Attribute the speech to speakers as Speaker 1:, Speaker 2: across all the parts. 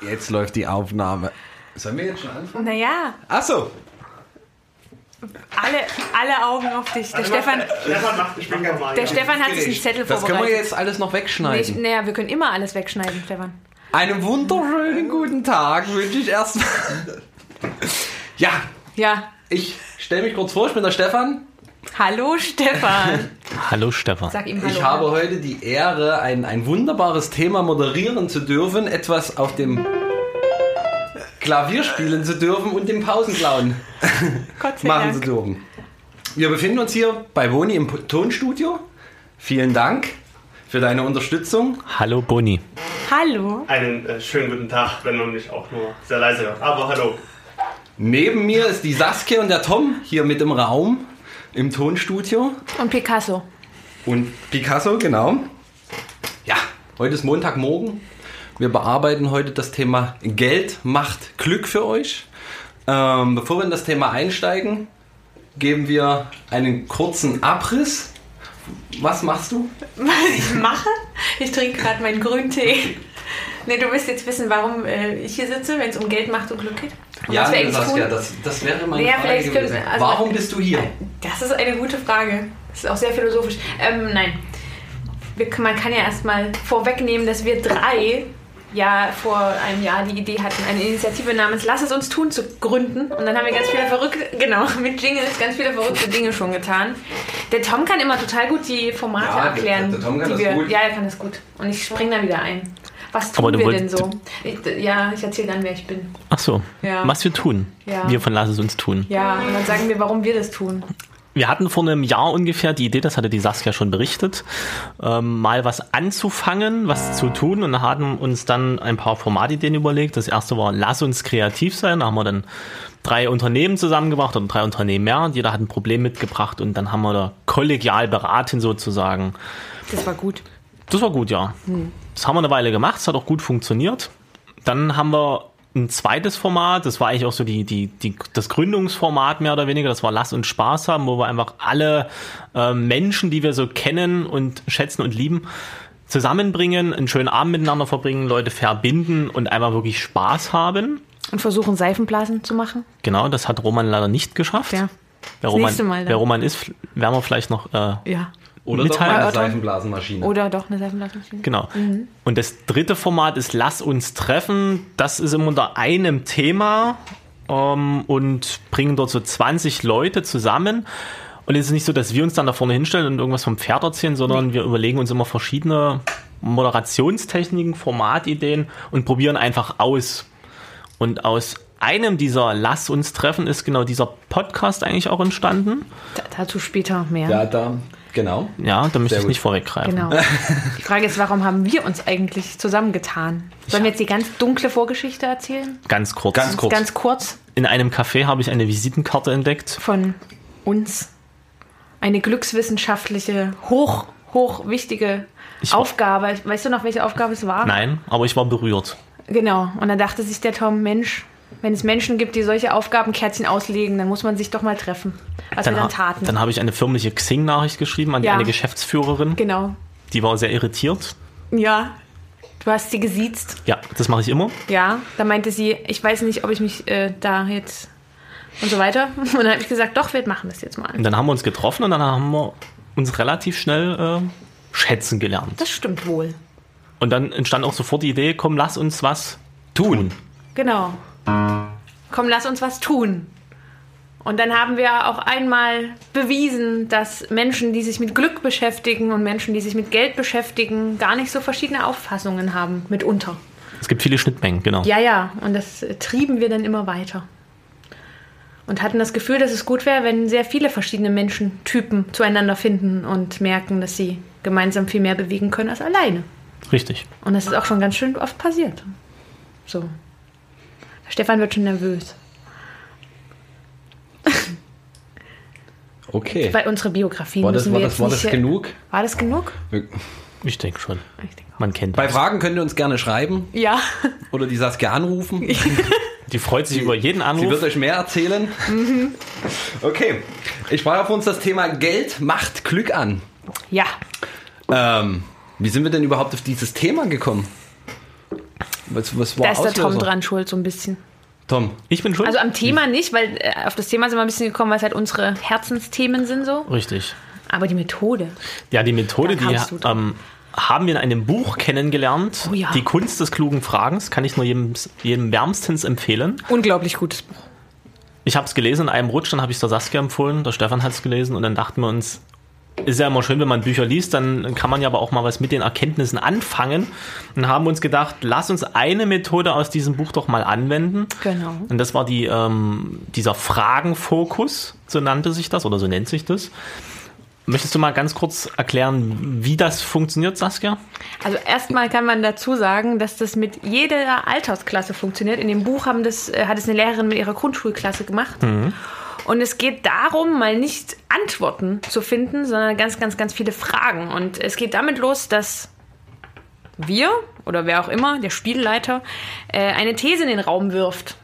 Speaker 1: Jetzt läuft die Aufnahme. Sollen wir jetzt schon anfangen?
Speaker 2: Naja,
Speaker 1: Achso,
Speaker 2: alle, alle Augen auf dich. Der Stefan,
Speaker 3: äh, Stefan macht, ich bin mal.
Speaker 2: der Stefan hat sich einen Zettel
Speaker 1: das können wir
Speaker 2: vorbereitet.
Speaker 1: jetzt alles noch
Speaker 2: Nee, ich-
Speaker 1: wegschneiden.
Speaker 2: naja, wir können immer alles wegschneiden, Stefan.
Speaker 1: Einen wunderschönen guten Tag wünsche ich erstmal. Ja,
Speaker 2: Ja,
Speaker 1: ich stelle mich kurz vor, ich bin der Stefan.
Speaker 2: hallo Stefan.
Speaker 4: Hallo Stefan.
Speaker 2: Sag ihm hallo.
Speaker 1: Ich habe heute die Ehre, ein, ein wunderbares Thema moderieren zu dürfen, etwas auf dem Klavier spielen zu dürfen und dem Pausenclown
Speaker 2: Gott sei
Speaker 1: machen zu
Speaker 2: Dank.
Speaker 1: dürfen. Wir befinden uns hier bei Boni im P- Tonstudio. Vielen Dank für deine Unterstützung.
Speaker 4: Hallo Boni.
Speaker 2: Hallo.
Speaker 3: Einen äh, schönen guten Tag, wenn man mich auch nur sehr leise hört. Aber hallo.
Speaker 1: Neben mir ist die Saskia und der Tom hier mit im Raum im Tonstudio
Speaker 2: Und Picasso.
Speaker 1: und Picasso, genau. Ja, heute ist Montagmorgen. Wir bearbeiten heute das Thema Geld macht Glück für euch. Ähm, bevor wir in das Thema einsteigen, geben wir einen kurzen Abriss. Was machst du?
Speaker 2: Was ich mache? Ich trinke gerade meinen Grüntee. Nee, du wirst jetzt wissen, warum äh, ich hier sitze, wenn es um Geld, Macht und Glück geht. Und was wir
Speaker 1: nee,
Speaker 2: eigentlich
Speaker 1: Saskia,
Speaker 2: tun.
Speaker 1: das, das wäre meine
Speaker 2: Naja,
Speaker 1: Frage
Speaker 2: vielleicht können-
Speaker 1: gewesen.
Speaker 2: also-
Speaker 1: Warum bist du hier?
Speaker 2: Das ist eine gute Frage. Das ist auch sehr philosophisch. Ähm, nein. Wir, man kann ja erstmal vorwegnehmen, dass wir drei ja vor einem Jahr die Idee hatten, eine Initiative namens Lass es uns tun zu gründen. Und dann haben wir ganz viele verrückte, genau, mit Jingles ganz viele verrückte Dinge schon getan. Der Tom kann immer total gut die Formate
Speaker 1: Ja, der-
Speaker 2: erklären.
Speaker 1: der Tom kann
Speaker 2: die
Speaker 1: das
Speaker 2: wir,
Speaker 1: gut.
Speaker 2: Ja, er kann das gut. Und ich springe da wieder ein. Was tun
Speaker 4: Aber du
Speaker 2: wir denn
Speaker 4: wolltest-
Speaker 2: so? Ich, ja, ich erzähle dann, wer ich bin.
Speaker 4: Ach so.
Speaker 2: Ja.
Speaker 4: Was wir tun.
Speaker 2: Ja.
Speaker 4: Wir von Lass es uns tun.
Speaker 2: Ja, und dann sagen wir, warum wir das tun.
Speaker 4: Wir hatten vor einem Jahr ungefähr die Idee, das hatte die Saskia schon berichtet, ähm, mal was anzufangen, was zu tun und haben uns dann ein paar Formatideen überlegt. Das erste war, lass uns kreativ sein. Da haben wir dann drei Unternehmen zusammengebracht oder drei Unternehmen mehr. Und jeder hat ein Problem mitgebracht und dann haben wir da kollegial beraten sozusagen.
Speaker 2: Das war gut. Hm.
Speaker 4: Das war gut, ja. Das haben wir eine Weile gemacht, es hat auch gut funktioniert. Dann haben wir ein zweites Format, das war eigentlich auch so die, die, die, das Gründungsformat mehr oder weniger, das war Lass uns Spaß haben, wo wir einfach alle äh, Menschen, die wir so kennen und schätzen und lieben, zusammenbringen, einen schönen Abend miteinander verbringen, Leute verbinden und einfach wirklich Spaß haben.
Speaker 2: Und versuchen, Seifenblasen zu machen.
Speaker 4: Genau, das hat Roman leider nicht geschafft.
Speaker 2: Ja.
Speaker 4: Wer, Roman,
Speaker 2: nächste Mal dann.
Speaker 4: wer Roman ist, werden wir vielleicht noch äh,
Speaker 2: Ja.
Speaker 1: Oder doch
Speaker 4: mitteilen.
Speaker 1: mal eine
Speaker 2: Erörtern?
Speaker 1: Seifenblasenmaschine?
Speaker 2: Oder doch eine Seifenblasenmaschine.
Speaker 4: Genau. Und das dritte Format ist Lass uns treffen. Das ist immer unter einem Thema ähm, und bringen dort so 20 Leute zusammen. Und es ist nicht so, dass wir uns dann da vorne hinstellen und irgendwas vom Pferd erzählen, sondern wir überlegen uns immer verschiedene Moderationstechniken, Formatideen und probieren einfach aus. Und aus einem dieser Lass uns treffen ist genau dieser Podcast eigentlich auch entstanden.
Speaker 2: Da- Dazu später mehr.
Speaker 1: Ja, da, genau.
Speaker 4: Ja, da möchte
Speaker 1: Sehr
Speaker 4: ich
Speaker 1: gut.
Speaker 4: nicht vorweggreifen.
Speaker 2: Genau. Die Frage ist, warum haben wir uns eigentlich zusammengetan? Sollen wir jetzt die ganz dunkle Vorgeschichte erzählen?
Speaker 4: Ganz kurz.
Speaker 1: Ganz kurz.
Speaker 2: Ganz kurz
Speaker 4: In einem Café habe ich eine Visitenkarte entdeckt.
Speaker 2: von uns. Eine glückswissenschaftliche, hoch, hoch wichtige
Speaker 4: Ich-
Speaker 2: Aufgabe. Weißt du noch, welche Aufgabe es war?
Speaker 4: Nein, aber ich war berührt.
Speaker 2: Genau. Und dann dachte sich der Tom, Mensch, wenn es Menschen gibt, die solche Aufgabenkärtchen auslegen, dann muss man sich doch mal treffen. Was wir
Speaker 4: ha-
Speaker 2: dann taten.
Speaker 4: dann habe ich eine firmliche Xing-Nachricht geschrieben an die
Speaker 2: Ja.
Speaker 4: eine Geschäftsführerin.
Speaker 2: genau.
Speaker 4: Die war sehr irritiert.
Speaker 2: Ja. Du hast sie gesiezt.
Speaker 4: Ja, das mache ich immer.
Speaker 2: Ja, da meinte sie, ich weiß nicht, ob ich mich äh, da jetzt und so weiter. Und dann habe ich gesagt, doch, wir machen das jetzt mal.
Speaker 4: Und dann haben wir uns getroffen und dann haben wir uns relativ schnell äh, schätzen gelernt.
Speaker 2: Das stimmt wohl.
Speaker 4: Und dann entstand auch sofort die Idee, komm, lass uns was tun.
Speaker 2: Genau. Komm, lass uns was tun. Und dann haben wir auch einmal bewiesen, dass Menschen, die sich mit Glück beschäftigen und Menschen, die sich mit Geld beschäftigen, gar nicht so verschiedene Auffassungen haben, mitunter.
Speaker 4: Es gibt viele Schnittmengen, genau.
Speaker 2: Ja, ja, und das äh, trieben wir dann immer weiter. Und hatten das Gefühl, dass es gut wäre, wenn sehr viele verschiedene Menschentypen zueinander finden und merken, dass sie gemeinsam viel mehr bewegen können als alleine.
Speaker 4: Richtig.
Speaker 2: Und das ist auch schon ganz schön oft passiert. So. Stefan wird schon nervös,
Speaker 1: Okay.
Speaker 2: weil unsere Biografien
Speaker 1: War das,
Speaker 2: müssen
Speaker 1: war
Speaker 2: wir
Speaker 1: das,
Speaker 2: jetzt
Speaker 1: war
Speaker 2: nicht
Speaker 1: das
Speaker 2: hier-
Speaker 1: genug?
Speaker 2: War das genug?
Speaker 1: Wir-
Speaker 4: Ich denke schon.
Speaker 2: Ich denke auch.
Speaker 4: Man kennt
Speaker 1: Bei
Speaker 4: das.
Speaker 1: Fragen könnt ihr uns gerne schreiben
Speaker 2: Ja,
Speaker 1: oder die Saskia anrufen.
Speaker 4: Die freut sich über jeden
Speaker 1: Sie wird
Speaker 4: Anruf.
Speaker 1: euch mehr erzählen. Okay. Ich sprach auf uns das Thema Geld macht Glück an.
Speaker 2: ja.
Speaker 1: Ähm, wie sind wir denn überhaupt auf dieses Thema gekommen? Was, was war
Speaker 2: Da ist der Tom
Speaker 1: Auslöser?
Speaker 2: dran schuld, so ein bisschen.
Speaker 1: Tom.
Speaker 4: Ich bin schuld.
Speaker 2: Also am Thema nicht, weil äh, auf das Thema sind wir ein bisschen gekommen, weil es halt unsere Herzensthemen sind so.
Speaker 4: Richtig.
Speaker 2: Aber die Methode.
Speaker 4: Ja, die Methode,
Speaker 2: Da
Speaker 4: die
Speaker 2: kamst du drauf.
Speaker 4: ähm, haben wir in einem Buch kennengelernt.
Speaker 2: Oh ja.
Speaker 4: Die Kunst des klugen Fragens kann ich nur jedem, jedem wärmstens empfehlen.
Speaker 2: Unglaublich gutes Buch.
Speaker 4: Ich habe es gelesen in einem Rutsch, dann habe ich es der Saskia empfohlen, der Stefan hat es gelesen und dann dachten wir uns, ist ja immer schön, wenn man Bücher liest, dann kann man ja aber auch mal was mit den Erkenntnissen anfangen und haben uns gedacht, lass uns eine Methode aus diesem Buch doch mal anwenden.
Speaker 2: Genau.
Speaker 4: Und das war die, ähm, dieser Fragenfokus, so nannte sich das oder so nennt sich das. Möchtest du mal ganz kurz erklären, wie das funktioniert, Saskia?
Speaker 2: Also erstmal kann man dazu sagen, dass das mit jeder Altersklasse funktioniert. In dem Buch haben das, äh, hat es eine Lehrerin mit ihrer Grundschulklasse gemacht. Und es geht darum, mal nicht Antworten zu finden, sondern ganz, ganz, ganz viele Fragen. Und es geht damit los, dass wir oder wer auch immer, der Spielleiter, äh, eine These in den Raum wirft.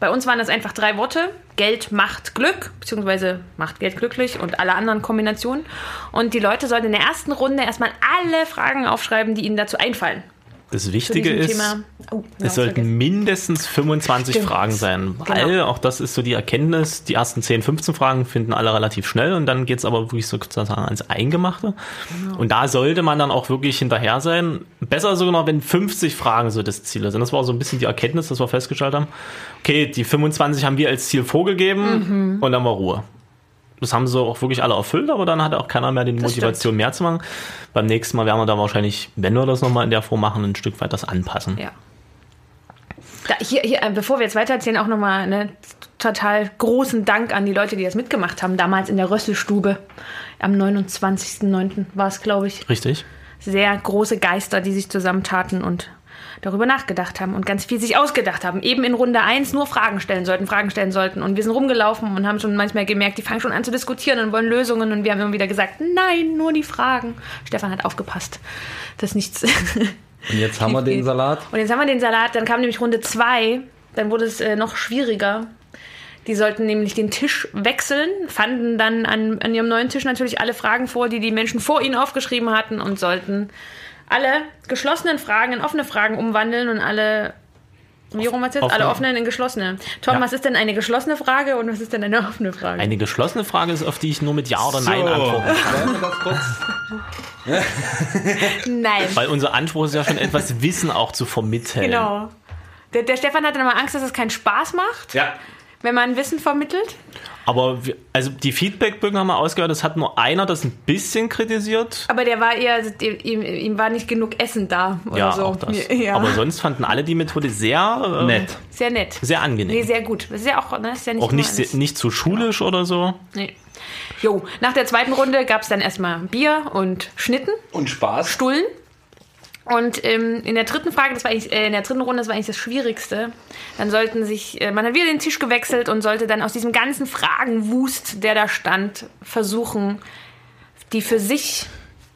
Speaker 2: Bei uns waren das einfach drei Worte. Geld macht Glück, beziehungsweise macht Geld glücklich und alle anderen Kombinationen. Und die Leute sollten in der ersten Runde erstmal alle Fragen aufschreiben, die ihnen dazu einfallen.
Speaker 4: Das
Speaker 2: Zu
Speaker 4: Wichtige
Speaker 2: diesem
Speaker 4: ist,
Speaker 2: Thema. Oh, genau,
Speaker 4: Es sollten
Speaker 2: vergessen.
Speaker 4: mindestens 25
Speaker 2: Stimmt.
Speaker 4: Fragen sein, weil
Speaker 2: Genau.
Speaker 4: auch das ist so die Erkenntnis, die ersten 10, 15 Fragen finden alle relativ schnell und dann geht es aber wirklich sozusagen ans Eingemachte.
Speaker 2: Genau.
Speaker 4: Und da sollte man dann auch wirklich hinterher sein. Besser sogar, wenn 50 Fragen so das Ziel sind. Das war so ein bisschen die Erkenntnis, dass wir festgestellt haben, okay, die 25 haben wir als Ziel
Speaker 2: Mhm.
Speaker 4: vorgegeben und dann war Ruhe. Das haben sie auch wirklich alle erfüllt, aber dann hatte auch keiner mehr die Motivation, mehr zu machen. Beim nächsten Mal werden wir da wahrscheinlich, wenn wir das nochmal in der Form machen, ein Stück weit das anpassen.
Speaker 2: Ja. Da, hier, hier, äh, bevor wir jetzt weitererzählen, auch nochmal ne, total großen Dank an die Leute, die das mitgemacht haben. Damals in der Rösselstube am 29.09. war es, glaube ich.
Speaker 4: Richtig?
Speaker 2: sehr große Geister, die sich zusammentaten und darüber nachgedacht haben und ganz viel sich ausgedacht haben. Eben in Runde 1 nur Fragen stellen sollten, Fragen stellen sollten. Und wir sind rumgelaufen und haben schon manchmal gemerkt, die fangen schon an zu diskutieren und wollen Lösungen. Und wir haben immer wieder gesagt, nein, nur die Fragen. Stefan hat aufgepasst, dass nichts
Speaker 1: Und jetzt haben wir den
Speaker 2: geht.
Speaker 1: Salat.
Speaker 2: Und jetzt haben wir den Salat, dann kam nämlich Runde 2, dann wurde es äh, noch schwieriger. Die sollten nämlich den Tisch wechseln, fanden dann an, an ihrem neuen Tisch natürlich alle Fragen vor, die die Menschen vor ihnen aufgeschrieben hatten und sollten alle geschlossenen Fragen in offene Fragen umwandeln und alle wie rum war's jetzt?
Speaker 4: Offene.
Speaker 2: Alle offenen in geschlossene. Tom,
Speaker 4: Ja.
Speaker 2: was ist denn eine geschlossene Frage und was ist denn eine offene Frage?
Speaker 4: Eine geschlossene Frage ist, auf die ich nur mit Ja oder Nein
Speaker 1: So.
Speaker 4: antworte.
Speaker 1: Wollen wir das kurz?
Speaker 2: Nein.
Speaker 4: Weil unser Anspruch ist ja schon etwas Wissen auch zu vermitteln.
Speaker 2: Genau. Der, der Stefan hatte nochmal Angst, dass es keinen Spaß macht,
Speaker 1: Ja.
Speaker 2: wenn man Wissen vermittelt.
Speaker 4: Aber wir, also die Feedbackbögen haben wir ausgehört, es hat nur einer das ein bisschen kritisiert.
Speaker 2: Aber der war eher, ihm, ihm war nicht genug Essen da oder
Speaker 4: ja,
Speaker 2: so.
Speaker 4: auch das.
Speaker 2: Ja.
Speaker 4: Aber sonst fanden alle die Methode sehr äh,
Speaker 1: Nett.
Speaker 2: sehr nett.
Speaker 4: Sehr angenehm.
Speaker 2: Nee, sehr gut. Das ist ja auch, ne? Ist ja nicht
Speaker 4: auch nicht,
Speaker 2: immer
Speaker 4: sehr,
Speaker 2: alles.
Speaker 4: nicht zu schulisch oder so.
Speaker 2: Nee. Jo, nach der zweiten Runde gab es dann erstmal Bier und Schnitten,
Speaker 1: Und Spaß.
Speaker 2: Stullen. Und ähm, in der dritten Frage, das war eigentlich, äh, in der dritten Runde, das war eigentlich das Schwierigste. Dann sollten sich, äh, man hat wieder den Tisch gewechselt und sollte dann aus diesem ganzen Fragenwust, der da stand, versuchen, die für sich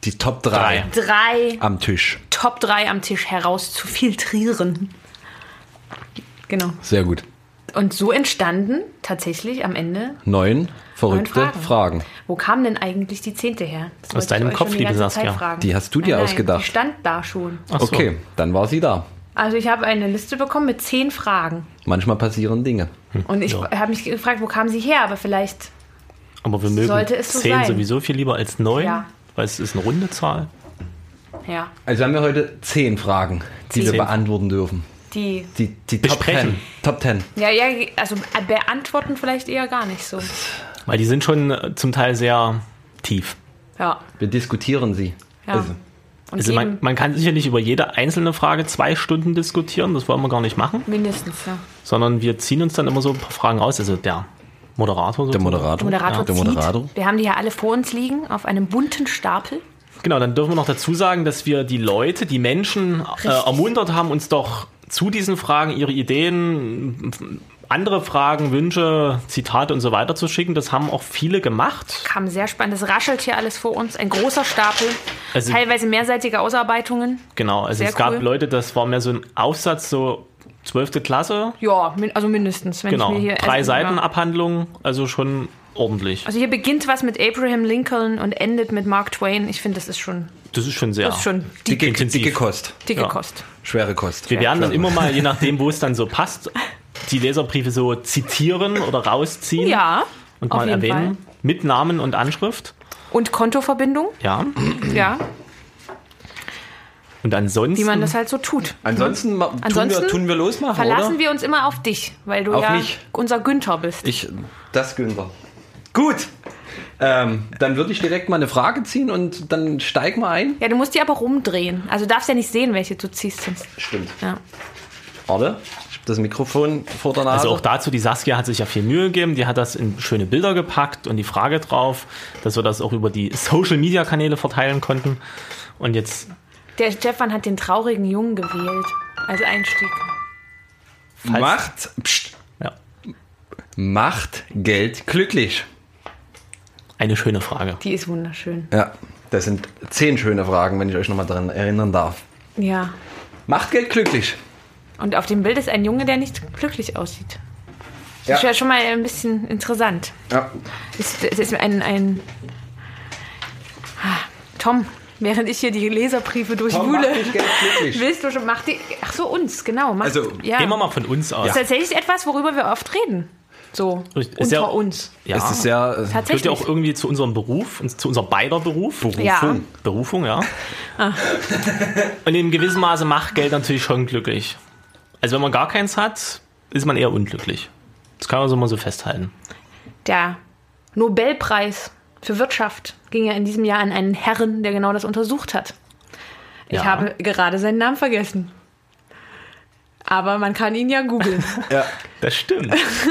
Speaker 1: Die Top 3
Speaker 4: Drei.
Speaker 2: drei
Speaker 1: am Tisch.
Speaker 2: Top 3 am Tisch herauszufiltrieren. Genau.
Speaker 1: Sehr gut.
Speaker 2: Und so entstanden tatsächlich am Ende.
Speaker 1: Neun verrückte
Speaker 2: Neun Fragen.
Speaker 1: Fragen.
Speaker 2: Wo kam denn eigentlich die zehnte her? Das wollte ich
Speaker 4: deinem
Speaker 2: euch
Speaker 4: Kopf,
Speaker 2: schon die
Speaker 4: liebe
Speaker 2: ganze Zeit
Speaker 4: Saskia.
Speaker 2: fragen.
Speaker 1: Die hast du dir ausgedacht.
Speaker 2: Die stand da schon.
Speaker 4: Ach so.
Speaker 1: Okay, dann war sie da.
Speaker 2: Also ich habe eine Liste bekommen mit zehn Fragen.
Speaker 1: Manchmal passieren Dinge.
Speaker 2: Und ich
Speaker 4: Hm, Ja.
Speaker 2: habe mich gefragt, wo kam sie her? Aber vielleicht,
Speaker 4: Aber wir mögen
Speaker 2: Sollte es so
Speaker 4: 10
Speaker 2: sein.
Speaker 4: sowieso viel lieber als 9,
Speaker 2: Ja.
Speaker 4: weil es ist eine runde Zahl.
Speaker 2: ja,
Speaker 1: Also haben wir heute zehn Fragen, die
Speaker 4: Zehn.
Speaker 1: wir beantworten dürfen.
Speaker 2: die...
Speaker 1: Die, die Top
Speaker 4: Besprechen.
Speaker 1: 10. Top 10.
Speaker 2: Ja, ja, also beantworten vielleicht eher gar nicht so.
Speaker 4: Weil die sind schon äh, zum Teil sehr tief.
Speaker 2: Ja,
Speaker 1: Wir diskutieren sie.
Speaker 2: ja.
Speaker 1: Also,
Speaker 2: Und
Speaker 4: Also man,
Speaker 2: jedem
Speaker 4: man kann sicherlich über jede einzelne Frage zwei Stunden diskutieren, das wollen wir gar nicht machen.
Speaker 2: mindestens, ja.
Speaker 4: sondern wir ziehen uns dann immer so ein paar Fragen raus. Also der Moderator
Speaker 1: der
Speaker 4: sozusagen.
Speaker 1: Moderator.
Speaker 2: Moderator,
Speaker 1: der
Speaker 2: zieht.
Speaker 1: Moderator.
Speaker 2: Wir haben die ja alle vor uns liegen, auf einem bunten Stapel.
Speaker 4: Genau, dann dürfen wir noch dazu sagen, dass wir die Leute, die Menschen äh, ermuntert haben, uns doch zu diesen Fragen ihre Ideen, f- andere Fragen, Wünsche, Zitate und so weiter zu schicken. Das haben auch viele gemacht.
Speaker 2: Kam sehr spannend. Es raschelt hier alles vor uns. Ein großer Stapel.
Speaker 4: Also-
Speaker 2: teilweise mehrseitige Ausarbeitungen.
Speaker 4: Genau, also
Speaker 2: Sehr
Speaker 4: es gab
Speaker 2: cool.
Speaker 4: Leute, das war mehr so ein Aufsatz, so 12. Klasse.
Speaker 2: Ja, min also mindestens. Wenn ich
Speaker 4: Genau,
Speaker 2: mir hier
Speaker 4: drei
Speaker 2: also,
Speaker 4: Seiten
Speaker 2: ja.
Speaker 4: Abhandlung, also schon ordentlich.
Speaker 2: Also hier beginnt was mit Abraham Lincoln und endet mit Mark Twain. Ich finde, das ist schon
Speaker 4: Das ist schon sehr.
Speaker 2: Das ist schon dicke,
Speaker 5: Dicke,
Speaker 4: Intensiv.
Speaker 5: dicke Kost.
Speaker 2: dicke
Speaker 4: ja.
Speaker 2: Kost.
Speaker 5: Schwere Kost.
Speaker 4: Wir werden dann
Speaker 5: Schwere
Speaker 4: immer
Speaker 5: Kost.
Speaker 4: mal, je nachdem, wo es dann so passt, die Leserbriefe so zitieren oder rausziehen
Speaker 2: Ja.
Speaker 4: und
Speaker 2: auf
Speaker 4: mal
Speaker 2: jeden
Speaker 4: erwähnen. Mit Namen und Anschrift.
Speaker 2: Und Kontoverbindung,
Speaker 4: Ja.
Speaker 2: ja,
Speaker 4: Und ansonsten.
Speaker 2: wie man das halt so tut.
Speaker 5: Ansonsten, ma-
Speaker 2: Ansonsten
Speaker 5: tun, wir, tun wir losmachen,
Speaker 2: Verlassen
Speaker 5: oder?
Speaker 2: wir uns immer auf dich, weil du
Speaker 5: Auf
Speaker 2: ja
Speaker 5: mich.
Speaker 2: unser Günther bist.
Speaker 5: Ich, das Günther. Gut. Ähm, dann würde ich direkt mal eine Frage ziehen und dann steig mal ein.
Speaker 2: Ja, du musst die aber rumdrehen. Also du darfst ja nicht sehen, welche du ziehst sonst.
Speaker 5: Stimmt.
Speaker 2: Ja.
Speaker 5: Warte, ich habe das Mikrofon vor der Nase.
Speaker 4: Also auch dazu, die Saskia hat sich ja viel Mühe gegeben, die hat das in schöne Bilder gepackt und die Frage drauf, dass wir das auch über die Social-Media-Kanäle verteilen konnten. Und jetzt,
Speaker 2: Der Stefan hat den traurigen Jungen gewählt als Einstieg.
Speaker 4: falls-
Speaker 5: macht, pst,
Speaker 4: ja,
Speaker 5: macht Geld glücklich.
Speaker 4: eine schöne Frage.
Speaker 2: Die ist wunderschön.
Speaker 5: Ja, das sind zehn schöne Fragen, wenn ich euch nochmal daran erinnern darf.
Speaker 2: Ja.
Speaker 5: Macht Geld glücklich.
Speaker 2: Und auf dem Bild ist ein Junge, der nicht glücklich aussieht. Das ist
Speaker 5: Ja.
Speaker 2: ja schon mal ein bisschen interessant.
Speaker 5: Ja.
Speaker 2: Es ist, ist ein, ein. Ah, Tom, während ich hier die Leserbriefe
Speaker 5: Tom macht
Speaker 2: durchwühle,
Speaker 5: dich Geld glücklich.
Speaker 2: willst du schon, mach die. Ach so, uns, genau. Mach,
Speaker 5: Also,
Speaker 2: ja.
Speaker 4: Gehen wir mal von uns aus.
Speaker 2: Das ist tatsächlich etwas, worüber wir oft reden. So,
Speaker 4: Ist
Speaker 2: unter
Speaker 4: ja-
Speaker 2: uns.
Speaker 4: Ja.
Speaker 5: Es ist ja äh,
Speaker 4: Gehört
Speaker 2: Tatsächlich.
Speaker 4: ja auch irgendwie zu unserem Beruf, und zu unser beider Beruf.
Speaker 5: Berufung.
Speaker 2: Ja.
Speaker 4: Berufung, ja. Und in gewissem Maße macht Geld natürlich schon glücklich. Also wenn man gar keins hat, ist man eher unglücklich. Das kann man so mal so festhalten.
Speaker 2: Der Nobelpreis für Wirtschaft ging ja in diesem Jahr an einen Herren, der genau das untersucht hat. Ich
Speaker 4: Ja.
Speaker 2: habe gerade seinen Namen vergessen. Aber man kann ihn ja googeln.
Speaker 5: Ja.
Speaker 4: Das stimmt.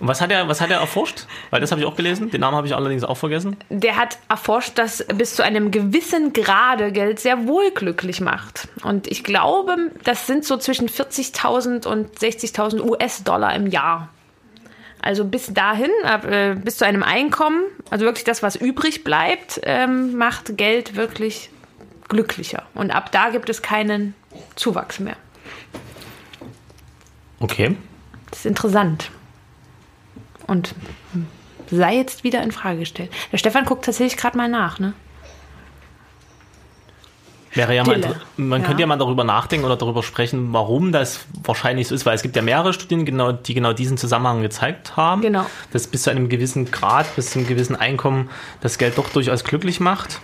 Speaker 4: Und was hat er, was hat er erforscht? Weil das habe ich auch gelesen. Den Namen habe ich allerdings auch vergessen.
Speaker 2: der hat erforscht, dass bis zu einem gewissen Grade Geld sehr wohl glücklich macht. Und ich glaube, das sind so zwischen 40.000 und 60.000 US-Dollar im Jahr. Also bis dahin, ab, äh, bis zu einem Einkommen, also wirklich das, was übrig bleibt, ähm, macht Geld wirklich glücklicher. Und ab da gibt es keinen Zuwachs mehr.
Speaker 4: Okay.
Speaker 2: Das ist interessant. Und hm, sei jetzt wieder in Frage gestellt. Der Stefan guckt tatsächlich gerade mal nach, ne?
Speaker 4: Wäre ja mal,
Speaker 2: Stille.
Speaker 4: inter- man
Speaker 2: Ja.
Speaker 4: könnte ja mal darüber nachdenken oder darüber sprechen, warum das wahrscheinlich so ist, weil es gibt ja mehrere Studien, genau, die genau diesen Zusammenhang gezeigt haben,
Speaker 2: Genau.
Speaker 4: dass bis zu einem gewissen Grad, bis zu einem gewissen Einkommen das Geld doch durchaus glücklich macht.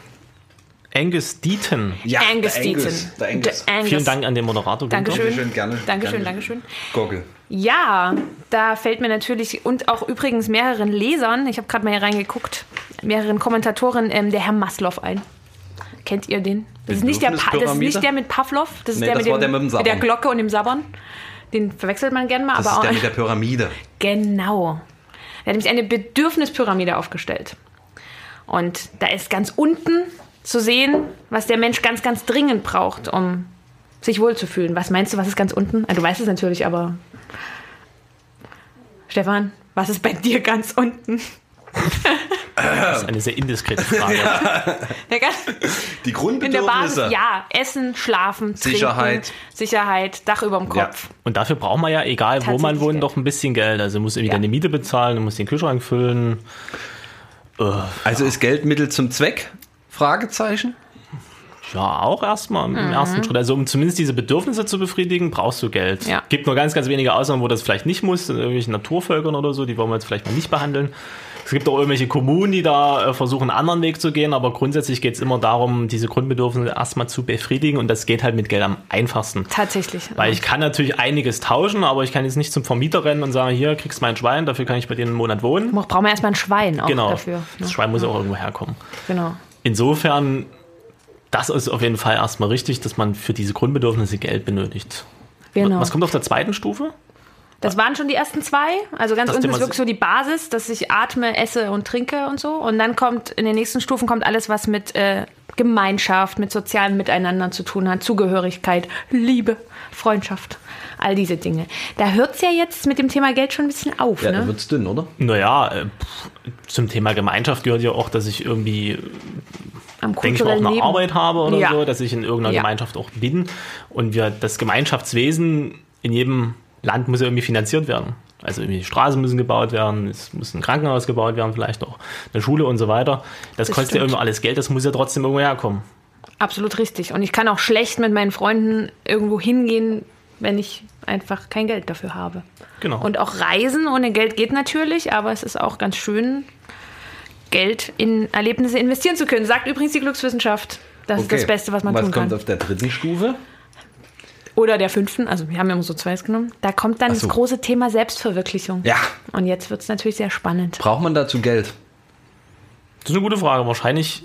Speaker 4: Angus Deaton,
Speaker 5: ja
Speaker 2: Angus
Speaker 5: der
Speaker 2: Deaton.
Speaker 5: Der Angus.
Speaker 2: Der Angus.
Speaker 4: vielen Dank an den Moderator. Günther.
Speaker 2: Dankeschön.
Speaker 5: Dankeschön, gerne.
Speaker 2: Dankeschön,
Speaker 5: Gerne.
Speaker 2: Dankeschön.
Speaker 5: Gurgel.
Speaker 2: Ja, da fällt mir natürlich und auch übrigens mehreren Lesern, ich habe gerade mal hier reingeguckt, mehreren Kommentatoren ähm, der Herr Maslow ein. Kennt ihr den? Das ist, nicht der pa das ist
Speaker 5: Bedürfnispyramide?
Speaker 2: nicht der mit Pavlov, das ist
Speaker 5: Nee,
Speaker 2: der,
Speaker 5: das
Speaker 2: mit, dem,
Speaker 5: war der mit dem Sabbern.
Speaker 2: der Glocke und dem Sabbern. Den verwechselt man gern mal,
Speaker 5: Das
Speaker 2: aber
Speaker 5: ist der
Speaker 2: auch,
Speaker 5: mit der Pyramide.
Speaker 2: Genau. Er hat nämlich eine Bedürfnispyramide aufgestellt. Und da ist ganz unten zu sehen, was der Mensch ganz, ganz dringend braucht, um sich wohlzufühlen. Was meinst du, was ist ganz unten? Ah, Du weißt es natürlich, aber. Stefan, was ist bei dir ganz unten?
Speaker 4: Das ist eine sehr indiskrete Frage.
Speaker 2: Der ganz,
Speaker 5: Die
Speaker 2: in der
Speaker 5: Grundbedürfnisse.
Speaker 2: Basis, ja. Essen, Schlafen, Trinken,
Speaker 5: Sicherheit.
Speaker 2: Sicherheit, Dach über dem Kopf.
Speaker 4: Und dafür braucht man ja, egal wo man
Speaker 2: Tatsächlich
Speaker 4: wohnt,
Speaker 2: Geld.
Speaker 4: doch ein bisschen Geld. Also muss irgendwie
Speaker 2: Ja.
Speaker 4: deine Miete bezahlen, du musst den Kühlschrank füllen. Äh,
Speaker 5: Also ist Geld Mittel zum Zweck? Fragezeichen.
Speaker 4: Ja, auch erstmal im
Speaker 2: Mhm.
Speaker 4: ersten Schritt. Also um zumindest diese Bedürfnisse zu befriedigen, brauchst du Geld.
Speaker 2: Ja.
Speaker 4: Gibt nur ganz, ganz wenige Ausnahmen, wo das vielleicht nicht muss, in irgendwelchen Naturvölkern oder so, die wollen wir jetzt vielleicht mal nicht behandeln. Es gibt auch irgendwelche Kommunen, die da äh, versuchen, einen anderen Weg zu gehen, aber grundsätzlich geht es immer darum, diese Grundbedürfnisse erstmal zu befriedigen und das geht halt mit Geld am einfachsten.
Speaker 2: Tatsächlich.
Speaker 4: Weil ich kann natürlich einiges tauschen, aber ich kann jetzt nicht zum Vermieter rennen und sagen, hier kriegst mein Schwein, dafür kann ich bei dir einen Monat wohnen.
Speaker 2: Braucht man erstmal ein Schwein auch
Speaker 4: Genau.
Speaker 2: dafür.
Speaker 4: Das
Speaker 2: Ne?
Speaker 4: Schwein muss ja auch irgendwo herkommen.
Speaker 2: Genau.
Speaker 4: Insofern, das ist auf jeden Fall erstmal richtig, dass man für diese Grundbedürfnisse Geld benötigt.
Speaker 2: genau.
Speaker 4: Was kommt auf der zweiten Stufe?
Speaker 2: Das waren schon die ersten zwei. Also ganz
Speaker 4: Das
Speaker 2: unten
Speaker 4: Thema-
Speaker 2: ist wirklich so die Basis, dass ich atme, esse und trinke und so. Und dann kommt in den nächsten Stufen kommt alles, was mit äh, Gemeinschaft, mit sozialem Miteinander zu tun hat, Zugehörigkeit, Liebe, Freundschaft, all diese Dinge. Da hört es ja jetzt mit dem Thema Geld schon ein bisschen auf.
Speaker 5: Ja, dann
Speaker 2: ne?
Speaker 5: wird's dünn, oder?
Speaker 4: Naja, äh, pff, zum Thema Gemeinschaft gehört ja auch, dass ich irgendwie,
Speaker 2: Am
Speaker 4: denke ich mal, auch eine Arbeit habe oder
Speaker 2: Ja.
Speaker 4: so, dass ich in irgendeiner
Speaker 2: Ja.
Speaker 4: Gemeinschaft auch bin. Und wir, das Gemeinschaftswesen in jedem Land muss ja irgendwie finanziert werden. Also irgendwie Straßen müssen gebaut werden, es muss ein Krankenhaus gebaut werden, vielleicht auch eine Schule und so weiter.
Speaker 2: Das
Speaker 4: Das, kostet ja
Speaker 2: stimmt.
Speaker 4: irgendwie alles Geld, das muss ja trotzdem irgendwo herkommen.
Speaker 2: Absolut richtig. Und ich kann auch schlecht mit meinen Freunden irgendwo hingehen, wenn ich einfach kein Geld dafür habe.
Speaker 4: Genau.
Speaker 2: Und auch Reisen ohne Geld geht natürlich, aber es ist auch ganz schön, Geld in Erlebnisse investieren zu können. Sagt übrigens die Glückswissenschaft. Das ist das Beste, was man
Speaker 5: was
Speaker 2: tun
Speaker 5: kommt
Speaker 2: kann.
Speaker 5: auf der dritten Stufe?
Speaker 2: Oder der fünften, also wir haben ja immer so zwei genommen. Da kommt dann
Speaker 5: Ach so.
Speaker 2: das große Thema Selbstverwirklichung.
Speaker 5: Ja.
Speaker 2: Und jetzt wird es natürlich sehr spannend.
Speaker 5: Braucht man dazu Geld?
Speaker 4: Das ist eine gute Frage. Wahrscheinlich,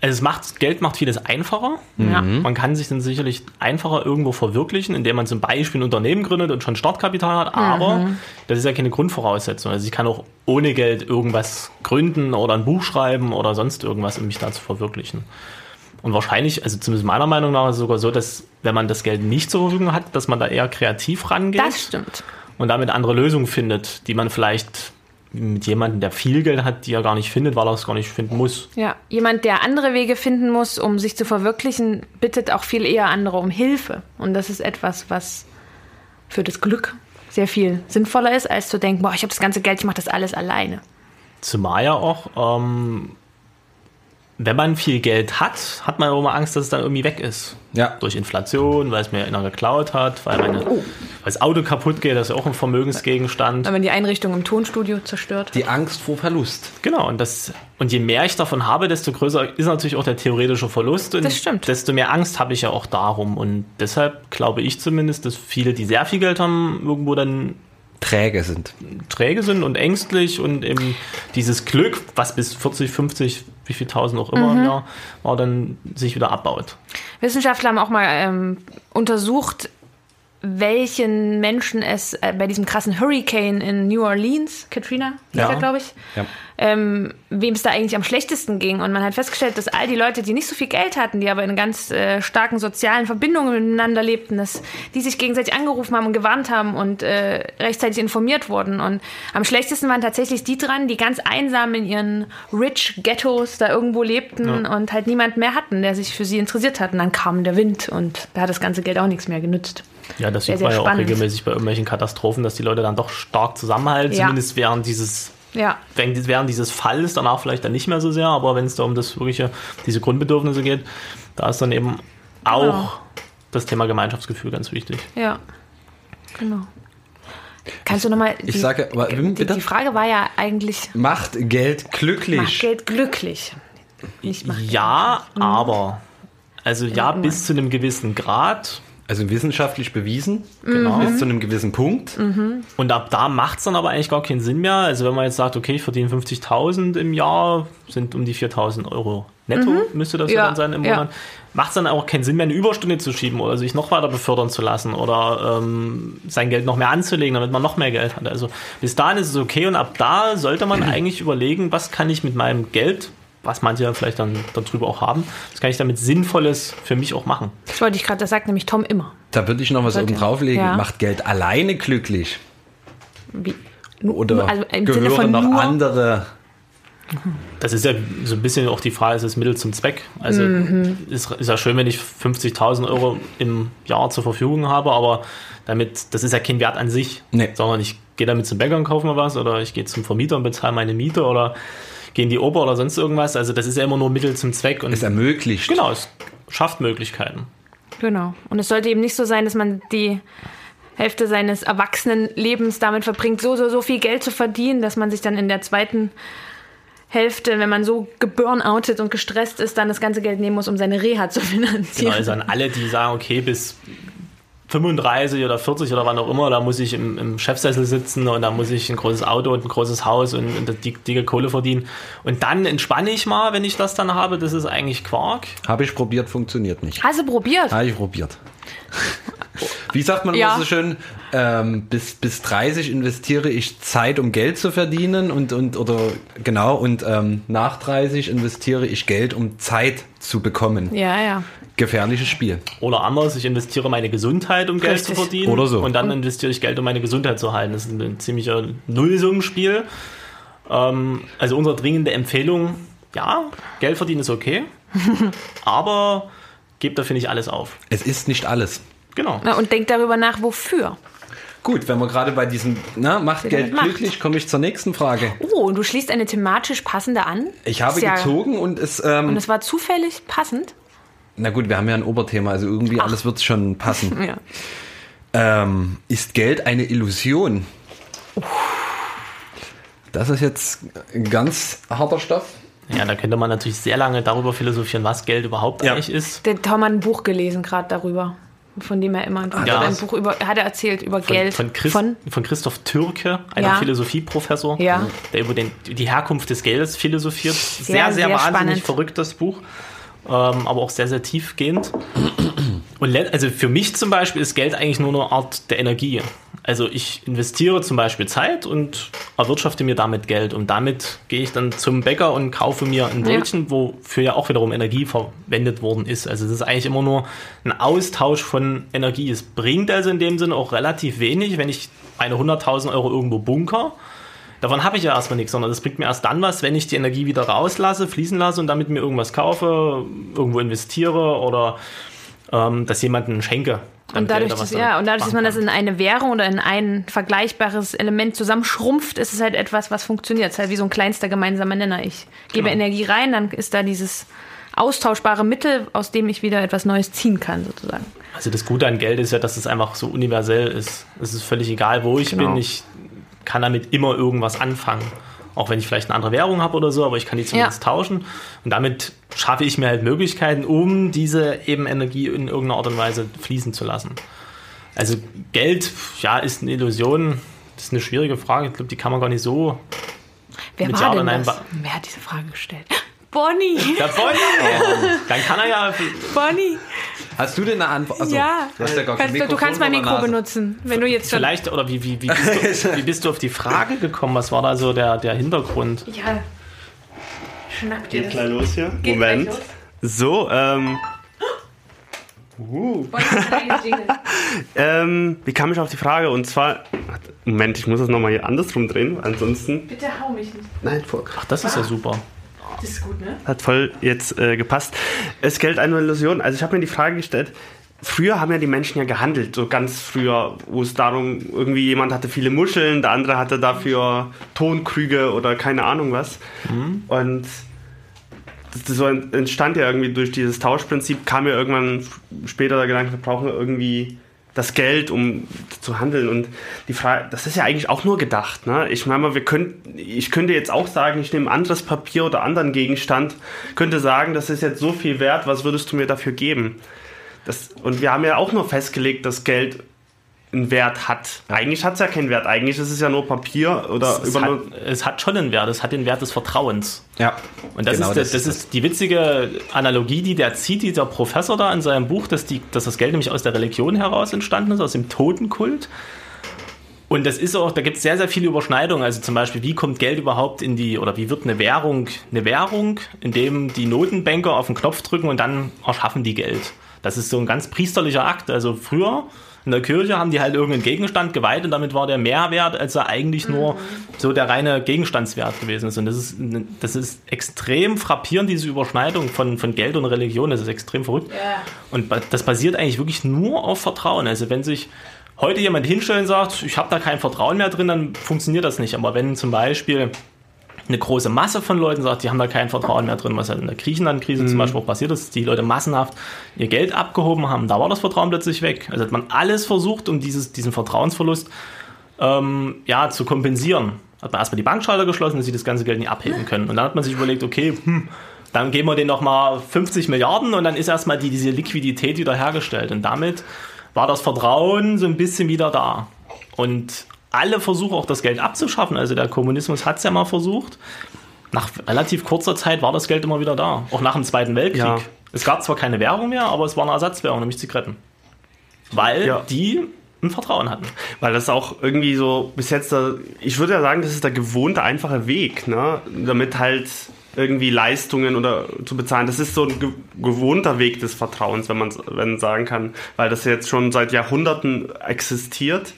Speaker 4: also es macht, Geld macht vieles einfacher.
Speaker 2: Ja.
Speaker 4: Man kann sich dann sicherlich einfacher irgendwo verwirklichen, indem man zum Beispiel ein Unternehmen gründet und schon Startkapital hat. Aber
Speaker 2: Mhm.
Speaker 4: das ist ja keine Grundvoraussetzung. Also ich kann auch ohne Geld irgendwas gründen oder ein Buch schreiben oder sonst irgendwas, um mich da zu verwirklichen. Und wahrscheinlich, also zumindest meiner Meinung nach, ist es sogar so, dass wenn man das Geld nicht zur Verfügung hat, dass man da eher kreativ rangeht
Speaker 2: Das stimmt.
Speaker 4: und damit andere Lösungen findet, die man vielleicht mit jemandem, der viel Geld hat, die er gar nicht findet, weil er es gar nicht finden muss.
Speaker 2: Ja, jemand, der andere Wege finden muss, um sich zu verwirklichen, bittet auch viel eher andere um Hilfe. Und das ist etwas, was für das Glück sehr viel sinnvoller ist, als zu denken, boah, ich habe das ganze Geld, ich mache das alles alleine.
Speaker 4: Zumal ja auch, ähm, wenn man viel Geld hat, hat man auch immer Angst, dass es dann irgendwie weg ist.
Speaker 5: Ja.
Speaker 4: Durch Inflation, weil es mir einer geklaut hat, weil, meine,
Speaker 2: Oh.
Speaker 4: weil das Auto kaputt geht, das ist ja auch ein Vermögensgegenstand.
Speaker 2: Wenn man die Einrichtung im Tonstudio zerstört.
Speaker 5: Die Angst vor Verlust.
Speaker 4: Genau, und, das, und je mehr ich davon habe, desto größer ist natürlich auch der theoretische Verlust. Und
Speaker 2: Das stimmt.
Speaker 4: Desto mehr Angst habe ich ja auch darum. Und deshalb glaube ich zumindest, dass viele, die sehr viel Geld haben, irgendwo dann
Speaker 5: Träge sind.
Speaker 4: träge sind und ängstlich und eben dieses Glück, was bis 40, 50, wie viel tausend auch immer
Speaker 2: Mhm.
Speaker 4: im Jahr war, dann sich wieder abbaut.
Speaker 2: Wissenschaftler haben auch mal ähm, untersucht, welchen Menschen es äh, bei diesem krassen Hurricane in New Orleans, Katrina,
Speaker 4: Ja.
Speaker 2: ja. glaube ich,
Speaker 5: Ja.
Speaker 2: ähm, wem es da eigentlich am schlechtesten ging. Und man hat festgestellt, dass all die Leute, die nicht so viel Geld hatten, die aber in ganz äh, starken sozialen Verbindungen miteinander lebten, dass die sich gegenseitig angerufen haben und gewarnt haben und äh, rechtzeitig informiert wurden. Und am schlechtesten waren tatsächlich die dran, die ganz einsam in ihren rich Ghettos da irgendwo lebten und halt niemand mehr hatten, der sich für sie interessiert hat. Und dann kam der Wind und da hat das ganze Geld auch nichts mehr genützt.
Speaker 4: Ja, das
Speaker 2: Sehr,
Speaker 4: sieht man
Speaker 2: sehr
Speaker 4: ja auch
Speaker 2: spannend.
Speaker 4: regelmäßig bei irgendwelchen Katastrophen, dass die Leute dann doch stark zusammenhalten,
Speaker 2: Ja.
Speaker 4: zumindest während dieses
Speaker 2: Ja,
Speaker 4: während während dieses Falls, danach vielleicht dann nicht mehr so sehr, aber wenn es da um das wirkliche, diese Grundbedürfnisse geht, da ist dann eben auch
Speaker 2: Genau.
Speaker 4: das Thema Gemeinschaftsgefühl ganz wichtig.
Speaker 2: ja. Genau. Kannst du nochmal.
Speaker 5: Ich sage, aber,
Speaker 2: Die,
Speaker 5: bitte?
Speaker 2: die Frage war ja eigentlich,
Speaker 5: Macht Geld glücklich.
Speaker 2: macht Geld glücklich. Nicht macht Mhm.
Speaker 4: Ja, aber. Also ja, bis zu einem gewissen Grad.
Speaker 5: Also wissenschaftlich bewiesen. Genau.
Speaker 2: Mhm.
Speaker 5: Bis zu einem gewissen Punkt.
Speaker 4: Und ab da macht es dann aber eigentlich gar keinen Sinn mehr. Also wenn man jetzt sagt, okay, ich verdiene 50.000 im Jahr, sind um die 4.000 Euro netto, müsste das ja,
Speaker 2: Mhm. Ja,
Speaker 4: dann sein im
Speaker 2: ja.
Speaker 4: Monat, macht es dann auch keinen Sinn mehr, eine Überstunde zu schieben oder sich noch weiter befördern zu lassen oder ähm, sein Geld noch mehr anzulegen, damit man noch mehr Geld hat. Also bis dahin ist es okay und ab da sollte man eigentlich überlegen, was kann ich mit meinem Geld, was manche ja vielleicht dann darüber auch haben, was kann ich damit Sinnvolles für mich auch machen.
Speaker 2: Das wollte ich gerade, das sagt nämlich Tom immer.
Speaker 5: Da würde ich noch was
Speaker 2: Sollte-
Speaker 5: oben drauflegen.
Speaker 2: Ja.
Speaker 5: Macht Geld alleine glücklich.
Speaker 2: Wie,
Speaker 5: Oder
Speaker 2: also im Sinne
Speaker 5: gehören
Speaker 2: von
Speaker 5: noch
Speaker 2: nur-
Speaker 5: andere.
Speaker 4: Das ist ja so ein bisschen auch die Frage, ist es Mittel zum Zweck? Also ist, ist ja schön, wenn ich 50.000 Euro im Jahr zur Verfügung habe, aber damit, das ist ja kein Wert an sich,
Speaker 5: Nee.
Speaker 4: sondern ich gehe damit zum Bäcker und kaufe mir was oder ich gehe zum Vermieter und bezahle meine Miete oder gehe in die Oper oder sonst irgendwas. Also das ist ja immer nur Mittel zum Zweck und
Speaker 5: Es ermöglicht.
Speaker 4: genau, es schafft Möglichkeiten.
Speaker 2: Genau. Und es sollte eben nicht so sein, dass man die Hälfte seines erwachsenen Lebens damit verbringt, so, so, so viel Geld zu verdienen, dass man sich dann in der zweiten Hälfte, wenn man so geburnoutet und gestresst ist, dann das ganze Geld nehmen muss, um seine Reha zu finanzieren.
Speaker 4: Genau, also an alle, die sagen, okay, bis 35 oder 40 oder wann auch immer, da muss ich im, im Chefsessel sitzen und da muss ich ein großes Auto und ein großes Haus und, und die dicke Kohle verdienen. Und dann entspanne ich mal, wenn ich das dann habe. Das ist eigentlich Quark.
Speaker 5: Habe ich probiert, funktioniert nicht.
Speaker 2: Hast du probiert?
Speaker 5: Habe ich probiert. Wie sagt man
Speaker 2: Ja.
Speaker 5: immer so schön, ähm, bis, bis 30 investiere ich Zeit, um Geld zu verdienen und, und oder genau, und ähm, nach 30 investiere ich Geld, um Zeit zu bekommen.
Speaker 2: Ja, ja.
Speaker 5: Gefährliches Spiel.
Speaker 4: Oder anders, ich investiere meine Gesundheit, um Geld
Speaker 2: Richtig.
Speaker 4: zu verdienen.
Speaker 5: Oder so.
Speaker 4: Und dann investiere ich Geld, um meine Gesundheit zu halten. Das ist ein ziemlicher Nullsummenspiel. Ähm, also unsere dringende Empfehlung, ja, Geld verdienen ist okay, aber gebt dafür nicht alles auf.
Speaker 5: Es ist nicht alles.
Speaker 4: Genau.
Speaker 2: Na, und denk darüber nach, wofür.
Speaker 5: Gut, wenn wir gerade bei diesem, na, macht
Speaker 2: Wieder
Speaker 5: Geld
Speaker 2: Macht.
Speaker 5: glücklich, komme ich zur nächsten Frage.
Speaker 2: Oh, und du schließt eine thematisch passende an?
Speaker 5: Ich habe
Speaker 2: Ist ja-
Speaker 5: gezogen und es, ähm,
Speaker 2: Und es war zufällig passend?
Speaker 5: Na gut, wir haben ja ein Oberthema, also irgendwie alles wird schon passen.
Speaker 4: Hm.
Speaker 2: Ja.
Speaker 5: Ähm, ist Geld eine Illusion? Das ist jetzt ein ganz harter Stoff.
Speaker 4: Ja, da könnte man natürlich sehr lange darüber philosophieren, was Geld überhaupt
Speaker 5: Ja.
Speaker 4: eigentlich ist.
Speaker 2: Der Tom hat ein Buch gelesen gerade darüber, von dem er immer.
Speaker 4: Ja.
Speaker 2: Ja. Ein Buch über, hat er erzählt über
Speaker 4: Ah, Von,
Speaker 2: Geld.
Speaker 4: von, Christ, von? Christoph Türke, einem
Speaker 2: Ja.
Speaker 4: Philosophieprofessor,
Speaker 2: Ja.
Speaker 4: der über den, die Herkunft des Geldes philosophiert. Sehr, sehr,
Speaker 2: sehr
Speaker 4: wahnsinnig
Speaker 2: spannend.
Speaker 4: verrücktes Buch, ähm, aber auch sehr, sehr tiefgehend. Und le- also für mich zum Beispiel ist Geld eigentlich nur eine Art der Energie. Also ich investiere zum Beispiel Zeit und erwirtschafte mir damit Geld. Und damit gehe ich dann zum Bäcker und kaufe mir ein Brötchen, wofür ja auch wiederum Energie verwendet worden ist. Also es ist eigentlich immer nur ein Austausch von Energie. Es bringt also in dem Sinne auch relativ wenig, wenn ich meine 100.000 Euro irgendwo bunker. Davon habe ich ja erstmal nichts, sondern das bringt mir erst dann was, wenn ich die Energie wieder rauslasse, fließen lasse und damit mir irgendwas kaufe, irgendwo investiere oder ähm, das jemandem schenke.
Speaker 2: Und
Speaker 4: damit der
Speaker 2: dadurch,
Speaker 4: da was
Speaker 2: dass,
Speaker 4: damit
Speaker 2: ja, und dadurch, dass
Speaker 4: machen
Speaker 2: man das
Speaker 4: kann.
Speaker 2: in eine Währung oder in ein vergleichbares Element zusammenschrumpft, ist es halt etwas, was funktioniert. Es ist halt wie so ein kleinster gemeinsamer Nenner. Ich gebe
Speaker 4: Genau.
Speaker 2: Energie rein, dann ist da dieses austauschbare Mittel, aus dem ich wieder etwas Neues ziehen kann, sozusagen.
Speaker 4: Also das Gute an Geld ist ja, dass es einfach so universell ist. Es ist völlig egal, wo ich
Speaker 2: Genau.
Speaker 4: bin, ich kann damit immer irgendwas anfangen. Auch wenn ich vielleicht eine andere Währung habe oder so, aber ich kann die zumindest
Speaker 2: Ja.
Speaker 4: tauschen. Und damit schaffe ich mir halt Möglichkeiten, um diese eben Energie in irgendeiner Art und Weise fließen zu lassen. Also Geld, ja, ist eine Illusion. Das ist eine schwierige Frage. Ich glaube, die kann man gar nicht so.
Speaker 2: Wer
Speaker 4: Mit Ja
Speaker 2: war
Speaker 4: oder
Speaker 2: denn
Speaker 4: Nein
Speaker 2: das?
Speaker 4: be-
Speaker 2: Wer hat diese Frage gestellt? Bonnie!
Speaker 4: Ja, voll. Dann kann er ja.
Speaker 2: Bonnie!
Speaker 5: Hast du denn eine Antwort? Also,
Speaker 2: Ja.
Speaker 5: Du, hast ja gar kein
Speaker 2: Kannst, du- du
Speaker 5: Mikrofon
Speaker 2: kannst mein
Speaker 5: vor der
Speaker 2: Mikro
Speaker 5: Nase.
Speaker 2: benutzen, wenn du jetzt schon...
Speaker 4: Vielleicht, oder wie, wie, wie, bist du, wie bist du auf die Frage gekommen? Was war da so der, der Hintergrund?
Speaker 6: Ja. Schnapp dir
Speaker 3: Geht
Speaker 6: das.
Speaker 3: gleich los hier.
Speaker 6: Geht
Speaker 3: Moment.
Speaker 6: gleich los.
Speaker 3: So, ähm. Uh.
Speaker 6: Wollen wir einen eigenen Jingle?
Speaker 3: Ähm, wie kam ich auf die Frage? Und zwar. Moment, ich muss das nochmal hier andersrum drehen, ansonsten.
Speaker 6: Bitte hau mich nicht.
Speaker 3: Nein, vor.
Speaker 4: Ach, das ist ja super.
Speaker 6: Das ist gut, ne?
Speaker 3: Hat voll jetzt äh, gepasst. Es gilt eine Illusion. Also ich habe mir die Frage gestellt, früher haben ja die Menschen ja gehandelt, so ganz früher, wo es darum, irgendwie jemand hatte viele Muscheln, der andere hatte dafür Tonkrüge oder keine Ahnung was. Und das- das so ent- entstand ja irgendwie durch dieses Tauschprinzip, kam ja irgendwann f- später der Gedanke, wir brauchen irgendwie das Geld, um zu handeln. Und die Frage, das ist ja eigentlich auch nur gedacht. Ne? Ich meine mal, wir könnten, ich könnte jetzt auch sagen, ich nehme anderes Papier oder anderen Gegenstand, könnte sagen, das ist jetzt so viel wert, was würdest du mir dafür geben? Das, und wir haben ja auch nur festgelegt, dass Geld einen Wert hat. Eigentlich hat es ja keinen Wert. Eigentlich ist es ja nur Papier oder
Speaker 4: Es, halt es,
Speaker 3: über
Speaker 4: hat,
Speaker 3: nur,
Speaker 4: es hat schon einen Wert, es hat den Wert des Vertrauens.
Speaker 5: Ja.
Speaker 4: Und das,
Speaker 5: Genau,
Speaker 4: ist, das, das ist die witzige Analogie, die der zieht, dieser Professor da in seinem Buch, dass, die, dass das Geld nämlich aus der Religion heraus entstanden ist, aus dem Totenkult. Und das ist auch, da gibt es sehr, sehr viele Überschneidungen. Also zum Beispiel, wie kommt Geld überhaupt in die, oder wie wird eine Währung eine Währung, indem die Notenbanker auf den Knopf drücken und dann erschaffen die Geld. Das ist so ein ganz priesterlicher Akt. Also früher in der Kirche haben die halt irgendeinen Gegenstand geweiht und damit war der mehr wert, als er eigentlich nur so der reine Gegenstandswert gewesen ist. Und das ist, das ist extrem frappierend, diese Überschneidung von, von Geld und Religion. Das ist extrem verrückt.
Speaker 6: Ja.
Speaker 4: Und ba- das basiert eigentlich wirklich nur auf Vertrauen. Also wenn sich heute jemand hinstellt und sagt, ich habe da kein Vertrauen mehr drin, dann funktioniert das nicht. Aber wenn zum Beispiel eine große Masse von Leuten sagt, die haben da kein Vertrauen mehr drin, was halt in der Griechenland-Krise zum Beispiel auch passiert ist, die Leute massenhaft ihr Geld abgehoben haben, da war das Vertrauen plötzlich weg. Also hat man alles versucht, um dieses, diesen Vertrauensverlust ähm, ja, zu kompensieren. Hat man erstmal die Bankschalter geschlossen, dass sie das ganze Geld nicht abheben können. Und dann hat man sich überlegt, okay, hm, dann geben wir denen nochmal 50 Milliarden und dann ist erstmal die, diese Liquidität wieder hergestellt. Und damit war das Vertrauen so ein bisschen wieder da. Und alle Versuche, auch das Geld abzuschaffen, also der Kommunismus hat es ja mal versucht, nach relativ kurzer Zeit war das Geld immer wieder da. Auch nach dem Zweiten Weltkrieg.
Speaker 3: Ja.
Speaker 4: Es gab zwar keine Währung mehr, aber es war eine Ersatzwährung, nämlich Zigaretten. Weil
Speaker 3: Ja.
Speaker 4: die ein Vertrauen hatten.
Speaker 3: Weil das auch irgendwie so bis jetzt, der, ich würde ja sagen, das ist der gewohnte, einfache Weg, ne? damit halt irgendwie Leistungen oder zu bezahlen. Das ist so ein ge gewohnter Weg des Vertrauens, wenn man wenn sagen kann, weil das jetzt schon seit Jahrhunderten existiert.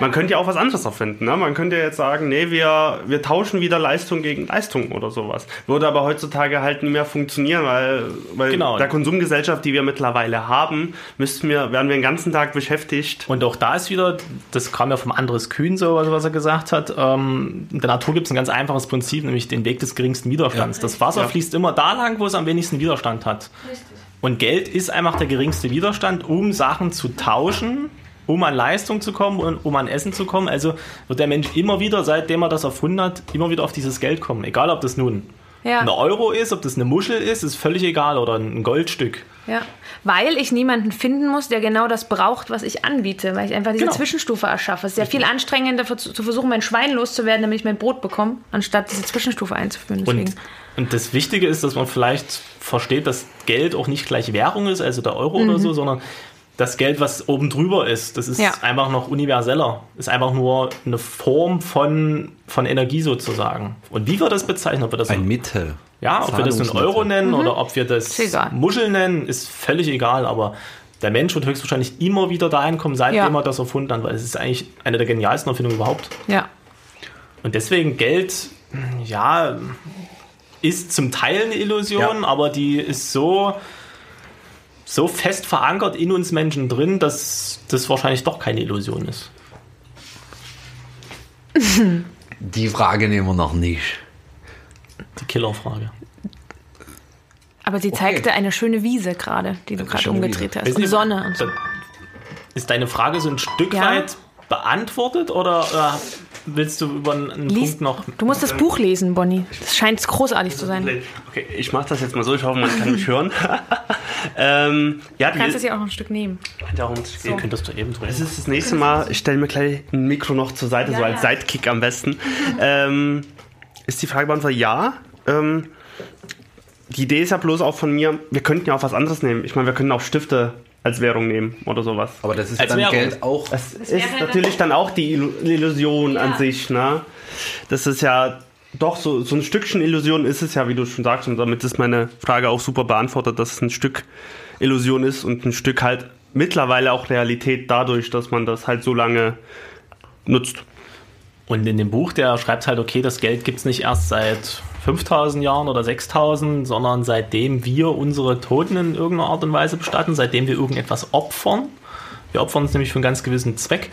Speaker 3: Man könnte ja auch was anderes erfinden. Ne? Man könnte ja jetzt sagen, nee, wir, wir tauschen wieder Leistung gegen Leistung oder sowas. Würde aber heutzutage halt nicht mehr funktionieren, weil, weil
Speaker 4: Genau.
Speaker 3: der Konsumgesellschaft, die wir mittlerweile haben, müssten wir, werden wir den ganzen Tag beschäftigt
Speaker 4: Und auch da ist wieder, das kam ja vom Andres Kühn so, also was was er gesagt hat, ähm, in der Natur gibt es ein ganz einfaches Prinzip, nämlich den Weg des geringsten Widerstands. Das Wasser fließt immer da lang, wo es am wenigsten Widerstand hat.
Speaker 6: Richtig.
Speaker 4: Und Geld ist einfach der geringste Widerstand, um Sachen zu tauschen, um an Leistung zu kommen und um an Essen zu kommen. Also wird der Mensch immer wieder, seitdem er das erfunden hat, immer wieder auf dieses Geld kommen. Egal, ob das nun
Speaker 2: Ja.
Speaker 4: ein Euro ist, ob das eine Muschel ist, ist völlig egal oder ein Goldstück.
Speaker 2: Ja, weil ich niemanden finden muss, der genau das braucht, was ich anbiete, weil ich einfach diese
Speaker 4: Genau.
Speaker 2: Zwischenstufe erschaffe. Es ist ja viel anstrengender für, zu versuchen, mein Schwein loszuwerden, damit ich mein Brot bekomme, anstatt diese Zwischenstufe einzuführen. Deswegen.
Speaker 4: Und, und das Wichtige ist, dass man vielleicht versteht, dass Geld auch nicht gleich Währung ist, also der Euro oder so, sondern das Geld, was oben drüber ist, das ist
Speaker 2: Mhm. Ja.
Speaker 4: einfach noch universeller. Ist einfach nur eine Form von, von Energie sozusagen. Und wie wir das bezeichnen, ob wir das,
Speaker 5: Ein Mittel.
Speaker 4: ja, ob wir das einen
Speaker 5: Zahlungsmittel.
Speaker 4: Euro nennen oder ob wir das
Speaker 2: Mhm. Ist egal.
Speaker 4: Muschel nennen, ist völlig egal, aber der Mensch wird höchstwahrscheinlich immer wieder dahin kommen, seitdem
Speaker 2: Ja.
Speaker 4: er das erfunden hat, weil es ist eigentlich eine der genialsten Erfindungen überhaupt.
Speaker 2: Ja.
Speaker 4: Und deswegen Geld, ja, ist zum Teil eine Illusion,
Speaker 5: Ja.
Speaker 4: aber die ist so, so fest verankert in uns Menschen drin, dass das wahrscheinlich doch keine Illusion ist.
Speaker 1: Die Frage nehmen wir noch nicht.
Speaker 4: Die Killerfrage.
Speaker 2: Aber sie zeigte eine schöne Wiese gerade, die du gerade
Speaker 5: schöne
Speaker 2: umgedreht
Speaker 5: Wiese.
Speaker 2: hast. Und Also Sonne und so.
Speaker 4: Ist deine Frage so ein Stück
Speaker 2: Ja.
Speaker 4: weit beantwortet oder äh, willst du über einen, einen
Speaker 2: Lies,
Speaker 4: Punkt noch?
Speaker 2: du musst das Buch lesen, Bonnie. Das scheint großartig zu sein.
Speaker 3: Okay, ich mache das jetzt mal so. Ich hoffe, man kann mich hören. ähm, ja, die,
Speaker 2: Du kannst es ja auch ein Stück nehmen.
Speaker 3: darum
Speaker 4: Ihr könnt das doch eben drüber.
Speaker 3: Das ist das nächste Mal. Ich stelle mir gleich ein Mikro noch zur Seite, so
Speaker 2: Ja,
Speaker 3: als
Speaker 2: ja.
Speaker 3: Sidekick am besten. ähm, ist die Frage beantwortet? Ja. Ähm, die Idee ist ja bloß auch von mir, wir könnten ja auch was anderes nehmen. Ich meine, wir können auch Stifte als Währung nehmen oder sowas.
Speaker 5: Aber das ist
Speaker 4: Als
Speaker 5: dann
Speaker 4: Währung.
Speaker 5: Geld auch.
Speaker 3: Das
Speaker 6: wäre
Speaker 3: ist
Speaker 6: dann-
Speaker 3: natürlich dann auch die Illu- Illusion
Speaker 6: Ja.
Speaker 3: an sich, ne? Das ist ja doch so, so ein Stückchen Illusion ist es ja, wie du schon sagst, und damit ist meine Frage auch super beantwortet, dass es ein Stück Illusion ist und ein Stück halt mittlerweile auch Realität dadurch, dass man das halt so lange nutzt.
Speaker 4: Und in dem Buch, der schreibt halt, okay, das Geld gibt es nicht erst seit 5000 Jahren oder 6000, sondern seitdem wir unsere Toten in irgendeiner Art und Weise bestatten, seitdem wir irgendetwas opfern. Wir opfern uns nämlich für einen ganz gewissen Zweck.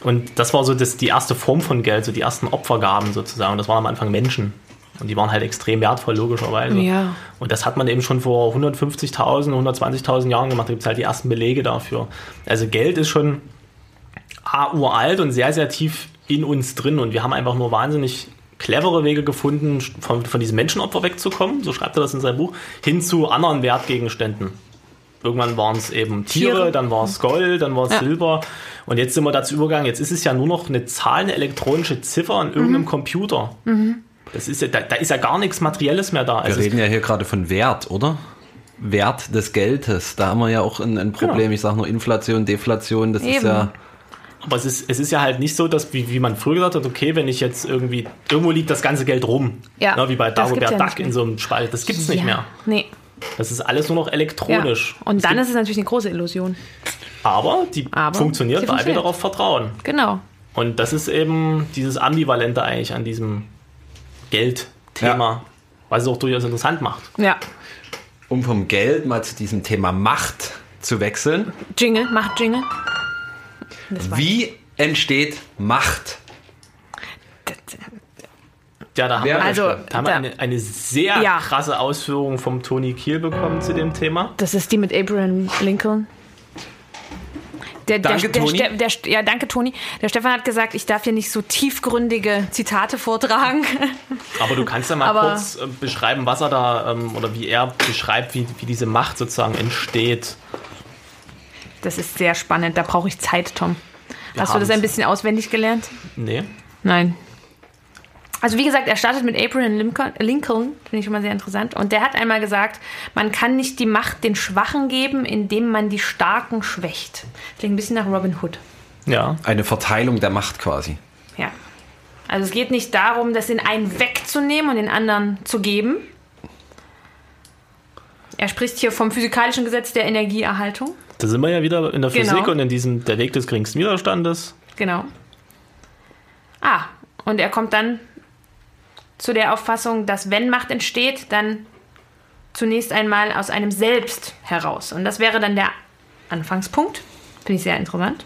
Speaker 4: Und das war so das, die erste Form von Geld, so die ersten Opfergaben sozusagen. Und das waren am Anfang Menschen. Und die waren halt extrem wertvoll, logischerweise.
Speaker 2: Ja.
Speaker 4: Und das hat man eben schon vor 150.000, 120.000 Jahren gemacht. Da gibt es halt die ersten Belege dafür. Also Geld ist schon A, uralt und sehr, sehr tief in uns drin. Und wir haben einfach nur wahnsinnig clevere Wege gefunden, von, von diesem Menschenopfer wegzukommen, so schreibt er das in seinem Buch, hin zu anderen Wertgegenständen. Irgendwann waren es eben Tiere,
Speaker 2: Tiere.
Speaker 4: dann war es Gold, dann war es
Speaker 2: Ja.
Speaker 4: Silber. Und jetzt sind wir dazu übergegangen, jetzt ist es ja nur noch eine Zahl, eine elektronische Ziffer in irgendeinem
Speaker 2: Mhm.
Speaker 4: Computer. Das ist ja, da, da ist ja gar nichts Materielles mehr da.
Speaker 5: Wir
Speaker 4: Also es
Speaker 5: reden ja hier gerade von Wert, oder? Wert des Geldes. Da haben wir ja auch ein, ein Problem. Ich sage nur Inflation, Deflation. Das ist
Speaker 2: Genau. Eben.
Speaker 5: ja.
Speaker 4: Aber es ist, es ist ja halt nicht so, dass, wie, wie man früher gesagt hat, okay, wenn ich jetzt irgendwie, irgendwo liegt das ganze Geld rum.
Speaker 2: Ja,
Speaker 4: Na, wie bei
Speaker 2: das gibt's
Speaker 4: Dagobert
Speaker 2: ja nicht
Speaker 4: Duck
Speaker 2: mehr.
Speaker 4: in so einem Spalt. Das gibt's nicht
Speaker 2: ja.
Speaker 4: mehr.
Speaker 2: Nee.
Speaker 4: Das ist alles nur noch
Speaker 2: Ja.
Speaker 4: elektronisch.
Speaker 2: Und dann
Speaker 4: gibt,
Speaker 2: ist es natürlich eine große Illusion.
Speaker 4: aber die
Speaker 2: Aber
Speaker 4: funktioniert,
Speaker 2: sie
Speaker 4: weil wir
Speaker 2: funktioniert.
Speaker 4: darauf vertrauen.
Speaker 2: Genau.
Speaker 4: Und das ist eben dieses Ambivalente eigentlich an diesem Geldthema, was es auch durchaus interessant macht.
Speaker 2: Ja.
Speaker 5: Um vom Geld mal zu diesem Thema Macht zu wechseln.
Speaker 2: Jingle, macht Jingle.
Speaker 5: Wie entsteht Macht?
Speaker 4: Ja, da haben
Speaker 5: Wer-
Speaker 4: wir,
Speaker 2: Also,
Speaker 4: da haben wir
Speaker 2: da-
Speaker 4: eine, eine sehr
Speaker 2: Ja.
Speaker 4: krasse Ausführung vom Tony Kiel bekommen zu dem Thema.
Speaker 2: Das ist die mit Abraham Lincoln. Der,
Speaker 5: Danke,
Speaker 2: der,
Speaker 5: Toni.
Speaker 2: Der, Ste- der, Ste- ja, danke, Toni. Der Stefan hat gesagt, ich darf hier nicht so tiefgründige Zitate vortragen.
Speaker 4: Aber du kannst ja mal
Speaker 2: Aber-
Speaker 4: kurz äh, beschreiben, was er da ähm, oder wie er beschreibt, wie, wie diese Macht sozusagen entsteht.
Speaker 2: Das ist sehr spannend. Da brauche ich Zeit, Tom. Hast du das
Speaker 4: haben's.
Speaker 2: ein bisschen auswendig gelernt?
Speaker 4: Nee.
Speaker 2: Nein. Also wie gesagt, er startet mit Abraham Lincoln, Lincoln finde ich schon mal sehr interessant. Und der hat einmal gesagt, man kann nicht die Macht den Schwachen geben, indem man die Starken schwächt. Klingt ein bisschen nach Robin Hood.
Speaker 4: Ja.
Speaker 5: Eine Verteilung der Macht quasi.
Speaker 2: Ja. Also es geht nicht darum, das den einen wegzunehmen und den anderen zu geben. Er spricht hier vom physikalischen Gesetz der Energieerhaltung.
Speaker 4: Da sind wir ja wieder in der
Speaker 2: Genau.
Speaker 4: Physik und in diesem der Weg des geringsten Widerstandes.
Speaker 2: Genau. Ah, und er kommt dann zu der Auffassung, dass wenn Macht entsteht, dann zunächst einmal aus einem Selbst heraus. Und das wäre dann der Anfangspunkt. Finde ich sehr interessant.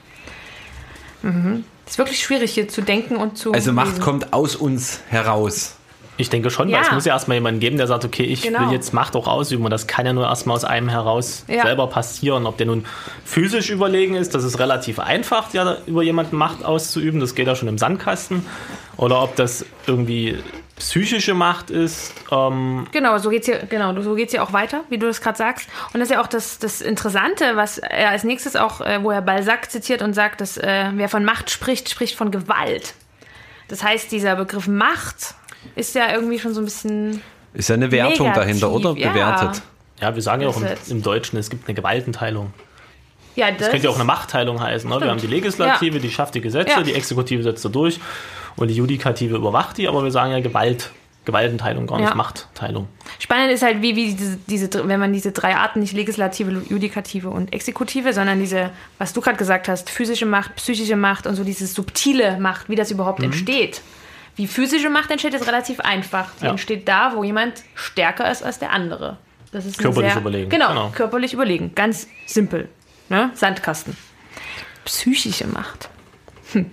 Speaker 2: Mhm. Ist wirklich schwierig hier zu denken und zu. Mhm.
Speaker 5: Also Macht
Speaker 2: lesen.
Speaker 5: kommt aus uns heraus.
Speaker 4: Ich denke schon,
Speaker 2: Ja.
Speaker 4: weil es muss ja erstmal jemanden geben, der sagt, okay, ich
Speaker 2: Genau.
Speaker 4: will jetzt Macht auch ausüben. Und das kann ja nur erstmal aus einem heraus
Speaker 2: Ja.
Speaker 4: selber passieren. Ob der nun physisch überlegen ist, das ist relativ einfach, ja, über jemanden Macht auszuüben. Das geht ja schon im Sandkasten. Oder ob das irgendwie psychische Macht ist. Ähm,
Speaker 2: Genau, so geht's hier, genau, so geht's hier auch weiter, wie du das gerade sagst. Und das ist ja auch das, das Interessante, was er als nächstes auch, äh, wo er Balzac zitiert und sagt, dass äh, wer von Macht spricht, spricht von Gewalt. Das heißt, dieser Begriff Macht ist ja irgendwie schon so ein bisschen.
Speaker 5: Ist ja eine Wertung
Speaker 2: Negativ,
Speaker 5: dahinter, oder?
Speaker 2: ja.
Speaker 5: Bewertet.
Speaker 4: ja, wir sagen ja auch im,
Speaker 2: Das ist-
Speaker 4: im Deutschen, es gibt eine Gewaltenteilung.
Speaker 2: Ja, das,
Speaker 4: Das könnte ja auch eine Machtteilung heißen. Ne? Wir haben die Legislative, die schafft die Gesetze,
Speaker 2: Ja.
Speaker 4: die Exekutive setzt sie durch und die Judikative überwacht die. Aber wir sagen ja Gewalt, Gewaltenteilung, gar nicht
Speaker 2: Ja.
Speaker 4: Machtteilung.
Speaker 2: Spannend ist halt, wie, wie diese, diese, wenn man diese drei Arten, nicht legislative, judikative und exekutive, sondern diese, was du gerade gesagt hast, physische Macht, psychische Macht und so diese subtile Macht, wie das
Speaker 4: Mhm.
Speaker 2: überhaupt entsteht. Wie physische Macht entsteht, ist relativ einfach. Die
Speaker 4: Ja.
Speaker 2: entsteht da, wo jemand stärker ist als der andere. Das ist eine
Speaker 4: Körperlich
Speaker 2: sehr,
Speaker 4: überlegen,
Speaker 2: Genau,
Speaker 4: genau.
Speaker 2: körperlich überlegen. Ganz simpel. Ne? Sandkasten. Psychische Macht. Hm.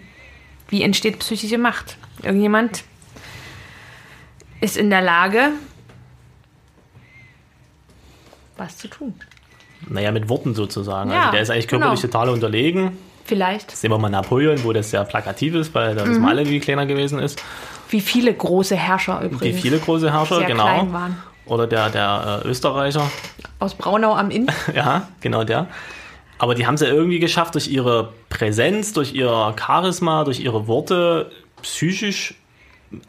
Speaker 2: Wie entsteht psychische Macht? Irgendjemand ist in der Lage, was zu tun.
Speaker 4: Naja, mit Worten sozusagen.
Speaker 2: Ja,
Speaker 4: also der ist eigentlich körperlich
Speaker 2: genau.
Speaker 4: total unterlegen.
Speaker 2: Vielleicht.
Speaker 4: Sehen wir mal Napoleon, wo das sehr plakativ ist, weil da
Speaker 2: Mhm.
Speaker 4: wissen wir alle, wie kleiner gewesen ist.
Speaker 2: Wie viele große Herrscher
Speaker 4: Wie
Speaker 2: übrigens.
Speaker 4: viele große Herrscher,
Speaker 2: sehr
Speaker 4: genau.
Speaker 2: klein waren.
Speaker 4: Oder der, der äh, Österreicher.
Speaker 2: Aus Braunau am Inn.
Speaker 4: Ja, genau der. Aber die haben es ja irgendwie geschafft, durch ihre Präsenz, durch ihr Charisma, durch ihre Worte psychisch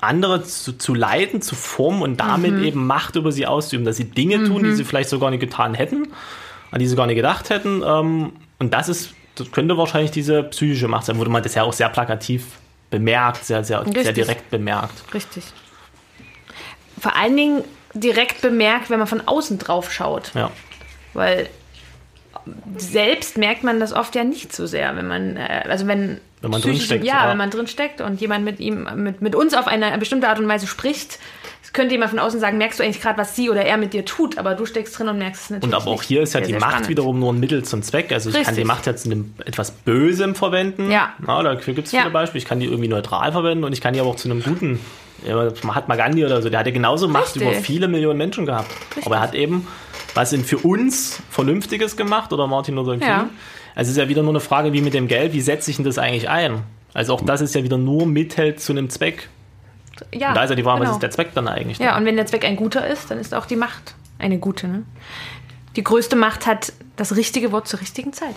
Speaker 4: andere zu, zu leiten, zu formen und damit eben Macht über sie auszuüben, dass sie Dinge tun, die sie vielleicht so gar nicht getan hätten, an die sie gar nicht gedacht hätten. Ähm, und das ist, das könnte wahrscheinlich diese psychische Macht sein, wurde man das ja auch sehr plakativ bemerkt, sehr, sehr, sehr
Speaker 2: Richtig.
Speaker 4: direkt bemerkt.
Speaker 2: Richtig. Vor allen Dingen direkt bemerkt, wenn man von außen drauf schaut.
Speaker 4: Ja.
Speaker 2: Weil selbst merkt man das oft ja nicht so sehr, wenn man, äh, also wenn,
Speaker 4: Wenn man
Speaker 2: psychische-
Speaker 4: drinsteckt,
Speaker 2: ja,
Speaker 4: ja.
Speaker 2: wenn man drin steckt und jemand mit ihm, mit, mit uns auf eine bestimmte Art und Weise spricht, es könnte jemand von außen sagen, merkst du eigentlich gerade, was sie oder er mit dir tut, aber du steckst drin und merkst es natürlich.
Speaker 4: Und aber auch
Speaker 2: nicht.
Speaker 4: hier ist ja
Speaker 2: Sehr,
Speaker 4: die
Speaker 2: sehr
Speaker 4: Macht
Speaker 2: spannend.
Speaker 4: wiederum nur ein Mittel zum Zweck. Also ich kann
Speaker 2: Richtig.
Speaker 4: die Macht ja zu einem etwas Bösem verwenden.
Speaker 2: Ja.
Speaker 4: Na, da gibt es
Speaker 2: Ja.
Speaker 4: viele Beispiele. Ich kann die irgendwie neutral verwenden und ich kann die aber auch zu einem guten. Ja, Mahatma Gandhi oder so, der hatte genauso Macht
Speaker 2: Richtig.
Speaker 4: über viele Millionen Menschen gehabt. Aber er hat eben was in für uns Vernünftiges gemacht oder Martin Luther King.
Speaker 2: Ja.
Speaker 4: Also es ist ja wieder nur eine Frage, wie mit dem Geld, wie setze ich denn das eigentlich ein? Also auch das ist ja wieder nur Mittel zu einem Zweck.
Speaker 2: Ja,
Speaker 4: Und da ist ja die Frage,
Speaker 2: genau.
Speaker 4: was ist der Zweck dann eigentlich?
Speaker 2: Ja, und wenn der Zweck ein guter ist, dann ist auch die Macht eine gute. Ne? Die größte Macht hat das richtige Wort zur richtigen Zeit.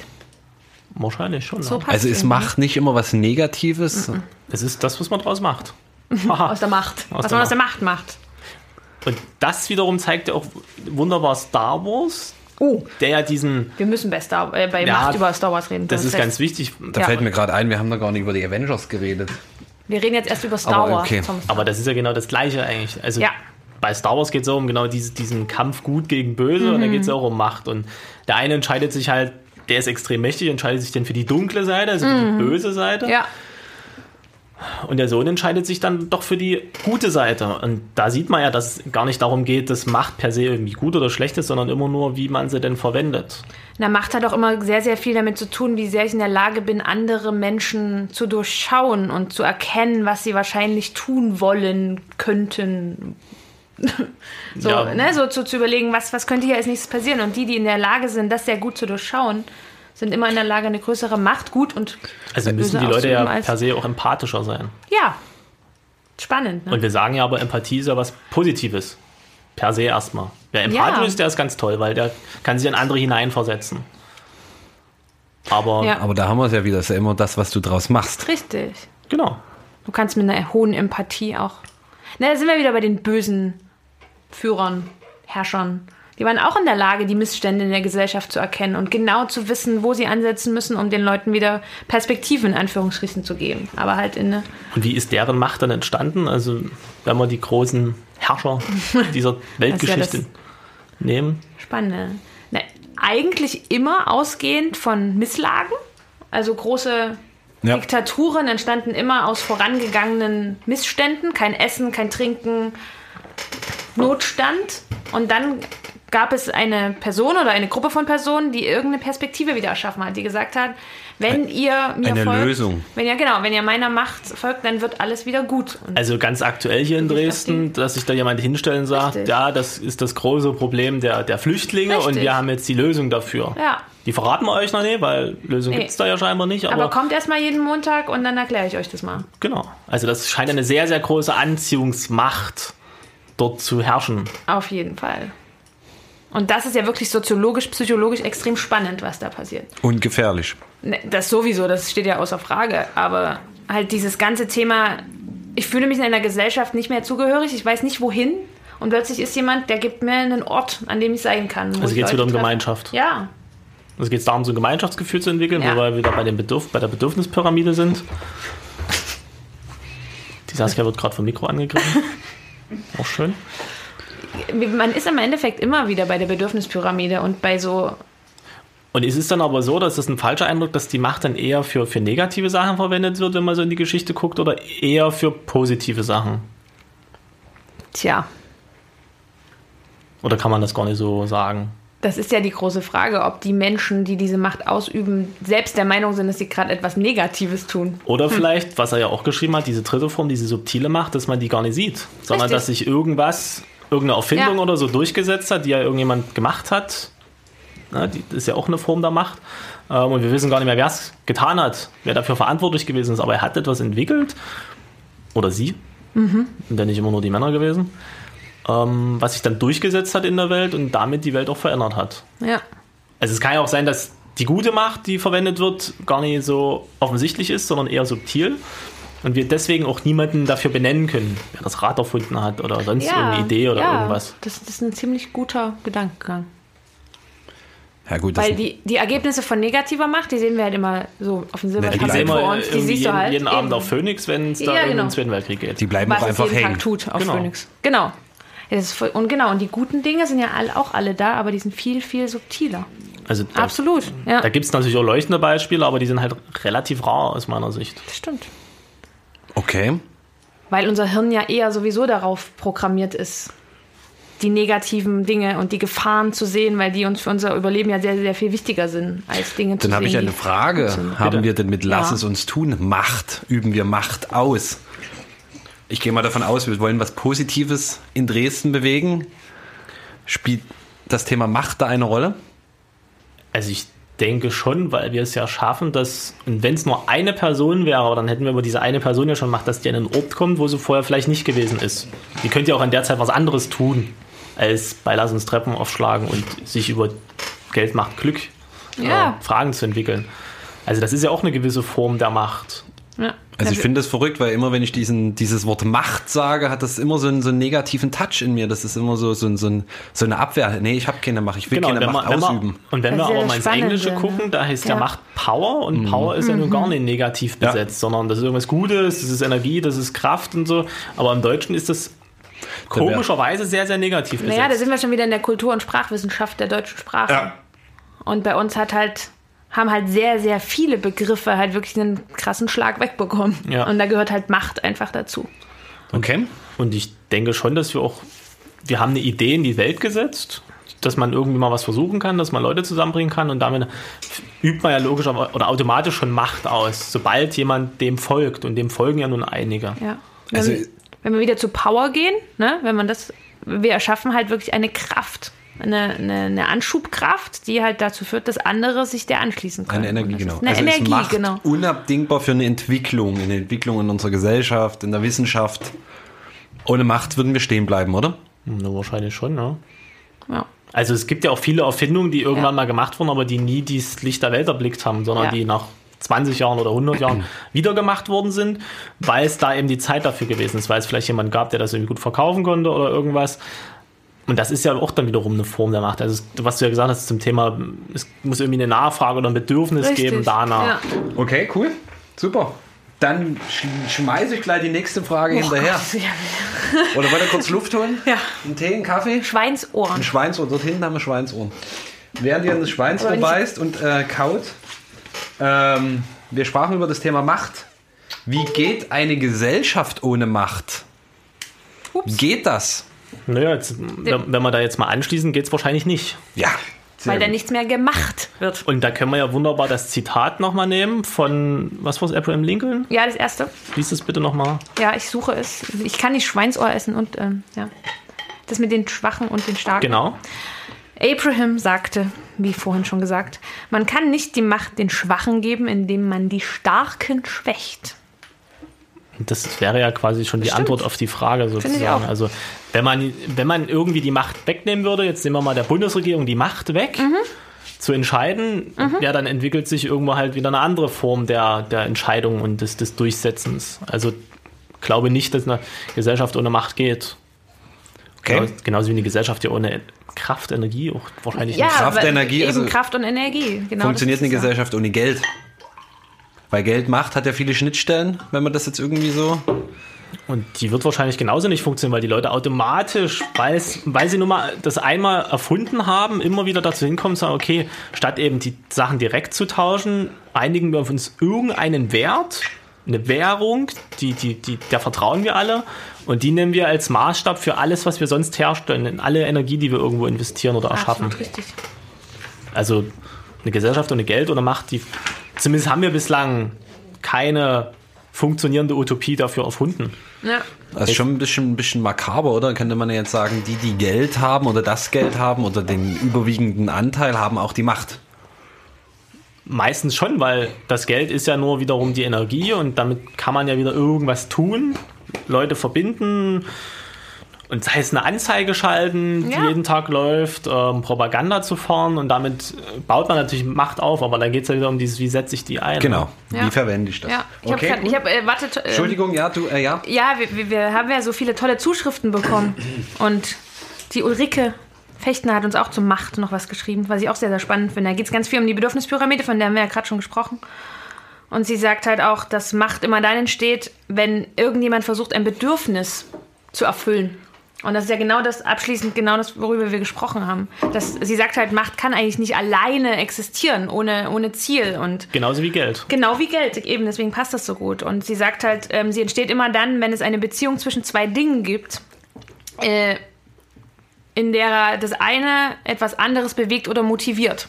Speaker 4: Wahrscheinlich schon.
Speaker 2: So
Speaker 4: ja.
Speaker 2: passt
Speaker 5: Also ist
Speaker 2: irgendwie. Mhm.
Speaker 5: Macht nicht immer was Negatives?
Speaker 4: Es ist das, was man draus macht. Haha.
Speaker 2: aus der Macht.
Speaker 4: Aus
Speaker 2: was
Speaker 4: der
Speaker 2: man aus der Macht macht.
Speaker 4: Und das wiederum zeigt ja auch wunderbar Star Wars,
Speaker 2: Oh,
Speaker 4: der ja diesen,
Speaker 2: wir müssen bei, Star, äh, bei
Speaker 4: Ja,
Speaker 2: Macht über Star Wars reden.
Speaker 4: das
Speaker 2: Du
Speaker 4: ist
Speaker 2: hast recht.
Speaker 4: ganz wichtig,
Speaker 5: Da
Speaker 2: Ja.
Speaker 5: fällt mir gerade ein, wir haben da gar nicht über die Avengers geredet.
Speaker 2: Wir reden jetzt erst über Star
Speaker 5: Aber
Speaker 2: Wars.
Speaker 5: okay.
Speaker 2: Thomas.
Speaker 4: aber das ist ja genau das Gleiche eigentlich. Also
Speaker 2: Ja.
Speaker 4: bei Star Wars geht es auch um genau diese, diesen Kampf gut gegen böse und da
Speaker 2: Mhm.
Speaker 4: geht es auch um Macht. Und der eine entscheidet sich halt, der ist extrem mächtig, entscheidet sich dann für die dunkle Seite, also für die böse Seite.
Speaker 2: Mhm. Ja,
Speaker 4: Und der Sohn entscheidet sich dann doch für die gute Seite. Und da sieht man ja, dass es gar nicht darum geht, dass Macht per se irgendwie gut oder schlecht ist, sondern immer nur, wie man sie denn verwendet.
Speaker 2: na, Macht hat auch immer sehr, sehr viel damit zu tun, wie sehr ich in der Lage bin, andere Menschen zu durchschauen und zu erkennen, was sie wahrscheinlich tun wollen, könnten. So,
Speaker 4: Ja.
Speaker 2: ne, so zu, zu überlegen, was, was könnte hier als nächstes passieren. Und die, die in der Lage sind, das sehr gut zu durchschauen, sind immer in der Lage, eine größere Macht gut und
Speaker 4: Also müssen
Speaker 2: böse
Speaker 4: die Leute
Speaker 2: auszuüben
Speaker 4: ja
Speaker 2: als-
Speaker 4: per se auch empathischer sein.
Speaker 2: ja, spannend. Ne?
Speaker 4: Und wir sagen ja aber, Empathie ist ja was Positives. Per se erstmal. Wer empathisch
Speaker 2: Ja.
Speaker 4: ist, der ist ganz toll, weil der kann sich in andere hineinversetzen. Aber
Speaker 2: Ja.
Speaker 5: Aber da haben wir es ja wieder, ist ja immer das, was du draus machst.
Speaker 2: Richtig.
Speaker 4: genau.
Speaker 2: Du kannst mit einer hohen Empathie auch. Na, da sind wir wieder bei den bösen Führern, Herrschern. Die waren auch in der Lage, die Missstände in der Gesellschaft zu erkennen und genau zu wissen, wo sie ansetzen müssen, um den Leuten wieder Perspektiven in Anführungsstrichen zu geben. Aber halt in eine.
Speaker 4: Und wie ist deren Macht dann entstanden? Also, wenn wir die großen Herrscher dieser Weltgeschichte
Speaker 2: das-
Speaker 4: nehmen.
Speaker 2: Spannende. Na, eigentlich immer ausgehend von Misslagen. Also große
Speaker 5: Ja.
Speaker 2: Diktaturen entstanden immer aus vorangegangenen Missständen. Kein Essen, kein Trinken, Notstand. Und dann gab es eine Person oder eine Gruppe von Personen, die irgendeine Perspektive wieder erschaffen hat, die gesagt hat, wenn ihr mir
Speaker 1: eine
Speaker 2: folgt,
Speaker 1: Lösung.
Speaker 2: wenn ihr genau, wenn ihr meiner Macht folgt, dann wird alles wieder gut. Und
Speaker 4: Also ganz aktuell hier in
Speaker 2: Wirklich
Speaker 4: Dresden, dass sich da jemand hinstellen sagt,
Speaker 2: Richtig.
Speaker 4: ja, das ist das große Problem der, der Flüchtlinge und
Speaker 2: Richtig.
Speaker 4: wir haben jetzt die Lösung dafür.
Speaker 2: Ja.
Speaker 4: Die verraten wir euch noch nicht, weil Lösung
Speaker 2: Nee.
Speaker 4: gibt's da ja scheinbar nicht. Aber,
Speaker 2: aber, kommt erstmal jeden Montag und dann erkläre ich euch das mal.
Speaker 4: genau. Also das scheint eine sehr, sehr große Anziehungsmacht dort zu herrschen.
Speaker 2: Auf jeden Fall. Und das ist ja wirklich soziologisch, psychologisch extrem spannend, was da passiert.
Speaker 1: Und gefährlich.
Speaker 2: Ne, Das sowieso, das steht ja außer Frage. Aber halt dieses ganze Thema, ich fühle mich in einer Gesellschaft nicht mehr zugehörig, ich weiß nicht wohin. Und plötzlich ist jemand, der gibt mir einen Ort, an dem ich sein kann. wo
Speaker 4: Also
Speaker 2: ich
Speaker 4: geht's
Speaker 2: Leute
Speaker 4: wieder um
Speaker 2: treffe.
Speaker 4: Gemeinschaft.
Speaker 2: Ja,
Speaker 4: Also geht es darum, so ein Gemeinschaftsgefühl zu entwickeln,
Speaker 2: Ja.
Speaker 4: wobei wir wieder bei, den Bedürf bei der Bedürfnispyramide sind. Die Saskia wird gerade vom Mikro angegriffen. Auch schön.
Speaker 2: man ist im Endeffekt immer wieder bei der Bedürfnispyramide und bei so,
Speaker 4: Und ist es dann aber so, dass das ein falscher Eindruck, dass die Macht dann eher für, für negative Sachen verwendet wird, wenn man so in die Geschichte guckt, oder eher für positive Sachen?
Speaker 2: tja,
Speaker 4: Oder kann man das gar nicht so sagen?
Speaker 2: das ist ja die große Frage, ob die Menschen, die diese Macht ausüben, selbst der Meinung sind, dass sie gerade etwas Negatives tun.
Speaker 4: Oder vielleicht, was er ja auch geschrieben hat, diese dritte Form, diese subtile Macht, dass man die gar nicht sieht, sondern
Speaker 2: Richtig.
Speaker 4: dass sich irgendwas, irgendeine Erfindung
Speaker 2: Ja.
Speaker 4: oder so durchgesetzt hat, die ja irgendjemand gemacht hat. Na, die, das ist ja auch eine Form der Macht. Ähm, und wir wissen gar nicht mehr, wer es getan hat, wer dafür verantwortlich gewesen ist, aber er hat etwas entwickelt. Oder sie.
Speaker 2: Mhm.
Speaker 4: Sind ja nicht immer nur die Männer gewesen. Ähm, was sich dann durchgesetzt hat in der Welt und damit die Welt auch verändert hat.
Speaker 2: Ja.
Speaker 4: Also es kann ja auch sein, dass die gute Macht, die verwendet wird, gar nicht so offensichtlich ist, sondern eher subtil. Und wir deswegen auch niemanden dafür benennen können, wer das Rad erfunden hat oder sonst
Speaker 2: ja.
Speaker 4: irgendeine Idee oder
Speaker 2: ja.
Speaker 4: irgendwas.
Speaker 2: Das, das ist ein ziemlich guter Gedankengang.
Speaker 1: Ja gut, das
Speaker 2: Weil die, die Ergebnisse von negativer Macht, die sehen wir halt immer so auf dem
Speaker 1: die
Speaker 4: Die
Speaker 1: Bleiben
Speaker 2: Silbertablett
Speaker 4: sehen wir
Speaker 2: vor uns. Die
Speaker 4: äh, irgendwie
Speaker 2: siehst du
Speaker 4: jeden,
Speaker 2: halt
Speaker 4: jeden Abend
Speaker 2: eben,
Speaker 4: auf Phoenix, wenn es da
Speaker 2: Ja,
Speaker 4: irgendeinen
Speaker 2: genau.
Speaker 4: Zweiten Weltkrieg geht.
Speaker 1: die bleiben
Speaker 2: was
Speaker 1: auch
Speaker 2: es
Speaker 1: einfach
Speaker 2: jeden
Speaker 1: hängen.
Speaker 2: Tag tut auf
Speaker 4: Genau.
Speaker 2: Phoenix. Genau. Ja, Das ist voll, und genau, und die guten Dinge sind ja all, auch alle da, aber die sind viel, viel subtiler.
Speaker 4: also da,
Speaker 2: Absolut. Ja,
Speaker 4: Da gibt es natürlich auch leuchtende Beispiele, aber die sind halt relativ rar aus meiner Sicht.
Speaker 2: das stimmt.
Speaker 1: Okay.
Speaker 2: Weil unser Hirn ja eher sowieso darauf programmiert ist, die negativen Dinge und die Gefahren zu sehen, weil die uns für unser Überleben ja sehr, sehr viel wichtiger sind, als Dinge zu
Speaker 1: Dann
Speaker 2: sehen.
Speaker 1: habe ich halt
Speaker 2: die
Speaker 1: eine Frage.
Speaker 2: funktionieren.
Speaker 1: Haben wir denn mit Lass
Speaker 2: Ja.
Speaker 1: es uns tun Macht? Üben wir Macht aus? Ich gehe mal davon aus, wir wollen was Positives in Dresden bewegen. Spielt das Thema Macht da eine Rolle?
Speaker 4: Also ich denke schon, weil wir es ja schaffen, dass, und wenn es nur eine Person wäre, aber dann hätten wir über diese eine Person ja schon gemacht, dass die an einen Ort kommt, wo sie vorher vielleicht nicht gewesen ist. Die könnte ja auch in der Zeit was anderes tun, als bei Lass uns Treppen aufschlagen und sich über Geld macht Glück
Speaker 2: Ja.
Speaker 4: äh, Fragen zu entwickeln. Also das ist ja auch eine gewisse Form der Macht.
Speaker 2: Ja.
Speaker 1: Also ich
Speaker 2: Ja,
Speaker 1: finde das verrückt, weil immer wenn ich diesen, dieses Wort Macht sage, hat das immer so einen, so einen negativen Touch in mir. Das ist immer so, so, ein- so, ein, so eine Abwehr. Nee, ich habe keine Macht.
Speaker 2: Genau,
Speaker 1: Ich will
Speaker 4: und
Speaker 1: keine
Speaker 4: Genau, wenn
Speaker 1: Macht
Speaker 4: man, wenn man-
Speaker 1: ausüben.
Speaker 4: Und
Speaker 2: Das
Speaker 4: wenn wir
Speaker 2: ist ja
Speaker 4: aber
Speaker 2: das
Speaker 4: mal ins
Speaker 2: Spannende,
Speaker 4: Englische
Speaker 2: ne?
Speaker 4: gucken, da heißt ja,
Speaker 2: Ja. Mhm.
Speaker 4: Macht Power und Power ist ja nun gar nicht negativ
Speaker 1: Mhm. Ja.
Speaker 4: besetzt, sondern das ist irgendwas Gutes, das ist Energie, das ist Kraft und so. Aber im Deutschen ist das
Speaker 1: Da wär-
Speaker 4: komischerweise sehr, sehr negativ besetzt.
Speaker 2: Naja, da sind wir schon wieder in der Kultur- und Sprachwissenschaft der deutschen Sprache. Und bei uns hat halt, haben halt sehr, sehr viele Begriffe halt wirklich einen krassen Schlag wegbekommen.
Speaker 4: Ja.
Speaker 2: Und da gehört halt Macht einfach dazu.
Speaker 1: okay.
Speaker 4: und ich denke schon, dass wir auch, wir haben eine Idee in die Welt gesetzt, dass man irgendwie mal was versuchen kann, dass man Leute zusammenbringen kann und damit übt man ja logisch oder automatisch schon Macht aus, sobald jemand dem folgt und dem folgen ja nun einige.
Speaker 2: Ja. Wenn,
Speaker 1: Also-
Speaker 2: wenn wir wieder zu Power gehen, ne, wenn man das, wir erschaffen halt wirklich eine Kraft, eine, eine, eine Anschubkraft, die halt dazu führt, dass andere sich der anschließen können.
Speaker 1: Eine Energie,
Speaker 2: Und das
Speaker 1: genau.
Speaker 2: ist Eine
Speaker 1: also
Speaker 2: Energie,
Speaker 1: ist Macht
Speaker 2: genau.
Speaker 1: unabdingbar für eine Entwicklung, eine Entwicklung in unserer Gesellschaft, in der Wissenschaft. Ohne Macht würden wir stehen bleiben, oder?
Speaker 4: Na, wahrscheinlich schon, ne? ja.
Speaker 2: Ja.
Speaker 4: Also es gibt ja auch viele Erfindungen, die irgendwann
Speaker 2: Ja.
Speaker 4: mal gemacht wurden, aber die nie dieses Licht der Welt erblickt haben, sondern
Speaker 2: Ja.
Speaker 4: die nach 20 Jahren oder 100 Jahren wieder gemacht worden sind, weil es da eben die Zeit dafür gewesen ist, weil es vielleicht jemand gab, der das irgendwie gut verkaufen konnte oder irgendwas. Und das ist ja auch dann wiederum eine Form der Macht. Also es- was du ja gesagt hast zum Thema, es muss irgendwie eine Nachfrage oder ein Bedürfnis
Speaker 2: Richtig.
Speaker 4: geben danach.
Speaker 2: Ja.
Speaker 1: Okay, cool. Super. Dann sch schmeiße ich gleich die nächste Frage hinterher. Oder wollt ihr kurz Luft holen?
Speaker 2: Oh Ja.
Speaker 1: Einen Tee, einen Kaffee?
Speaker 2: Schweinsohren.
Speaker 1: Ein Schweinsohr. Dort hinten haben wir Schweinsohren. Während ihr in das Schweinsohr
Speaker 2: Aber nicht-
Speaker 1: beißt und äh, kaut, ähm, wir sprachen über das Thema Macht. Wie geht eine Gesellschaft ohne Macht? Geht das?
Speaker 4: Naja, jetzt, wenn, wenn wir da jetzt mal anschließen, geht es wahrscheinlich nicht.
Speaker 1: Ja. sehr
Speaker 2: weil da
Speaker 1: gut.
Speaker 2: nichts mehr gemacht wird.
Speaker 4: Und da können wir ja wunderbar das Zitat nochmal nehmen von, was war es, Abraham Lincoln?
Speaker 2: Ja, das erste.
Speaker 4: Lies es bitte nochmal.
Speaker 2: Ja, ich suche es. Ich kann nicht Schweinsohr essen und ähm, ja. Das mit den Schwachen und den Starken.
Speaker 4: Genau.
Speaker 2: Abraham sagte, wie vorhin schon gesagt, man kann nicht die Macht den Schwachen geben, indem man die Starken schwächt.
Speaker 4: Das wäre ja quasi schon die Antwort auf die Frage
Speaker 2: ich
Speaker 4: sozusagen.
Speaker 2: auch.
Speaker 4: Also wenn man, wenn man irgendwie die Macht wegnehmen würde, jetzt nehmen wir mal der Bundesregierung die Macht weg,
Speaker 2: Mhm.
Speaker 4: zu entscheiden, ja, dann entwickelt sich irgendwo halt wieder eine andere Form der, der Entscheidung und des, des Durchsetzens. Also glaube nicht, dass eine Gesellschaft ohne Macht geht.
Speaker 1: Okay.
Speaker 4: Genau- Genauso wie eine Geschaft ja ohne Kraft, Energie auch wahrscheinlich
Speaker 2: Ja,
Speaker 4: nicht.
Speaker 1: Kraft,
Speaker 2: aber
Speaker 1: Energie,
Speaker 2: eben
Speaker 1: also
Speaker 2: Kraft und Energie. Genau
Speaker 1: Funktioniert
Speaker 2: das
Speaker 1: eine
Speaker 2: ist es ja.
Speaker 1: Gesellschaft ohne Geld? Weil Geld macht, hat ja viele Schnittstellen, wenn man das jetzt irgendwie so.
Speaker 4: Und die wird wahrscheinlich genauso nicht funktionieren, weil die Leute automatisch, weil es- weil sie nun mal das einmal erfunden haben, immer wieder dazu hinkommen zu sagen, okay, statt eben die Sachen direkt zu tauschen, einigen wir auf uns irgendeinen Wert, eine Währung, die, die, die, der vertrauen wir alle und die nehmen wir als Maßstab für alles, was wir sonst herstellen, in alle Energie, die wir irgendwo investieren oder erschaffen.
Speaker 2: Absolut richtig.
Speaker 4: Also eine Gesellschaft ohne Geld oder Macht, die zumindest haben wir bislang keine funktionierende Utopie dafür erfunden.
Speaker 1: Das
Speaker 2: Ja.
Speaker 1: ist Also schon ein bisschen, ein bisschen makaber, oder? Könnte man ja jetzt sagen, die, die Geld haben oder das Geld haben oder den überwiegenden Anteil haben auch die Macht.
Speaker 4: Meistens schon, weil das Geld ist ja nur wiederum die Energie und damit kann man ja wieder irgendwas tun, Leute verbinden und sei es eine Anzeige schalten,
Speaker 2: Ja.
Speaker 4: die jeden Tag läuft, ähm, Propaganda zu fahren und damit äh, baut man natürlich Macht auf, aber dann geht es ja wieder um dieses, wie setze ich die ein.
Speaker 1: Genau.
Speaker 2: Ja.
Speaker 1: Wie verwende ich das?
Speaker 2: ja. Ich
Speaker 1: okay.
Speaker 2: habe
Speaker 1: gut.
Speaker 2: hab, äh, wartet. Äh,
Speaker 1: Entschuldigung, ja, du, äh, ja.
Speaker 2: Ja, wir, wir, wir haben ja so viele tolle Zuschriften bekommen. Und die Ulrike Fechtner hat uns auch zur Macht noch was geschrieben, was ich auch sehr, sehr spannend finde. Da geht es ganz viel um die Bedürfnispyramide, von der haben wir ja gerade schon gesprochen. Und sie sagt halt auch, dass Macht immer dann entsteht, wenn irgendjemand versucht, ein Bedürfnis zu erfüllen. Und das ist ja genau das, abschließend genau das, worüber wir gesprochen haben. Dass, sie sagt halt, Macht kann eigentlich nicht alleine existieren, ohne, ohne Ziel. Und
Speaker 4: Genauso wie Geld.
Speaker 2: Genau wie Geld, eben deswegen passt das so gut. Und sie sagt halt, ähm, sie entsteht immer dann, wenn es eine Beziehung zwischen zwei Dingen gibt, äh, in der das eine etwas anderes bewegt oder motiviert.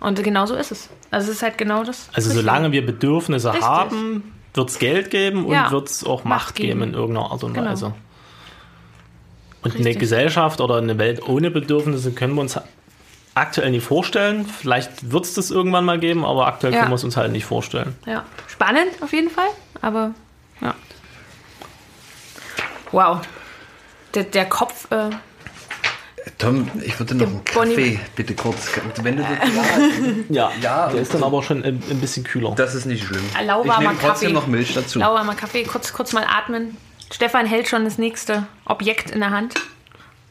Speaker 2: Und genau so ist es. Also es ist halt genau das.
Speaker 4: Also
Speaker 2: Richtige.
Speaker 4: solange wir Bedürfnisse
Speaker 2: Richtig.
Speaker 4: haben, wird es Geld geben und
Speaker 2: Ja.
Speaker 4: wird es auch Macht,
Speaker 2: Macht
Speaker 4: geben
Speaker 2: geben.
Speaker 4: in irgendeiner Art und
Speaker 2: Genau.
Speaker 4: Weise. Und eine
Speaker 2: Richtig.
Speaker 4: Gesellschaft oder eine Welt ohne Bedürfnisse können wir uns aktuell nicht vorstellen. Vielleicht wird es das irgendwann mal geben, aber aktuell
Speaker 2: Ja.
Speaker 4: können wir es uns halt nicht vorstellen.
Speaker 2: Ja. Spannend auf jeden Fall, aber ja. Wow. Der, der Kopf, äh,
Speaker 7: Tom, ich würde noch einen
Speaker 2: Bonnie- Äh.
Speaker 7: Kaffee, bitte kurz. Wenn du das,
Speaker 4: Ja,
Speaker 7: Ja,
Speaker 4: der ist dann aber schon ein, ein bisschen kühler.
Speaker 7: das ist nicht schlimm.
Speaker 2: Lauwarmer
Speaker 7: ich nehme trotzdem
Speaker 2: Kaffee.
Speaker 7: noch Milch dazu.
Speaker 2: Laura, mal Kaffee, kurz, kurz mal atmen. Stefan hält schon das nächste Objekt in der Hand.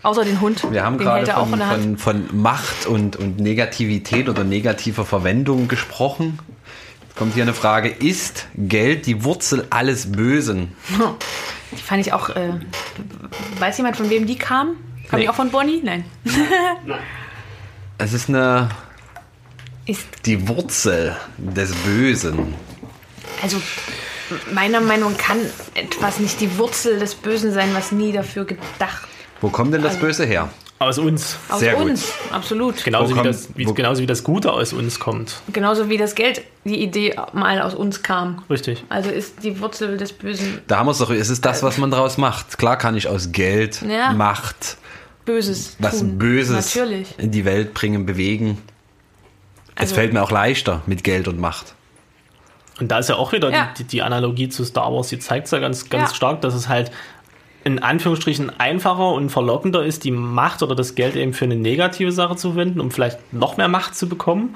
Speaker 2: Außer den Hund.
Speaker 1: Wir haben
Speaker 2: den
Speaker 1: gerade
Speaker 2: hält er auch in
Speaker 1: von,
Speaker 2: der Hand.
Speaker 1: von, von Macht und, und Negativität oder negativer Verwendung gesprochen. Jetzt kommt hier eine Frage, ist Geld die Wurzel alles Bösen?
Speaker 2: Die fand ich auch. Äh, weiß jemand, von wem die kam? Kam
Speaker 1: Nee.
Speaker 2: die auch von Bonnie? Nein.
Speaker 1: Es ist eine,
Speaker 2: Ist
Speaker 1: die Wurzel des Bösen.
Speaker 2: also meiner Meinung nach kann etwas nicht die Wurzel des Bösen sein, was nie dafür gedacht.
Speaker 1: Wo kommt denn das
Speaker 2: Also-
Speaker 1: Böse her?
Speaker 4: Aus uns.
Speaker 2: Aus
Speaker 1: Sehr gut. Genau.
Speaker 2: uns, absolut.
Speaker 4: Genauso
Speaker 1: Wo
Speaker 4: wie,
Speaker 1: kommt-
Speaker 4: das, wie,
Speaker 1: wo-
Speaker 4: genauso wie das Gute aus uns kommt.
Speaker 2: Genauso wie das Geld, die Idee mal aus uns kam.
Speaker 4: Richtig.
Speaker 2: Also ist die Wurzel des Bösen
Speaker 1: Da haben wir es doch, es ist das, was man daraus macht. Klar kann ich aus Geld,
Speaker 2: Ja.
Speaker 1: Macht,
Speaker 2: Böses.
Speaker 1: was
Speaker 2: tun.
Speaker 1: Böses Äh,
Speaker 2: Natürlich.
Speaker 1: in die Welt bringen, bewegen. es
Speaker 2: Also-
Speaker 1: fällt mir auch leichter mit Geld und Macht.
Speaker 4: Und da ist ja auch wieder
Speaker 2: Ja.
Speaker 4: Die, die, die Analogie zu Star Wars, die zeigt es ja ganz, ganz
Speaker 2: Ja.
Speaker 4: stark, dass es halt in Anführungsstrichen einfacher und verlockender ist, die Macht oder das Geld eben für eine negative Sache zu verwenden, um vielleicht noch mehr Macht zu bekommen.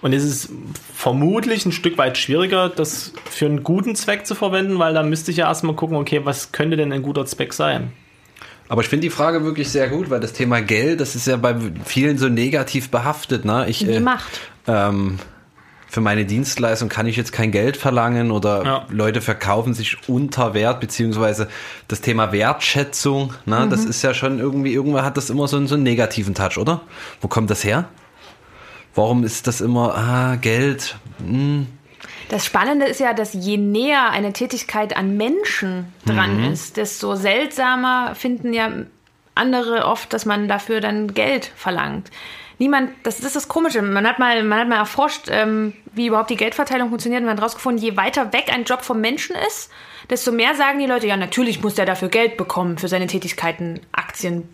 Speaker 4: Und es ist vermutlich ein Stück weit schwieriger, das für einen guten Zweck zu verwenden, weil da müsste ich ja erstmal gucken, okay, was könnte denn ein guter Zweck sein?
Speaker 1: Aber ich finde die Frage wirklich sehr gut, weil das Thema Geld, das ist ja bei vielen so negativ behaftet. Ne? Ich,
Speaker 2: Die
Speaker 1: äh,
Speaker 2: Macht.
Speaker 1: Ähm, für meine Dienstleistung kann ich jetzt kein Geld verlangen oder
Speaker 4: Ja.
Speaker 1: Leute verkaufen sich unter Wert, beziehungsweise das Thema Wertschätzung, ne?
Speaker 2: Mhm.
Speaker 1: das ist ja schon irgendwie, irgendwann hat das immer so einen, so einen negativen Touch, oder? Wo kommt das her? Warum ist das immer, ah, Geld? Hm.
Speaker 2: Das Spannende ist ja, dass je näher eine Tätigkeit an Menschen dran ist, desto seltsamer finden ja andere oft, dass man dafür dann Geld verlangt. Niemand, das, das ist das Komische. Man hat mal, man hat mal erforscht, ähm, wie überhaupt die Geldverteilung funktioniert. Und man hat rausgefunden, je weiter weg ein Job vom Menschen ist, desto mehr sagen die Leute, ja, natürlich muss der dafür Geld bekommen für seine Tätigkeiten, Aktien,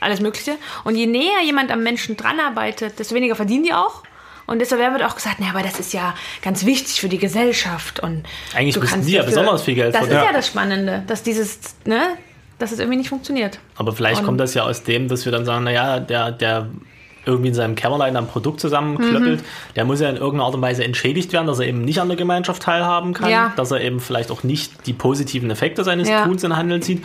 Speaker 2: alles Mögliche. Und je näher jemand am Menschen dran arbeitet, desto weniger verdienen die auch. Und desto mehr wird auch gesagt, naja, aber das ist ja ganz wichtig für die Gesellschaft. Und
Speaker 4: Eigentlich
Speaker 2: du
Speaker 4: müssen
Speaker 2: kannst
Speaker 4: die ja
Speaker 2: dafür-
Speaker 4: besonders viel Geld
Speaker 2: Das
Speaker 4: verdienen.
Speaker 2: ist ja das Spannende, dass dieses, ne, dass es irgendwie nicht funktioniert.
Speaker 4: Aber vielleicht
Speaker 2: Und-
Speaker 4: kommt das ja aus dem, dass wir dann sagen, naja, der, der irgendwie in seinem Kämmerlein am Produkt zusammenklöppelt,
Speaker 2: Mhm.
Speaker 4: der muss ja in irgendeiner Art und Weise entschädigt werden, dass er eben nicht an der Gemeinschaft teilhaben kann,
Speaker 2: Ja.
Speaker 4: dass er eben vielleicht auch nicht die positiven Effekte seines
Speaker 2: Ja.
Speaker 4: Tuns in Handeln sieht.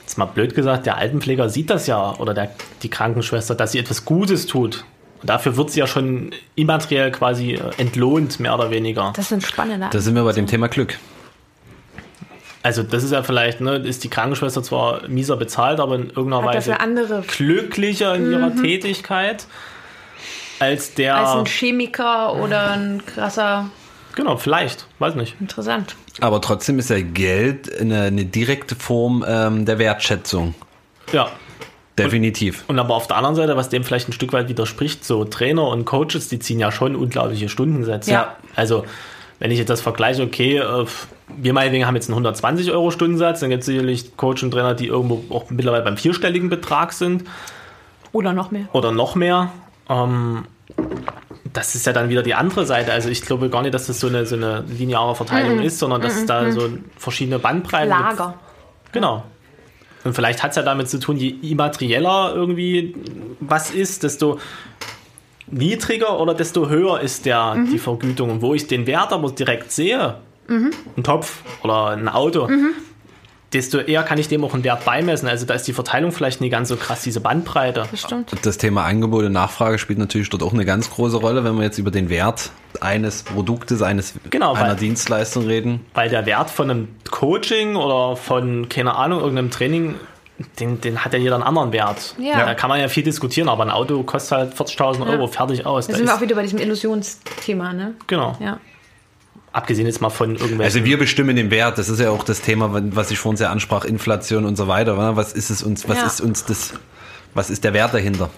Speaker 4: Jetzt mal blöd gesagt, der Altenpfleger sieht das ja oder der, die Krankenschwester, dass sie etwas Gutes tut. Und dafür wird sie ja schon immateriell quasi äh, entlohnt, mehr oder weniger.
Speaker 2: Das sind spannende
Speaker 5: Da sind wir bei dem Thema Glück.
Speaker 4: Also das ist ja vielleicht, ne, ist die Krankenschwester zwar mieser bezahlt, aber in irgendeiner
Speaker 2: Hat
Speaker 4: Weise
Speaker 2: dafür andere
Speaker 4: glücklicher in ihrer Tätigkeit als der.
Speaker 2: Mhm. als ein Chemiker oder ein krasser.
Speaker 4: genau, vielleicht, weiß nicht.
Speaker 2: Interessant.
Speaker 5: Aber trotzdem ist ja Geld eine, eine direkte Form ähm, der Wertschätzung.
Speaker 4: Ja.
Speaker 5: Definitiv.
Speaker 4: Und aber auf der anderen Seite, was dem vielleicht ein Stück weit widerspricht, so Trainer und Coaches, die ziehen ja schon unglaubliche Stundensätze.
Speaker 2: Ja.
Speaker 4: Also, wenn ich jetzt das vergleiche, okay, äh, wir meinetwegen haben jetzt einen 120-Euro-Stundensatz, dann gibt es sicherlich Coach und Trainer, die irgendwo auch mittlerweile beim vierstelligen Betrag sind.
Speaker 2: Oder noch mehr.
Speaker 4: oder noch mehr. Ähm, das ist ja dann wieder die andere Seite. Also ich glaube gar nicht, dass das so eine, so eine lineare Verteilung ist, sondern dass es da so verschiedene Bandbreiten
Speaker 2: Lager.
Speaker 4: gibt. Genau. Und vielleicht hat es ja damit zu tun, je immaterieller irgendwie was ist, desto niedriger oder desto höher ist der, die Vergütung. Und wo ich den Wert aber direkt sehe, ein Topf oder ein Auto, desto eher kann ich dem auch einen Wert beimessen. Also da ist die Verteilung vielleicht nicht ganz so krass, diese Bandbreite.
Speaker 2: Stimmt.
Speaker 5: Das Thema Angebot und Nachfrage spielt natürlich dort auch eine ganz große Rolle, wenn wir jetzt über den Wert eines Produktes, eines
Speaker 4: Genau,
Speaker 5: einer
Speaker 4: weil-
Speaker 5: Dienstleistung reden.
Speaker 4: Weil der Wert von einem Coaching oder von, keine Ahnung, irgendeinem Training, den, den hat ja jeder einen anderen Wert.
Speaker 2: Ja.
Speaker 4: Da kann man ja viel diskutieren, aber ein Auto kostet halt 40.000 Euro, fertig aus.
Speaker 2: Da
Speaker 4: Da
Speaker 2: sind wir auch
Speaker 4: ist,
Speaker 2: wieder bei diesem Illusionsthema, ne?
Speaker 4: genau.
Speaker 2: Ja.
Speaker 4: Abgesehen jetzt mal von irgendwelchen.
Speaker 5: Also wir bestimmen den Wert. Das ist ja auch das Thema, wenn- was ich vorhin sehr ansprach, Inflation und so weiter. ne? Was ist es uns, was
Speaker 2: Ja.
Speaker 5: ist uns das, was ist der Wert dahinter?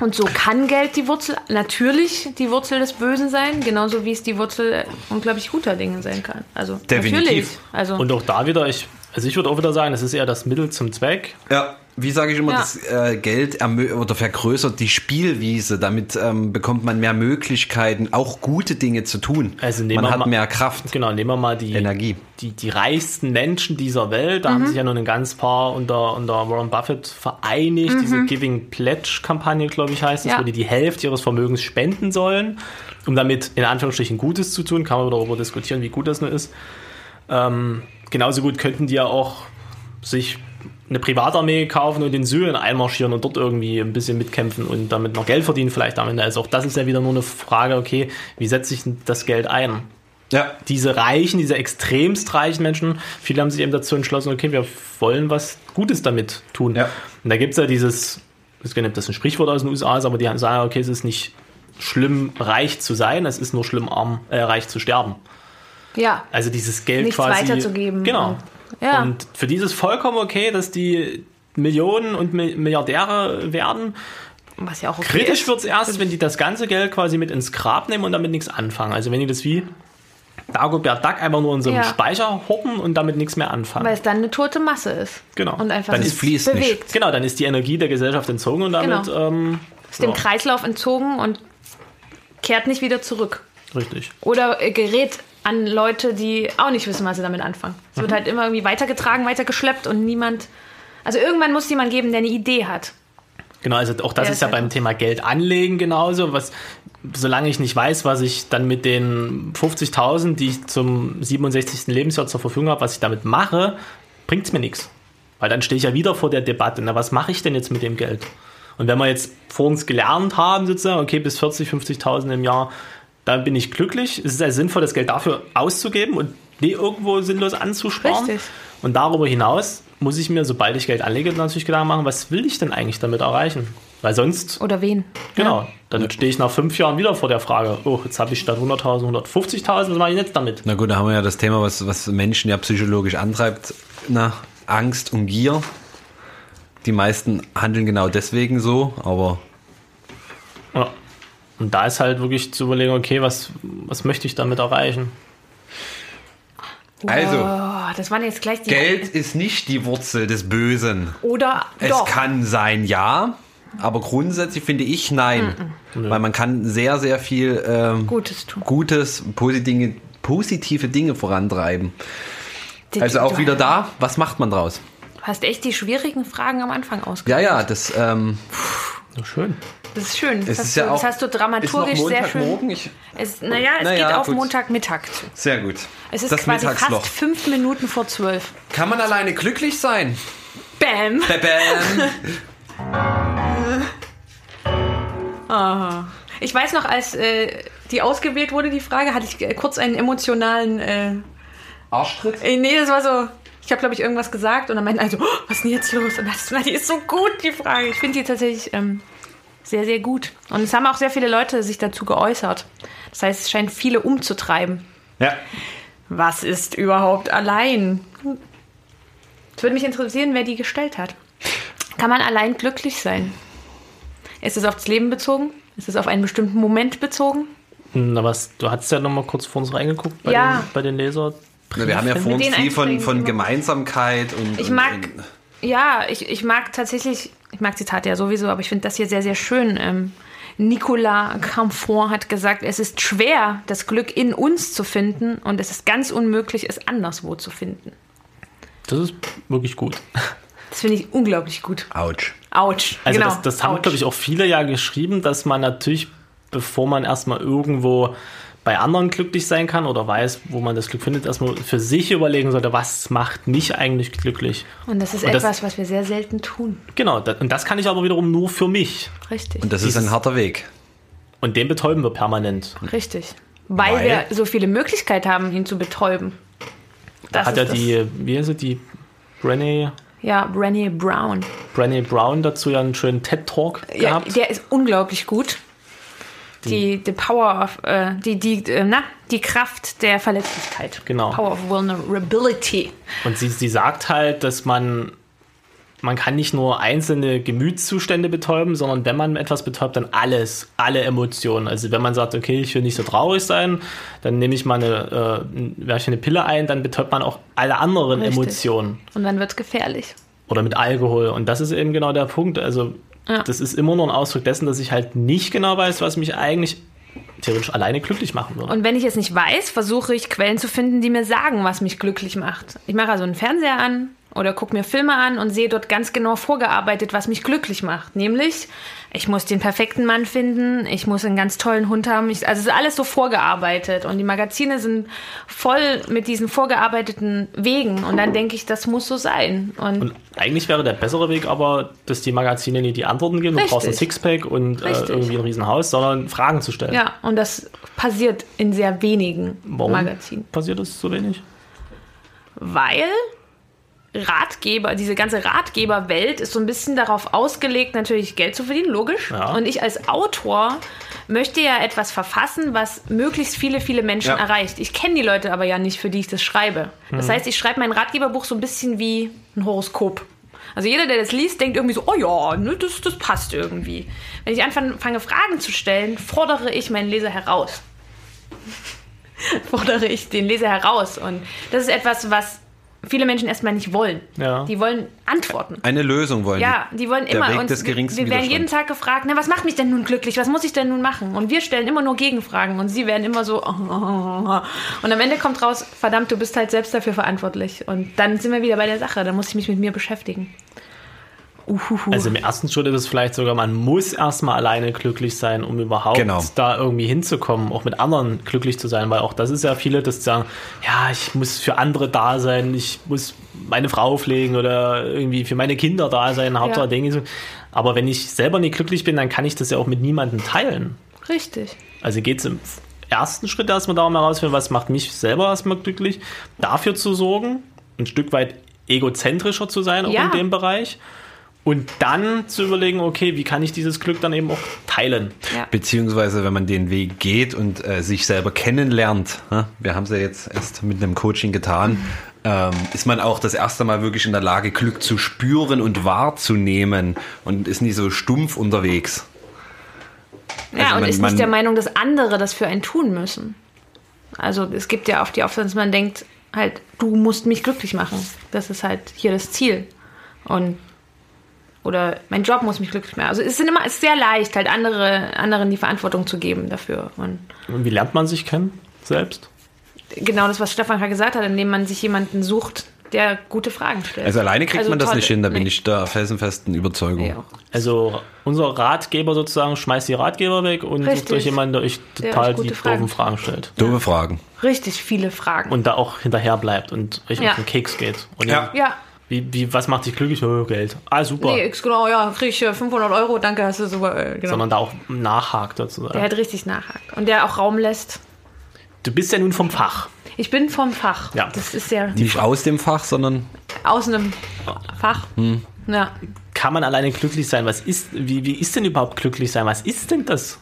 Speaker 2: Und so kann Geld die Wurzel, natürlich die Wurzel des Bösen sein, genauso wie es die Wurzel unglaublich guter Dinge sein kann. Also
Speaker 5: Definitiv.
Speaker 2: natürlich. Also
Speaker 4: und auch da wieder, ich, also ich würde auch wieder sagen, das ist eher das Mittel zum Zweck.
Speaker 5: Ja, wie sage ich immer,
Speaker 2: Ja.
Speaker 5: das äh, Geld ermö- oder vergrößert die Spielwiese. Damit ähm, bekommt man mehr Möglichkeiten, auch gute Dinge zu tun.
Speaker 4: Also nehmen
Speaker 5: man
Speaker 4: wir
Speaker 5: hat
Speaker 4: mal-
Speaker 5: mehr Kraft,
Speaker 4: Genau, nehmen wir mal die,
Speaker 5: Energie.
Speaker 4: die, die reichsten Menschen dieser Welt. Da haben sich ja nun ein ganz paar unter, unter Warren Buffett vereinigt. Diese Giving Pledge-Kampagne, glaube ich, heißt es,
Speaker 2: Ja.
Speaker 4: wo die die Hälfte ihres Vermögens spenden sollen, um damit in Anführungsstrichen Gutes zu tun. Kann man darüber diskutieren, wie gut das nur ist. Ähm, genauso gut könnten die ja auch sich eine Privatarmee kaufen und in Syrien einmarschieren und dort irgendwie ein bisschen mitkämpfen und damit noch Geld verdienen vielleicht am Ende. Also auch das ist ja wieder nur eine Frage, okay, wie setze ich denn das Geld ein?
Speaker 5: Ja.
Speaker 4: diese reichen, diese extremst reichen Menschen, viele haben sich eben dazu entschlossen, okay, wir wollen was Gutes damit tun.
Speaker 5: Ja.
Speaker 4: Und da gibt es ja dieses, ich weiß gar nicht, ob das ein Sprichwort aus den USA ist, aber die sagen, okay, es ist nicht schlimm, reich zu sein, es ist nur schlimm, arm, äh, reich zu sterben.
Speaker 2: ja.
Speaker 4: Also dieses Geld
Speaker 2: Nichts
Speaker 4: quasi.
Speaker 2: weiterzugeben.
Speaker 4: Genau.
Speaker 2: Ja.
Speaker 4: Und für die ist es vollkommen okay, dass die Millionen und Mi- Milliardäre werden.
Speaker 2: was ja auch okay
Speaker 4: Kritisch
Speaker 2: ist.
Speaker 4: wird es erst, wenn die das ganze Geld quasi mit ins Grab nehmen und damit nichts anfangen. Also wenn die das wie Dagobert Duck einfach nur in so einem
Speaker 2: Ja.
Speaker 4: Speicher hocken und damit nichts mehr anfangen.
Speaker 2: Weil es dann eine tote Masse ist.
Speaker 4: Genau.
Speaker 2: Und einfach
Speaker 4: Dann
Speaker 2: nicht
Speaker 5: es fließt nicht.
Speaker 2: bewegt.
Speaker 4: genau, dann ist die Energie der Gesellschaft entzogen und damit
Speaker 2: Genau.
Speaker 4: ähm,
Speaker 2: Ist dem
Speaker 4: ja,
Speaker 2: Kreislauf entzogen und kehrt nicht wieder zurück.
Speaker 4: richtig.
Speaker 2: Oder äh, gerät an Leute, die auch nicht wissen, was sie damit anfangen. Es
Speaker 4: Mhm.
Speaker 2: wird halt immer irgendwie weitergetragen, weitergeschleppt und niemand. Also irgendwann muss jemand geben, der eine Idee hat.
Speaker 4: Genau, also auch das
Speaker 2: Ja,
Speaker 4: ist ja
Speaker 2: ist halt
Speaker 4: beim Thema Geld anlegen genauso, was solange ich nicht weiß, was ich dann mit den 50.000, die ich zum 67. Lebensjahr zur Verfügung habe, was ich damit mache, bringt es mir nichts. Weil dann stehe ich ja wieder vor der Debatte, na, was mache ich denn jetzt mit dem Geld? Und wenn wir jetzt vor uns gelernt haben, sozusagen, okay, bis 40, 50.000 im Jahr, da bin ich glücklich. Es ist ja sinnvoll, das Geld dafür auszugeben und nie irgendwo sinnlos anzusparen.
Speaker 2: Richtig.
Speaker 4: Und darüber hinaus muss ich mir, sobald ich Geld anlege, natürlich Gedanken machen, was will ich denn eigentlich damit erreichen? Weil sonst,
Speaker 2: Oder wen?
Speaker 4: genau, dann stehe ich nach fünf Jahren wieder vor der Frage, oh, jetzt habe ich statt 100.000 150.000, was mache ich jetzt damit?
Speaker 5: Na gut, da haben wir ja das Thema, was, was Menschen ja psychologisch antreibt. Na, Angst und Gier. Die meisten handeln genau deswegen so, aber
Speaker 4: Ja. Und da ist halt wirklich zu überlegen, okay, was, was möchte ich damit erreichen?
Speaker 5: also
Speaker 2: Oh, das waren jetzt gleich die.
Speaker 5: Geld ist nicht die Wurzel des Bösen.
Speaker 2: Oder doch.
Speaker 5: Es kann sein, ja, aber grundsätzlich finde ich nein, weil man kann sehr sehr viel ähm,
Speaker 2: Gutes tun.
Speaker 5: Gutes, positive Dinge, positive Dinge vorantreiben. Also auch wieder da, was macht man draus?
Speaker 2: Du hast echt die schwierigen Fragen am Anfang ausgesucht.
Speaker 5: Ja, ja, das ähm,
Speaker 4: So schön.
Speaker 2: Das ist schön. Das,
Speaker 5: es
Speaker 2: hast,
Speaker 5: ist
Speaker 2: du,
Speaker 5: ja auch.
Speaker 2: das hast du
Speaker 5: ist noch
Speaker 2: dramaturgisch sehr schön.
Speaker 5: Montagmorgen? Ich,
Speaker 2: Es, naja, es
Speaker 5: Naja,
Speaker 2: geht auf
Speaker 5: gut.
Speaker 2: Montagmittag zu.
Speaker 5: sehr gut.
Speaker 2: Es ist quasi fast fünf Minuten vor zwölf.
Speaker 5: Kann man alleine glücklich sein?
Speaker 2: Bam!
Speaker 5: Bäm, bäm.
Speaker 2: Ich weiß noch, als äh, die ausgewählt wurde, die Frage, hatte ich äh, kurz einen emotionalen. Äh,
Speaker 5: Arschtritt?
Speaker 2: äh, nee, das war so. Ich habe, glaube ich, irgendwas gesagt und dann meinten also, oh, was ist denn jetzt los? Und das, na, die ist so gut, die Frage. Ich finde die tatsächlich ähm, sehr, sehr gut. Und es haben auch sehr viele Leute sich dazu geäußert. Das heißt, es scheint viele umzutreiben.
Speaker 3: Ja.
Speaker 2: Was ist überhaupt allein? Es würde mich interessieren, wer die gestellt hat. Kann man allein glücklich sein? Ist es aufs Leben bezogen? Ist es auf einen bestimmten Moment bezogen?
Speaker 4: Hm, Aber es- du hast ja noch mal kurz vor uns reingeguckt bei,
Speaker 2: Ja.
Speaker 4: den, bei den Leser.
Speaker 5: Na, wir haben ja vor uns
Speaker 2: denen
Speaker 5: viel von,
Speaker 2: einspringen,
Speaker 5: von
Speaker 2: genau.
Speaker 5: Gemeinsamkeit und.
Speaker 2: Ich
Speaker 5: und,
Speaker 2: mag,
Speaker 5: und
Speaker 2: ja, ich, ich mag tatsächlich, ich mag Zitate ja sowieso, aber ich finde das hier sehr, sehr schön. Ähm, Nicolas Camfort hat gesagt, es ist schwer, das Glück in uns zu finden und es ist ganz unmöglich, es anderswo zu finden.
Speaker 4: Das ist wirklich gut.
Speaker 2: Das finde ich unglaublich gut.
Speaker 5: Autsch.
Speaker 2: Autsch.
Speaker 4: Also
Speaker 2: genau.
Speaker 4: das, das haben,
Speaker 2: Autsch.
Speaker 4: glaube ich, auch viele ja geschrieben, dass man natürlich, bevor man erstmal irgendwo bei anderen glücklich sein kann oder weiß, wo man das Glück findet, erstmal für sich überlegen sollte, was macht mich eigentlich glücklich.
Speaker 2: Und das ist
Speaker 4: Und das-
Speaker 2: etwas, was wir sehr selten tun.
Speaker 4: Genau, da- und das kann ich aber wiederum nur für mich.
Speaker 2: Richtig.
Speaker 5: Und das ist ein harter Weg.
Speaker 4: Und den betäuben wir permanent.
Speaker 2: Richtig. Weil,
Speaker 5: Weil-
Speaker 2: wir so viele Möglichkeiten haben, ihn zu betäuben.
Speaker 4: Da
Speaker 2: Das
Speaker 4: hat
Speaker 2: ist
Speaker 4: ja
Speaker 2: das.
Speaker 4: die, wie heißt sie, die Brené,
Speaker 2: Ja, Brené Brown.
Speaker 4: Brené Brown dazu ja einen schönen TED-Talk
Speaker 2: Ja,
Speaker 4: gehabt.
Speaker 2: der ist unglaublich gut. Die, die Power of, äh, die, die, äh, na, die Kraft der Verletzlichkeit.
Speaker 4: Genau.
Speaker 2: Power of Vulnerability.
Speaker 4: Und sie, sie sagt halt, dass man, man kann nicht nur einzelne Gemütszustände betäuben, sondern wenn man etwas betäubt, dann alles, alle Emotionen. Also wenn man sagt, okay, ich will nicht so traurig sein, dann nehme ich mal eine, äh, ein- werfe ich eine Pille ein, dann betäubt man auch alle anderen
Speaker 2: Richtig.
Speaker 4: Emotionen.
Speaker 2: Und dann wird's gefährlich.
Speaker 4: Oder mit Alkohol. Und das ist eben genau der Punkt. Also
Speaker 2: Ja.
Speaker 4: das ist immer nur ein Ausdruck dessen, dass ich halt nicht genau weiß, was mich eigentlich theoretisch alleine glücklich machen würde.
Speaker 2: Und wenn ich es nicht weiß, versuche ich Quellen zu finden, die mir sagen, was mich glücklich macht. Ich mache also einen Fernseher an oder gucke mir Filme an und sehe dort ganz genau vorgearbeitet, was mich glücklich macht. Nämlich, ich muss den perfekten Mann finden, ich muss einen ganz tollen Hund haben. Ich, also es ist alles so vorgearbeitet und die Magazine sind voll mit diesen vorgearbeiteten Wegen. Und dann denke ich, das muss so sein. Und,
Speaker 4: Und eigentlich wäre der bessere Weg aber, dass die Magazine nie die Antworten geben. Du
Speaker 2: Richtig.
Speaker 4: brauchst ein Sixpack und äh,
Speaker 2: Richtig.
Speaker 4: irgendwie ein Riesenhaus, sondern Fragen zu stellen.
Speaker 2: ja, und das passiert in sehr wenigen
Speaker 4: Warum
Speaker 2: Magazinen.
Speaker 4: passiert das so wenig?
Speaker 2: weil Ratgeber, diese ganze Ratgeberwelt ist so ein bisschen darauf ausgelegt, natürlich Geld zu verdienen, logisch.
Speaker 4: Ja.
Speaker 2: Und ich als Autor möchte ja etwas verfassen, was möglichst viele, viele Menschen
Speaker 5: Ja.
Speaker 2: erreicht. Ich kenne die Leute aber ja nicht, für die ich das schreibe. Das heißt, ich schreibe mein Ratgeberbuch so ein bisschen wie ein Horoskop. Also jeder, der das liest, denkt irgendwie so, oh ja, ne, das, das passt irgendwie. Wenn ich anfange, Fragen zu stellen, fordere ich meinen Leser heraus fordere ich den Leser heraus. Und das ist etwas, was viele Menschen erstmal nicht wollen.
Speaker 4: Ja.
Speaker 2: Die wollen Antworten.
Speaker 5: Eine Lösung wollen.
Speaker 2: Ja, die wollen
Speaker 5: Der
Speaker 2: immer.
Speaker 5: Weg
Speaker 2: und
Speaker 5: des geringsten
Speaker 2: wir werden jeden
Speaker 5: Widerstands.
Speaker 2: Tag gefragt, na, was macht mich denn nun glücklich? Was muss ich denn nun machen? Und wir stellen immer nur Gegenfragen und sie werden immer so. Und am Ende kommt raus, verdammt, du bist halt selbst dafür verantwortlich. Und dann sind wir wieder bei der Sache. Dann muss ich mich mit mir beschäftigen. Uhuhu.
Speaker 4: Also im ersten Schritt ist es vielleicht sogar, man muss erstmal alleine glücklich sein, um überhaupt
Speaker 5: Genau.
Speaker 4: da irgendwie hinzukommen, auch mit anderen glücklich zu sein, weil auch das ist ja viele, das sagen, ja, ich muss für andere da sein, ich muss meine Frau pflegen oder irgendwie für meine Kinder da sein, Hauptsache
Speaker 2: Ja.
Speaker 4: Dinge. so. Aber wenn ich selber nicht glücklich bin, dann kann ich das ja auch mit niemandem teilen.
Speaker 2: Richtig.
Speaker 4: Also geht es im ersten Schritt erstmal darum herauszufinden, was macht mich selber erstmal glücklich, dafür zu sorgen, ein Stück weit egozentrischer zu sein, auch
Speaker 2: Ja.
Speaker 4: in dem Bereich. Und dann zu überlegen, okay, wie kann ich dieses Glück dann eben auch teilen?
Speaker 2: Ja.
Speaker 5: Beziehungsweise, wenn man den Weg geht und äh, sich selber kennenlernt, ne? wir haben es ja jetzt erst mit einem Coaching getan, ähm, ist man auch das erste Mal wirklich in der Lage, Glück zu spüren und wahrzunehmen und ist nicht so stumpf unterwegs.
Speaker 2: Ja,
Speaker 5: Also
Speaker 2: und
Speaker 5: man-
Speaker 2: ist
Speaker 5: man-
Speaker 2: nicht der Meinung, dass andere das für einen tun müssen. Also es gibt ja oft die Auffassung, dass man denkt, halt, du musst mich glücklich machen. Das ist halt hier das Ziel. Und oder mein Job muss mich glücklich machen. Also es ist immer es ist sehr leicht, halt andere, anderen die Verantwortung zu geben dafür. Und
Speaker 4: Wie lernt man sich kennen selbst?
Speaker 2: genau das, was Stefan gerade gesagt hat, indem man sich jemanden sucht, der gute Fragen stellt.
Speaker 5: Also alleine kriegt
Speaker 2: Also
Speaker 5: man das
Speaker 2: toll-
Speaker 5: nicht hin, da bin
Speaker 2: nee.
Speaker 5: ich der felsenfesten Überzeugung.
Speaker 2: Ja, auch.
Speaker 4: Also unser Ratgeber sozusagen schmeißt die Ratgeber weg und
Speaker 2: Richtig.
Speaker 4: sucht euch jemanden, der euch
Speaker 2: Der
Speaker 4: total
Speaker 2: euch gute
Speaker 4: die
Speaker 2: Fragen
Speaker 4: doofen Fragen stellt.
Speaker 5: Doofe Fragen.
Speaker 2: Richtig viele Fragen.
Speaker 4: Und da auch hinterher bleibt und euch
Speaker 2: Ja.
Speaker 4: auf den Keks geht. Und
Speaker 5: Ja.
Speaker 2: ja,
Speaker 4: Wie, wie, was macht dich glücklich? Oh, Geld. Ah, super.
Speaker 2: nee, ist genau, ja, kriege ich äh, 500 Euro, danke, hast du super, äh, genau.
Speaker 4: Sondern da auch nachhakt sozusagen.
Speaker 2: Der halt richtig nachhakt. Und der auch Raum lässt.
Speaker 4: Du bist ja nun vom Fach.
Speaker 2: Ich bin vom Fach.
Speaker 4: Ja.
Speaker 2: Das ist ja
Speaker 5: Nicht aus dem Fach, sondern
Speaker 2: aus einem Fach.
Speaker 5: Hm.
Speaker 2: Ja.
Speaker 4: Kann man alleine glücklich sein? Was ist, wie, wie ist denn überhaupt glücklich sein? Was ist denn das?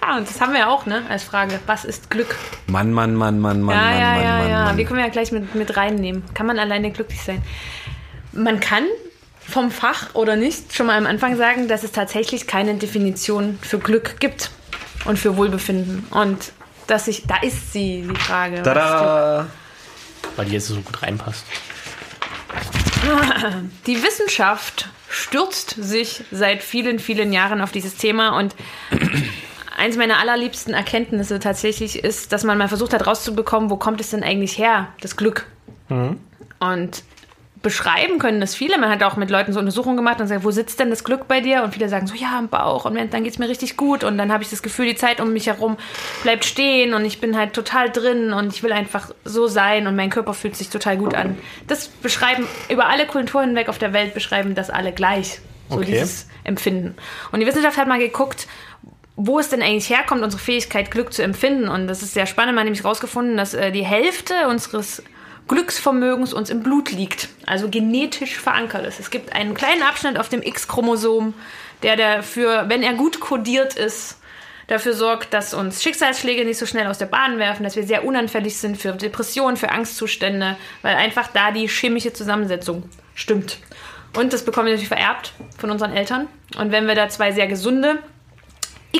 Speaker 2: Ah, und das haben wir ja auch, ne, als Frage. Was ist Glück?
Speaker 5: Mann, Mann, Mann, Mann, Mann,
Speaker 2: ja,
Speaker 5: Mann,
Speaker 2: ja,
Speaker 5: Mann,
Speaker 2: ja,
Speaker 5: Mann,
Speaker 2: ja.
Speaker 5: Mann.
Speaker 2: Wir können ja gleich mit, mit reinnehmen. Kann man alleine glücklich sein? Man kann vom Fach oder nicht schon mal am Anfang sagen, dass es tatsächlich keine Definition für Glück gibt und für Wohlbefinden. Und dass ich, da ist sie, die Frage. Was ist Glück?
Speaker 5: Tada!
Speaker 4: Weil die jetzt so gut reinpasst.
Speaker 2: Die Wissenschaft stürzt sich seit vielen, vielen Jahren auf dieses Thema und eins meiner allerliebsten Erkenntnisse tatsächlich ist, dass man mal versucht hat rauszubekommen, wo kommt es denn eigentlich her, das Glück. Und beschreiben können das viele. Man hat auch mit Leuten so Untersuchungen gemacht und gesagt, wo sitzt denn das Glück bei dir? Und viele sagen so, ja, im Bauch. Und wenn- dann geht es mir richtig gut. Und dann habe ich das Gefühl, die Zeit um mich herum bleibt stehen und ich bin halt total drin und ich will einfach so sein und mein Körper fühlt sich total gut an. Das beschreiben, über alle Kulturen hinweg auf der Welt beschreiben das alle gleich. So
Speaker 4: Okay.
Speaker 2: dieses Empfinden. Und die Wissenschaft hat mal geguckt, wo es denn eigentlich herkommt, unsere Fähigkeit, Glück zu empfinden. Und das ist sehr spannend. Man hat nämlich herausgefunden, dass äh, die Hälfte unseres Glücksvermögens uns im Blut liegt, also genetisch verankert ist. Es gibt einen kleinen Abschnitt auf dem X-Chromosom, der dafür, wenn er gut kodiert ist, dafür sorgt, dass uns Schicksalsschläge nicht so schnell aus der Bahn werfen, dass wir sehr unanfällig sind für Depressionen, für Angstzustände, weil einfach da die chemische Zusammensetzung stimmt. Und das bekommen wir natürlich vererbt von unseren Eltern. Und wenn wir da zwei sehr gesunde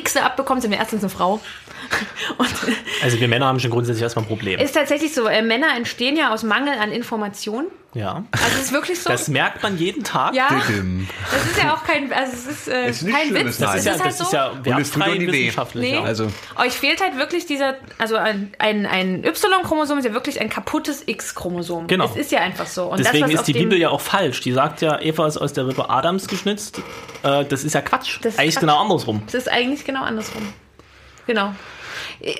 Speaker 2: Xe abbekommen, sind wir erstens eine Frau. Und
Speaker 4: Also wir Männer haben schon grundsätzlich erstmal ein Problem.
Speaker 2: ist tatsächlich so, äh, Männer entstehen ja aus Mangel an Informationen.
Speaker 4: ja.
Speaker 2: Also es ist wirklich so.
Speaker 4: Das merkt man jeden Tag.
Speaker 2: ja,
Speaker 1: Dim.
Speaker 2: das ist ja auch kein, also es ist, äh,
Speaker 1: Ist nicht
Speaker 2: kein
Speaker 1: schön,
Speaker 2: Witz.
Speaker 1: das
Speaker 2: es
Speaker 4: Das ist ja,
Speaker 2: ist
Speaker 4: das
Speaker 2: halt
Speaker 4: ist
Speaker 2: so.
Speaker 4: ja
Speaker 1: es tut
Speaker 4: wertfrei
Speaker 1: doch nie weh.
Speaker 4: wissenschaftlich.
Speaker 2: Nee.
Speaker 4: ja.
Speaker 5: Also,
Speaker 2: Euch fehlt halt wirklich dieser, also ein, ein, ein Y-Chromosom ist ja wirklich ein kaputtes X-Chromosom.
Speaker 4: Genau.
Speaker 2: Es ist ja einfach so. Und
Speaker 4: Deswegen
Speaker 2: das, was
Speaker 4: ist
Speaker 2: auf
Speaker 4: die
Speaker 2: dem,
Speaker 4: Bibel ja auch falsch. Die sagt ja, Eva ist aus der Rippe Adams geschnitzt. Äh, das ist ja Quatsch.
Speaker 2: Das ist
Speaker 4: Eigentlich
Speaker 2: Quatsch.
Speaker 4: genau andersrum.
Speaker 2: Es ist eigentlich genau andersrum. Genau.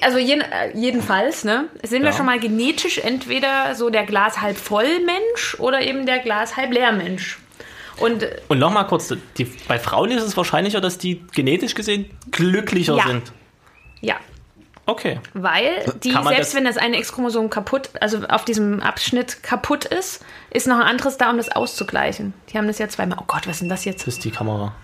Speaker 2: Also jen, äh, jedenfalls, ne, sind wir
Speaker 4: Ja.
Speaker 2: schon mal genetisch entweder so der Glas halb voll Mensch oder eben der Glas halb leer Mensch. Und äh,
Speaker 4: Und nochmal kurz, die, bei Frauen ist es wahrscheinlicher, dass die genetisch gesehen glücklicher
Speaker 2: Ja.
Speaker 4: sind.
Speaker 2: ja,
Speaker 4: Okay.
Speaker 2: weil die,
Speaker 4: Kann man
Speaker 2: selbst
Speaker 4: das-
Speaker 2: wenn das eine X-Chromosom kaputt, also auf diesem Abschnitt kaputt ist, ist noch ein anderes da, um das auszugleichen. Die haben das ja zweimal. Oh Gott, was ist denn das jetzt?
Speaker 4: Das ist die Kamera.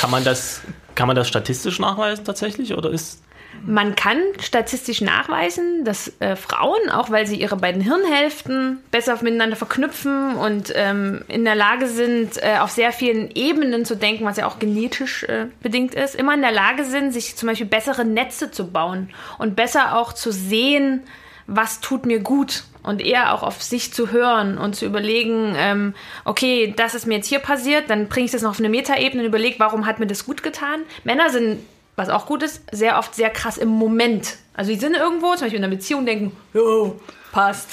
Speaker 4: Kann man das, kann man das statistisch nachweisen tatsächlich? Oder ist.
Speaker 2: Man kann statistisch nachweisen, dass äh, Frauen, auch weil sie ihre beiden Hirnhälften besser miteinander verknüpfen und ähm, in der Lage sind, äh, auf sehr vielen Ebenen zu denken, was ja auch genetisch äh, bedingt ist, immer in der Lage sind, sich zum Beispiel bessere Netze zu bauen und besser auch zu sehen, was tut mir gut und eher auch auf sich zu hören und zu überlegen, ähm, okay, das ist mir jetzt hier passiert, dann bringe ich das noch auf eine Metaebene und überlege, warum hat mir das gut getan. Männer sind, was auch gut ist, sehr oft sehr krass im Moment. Also die sind irgendwo, zum Beispiel in einer Beziehung, denken, jo, passt,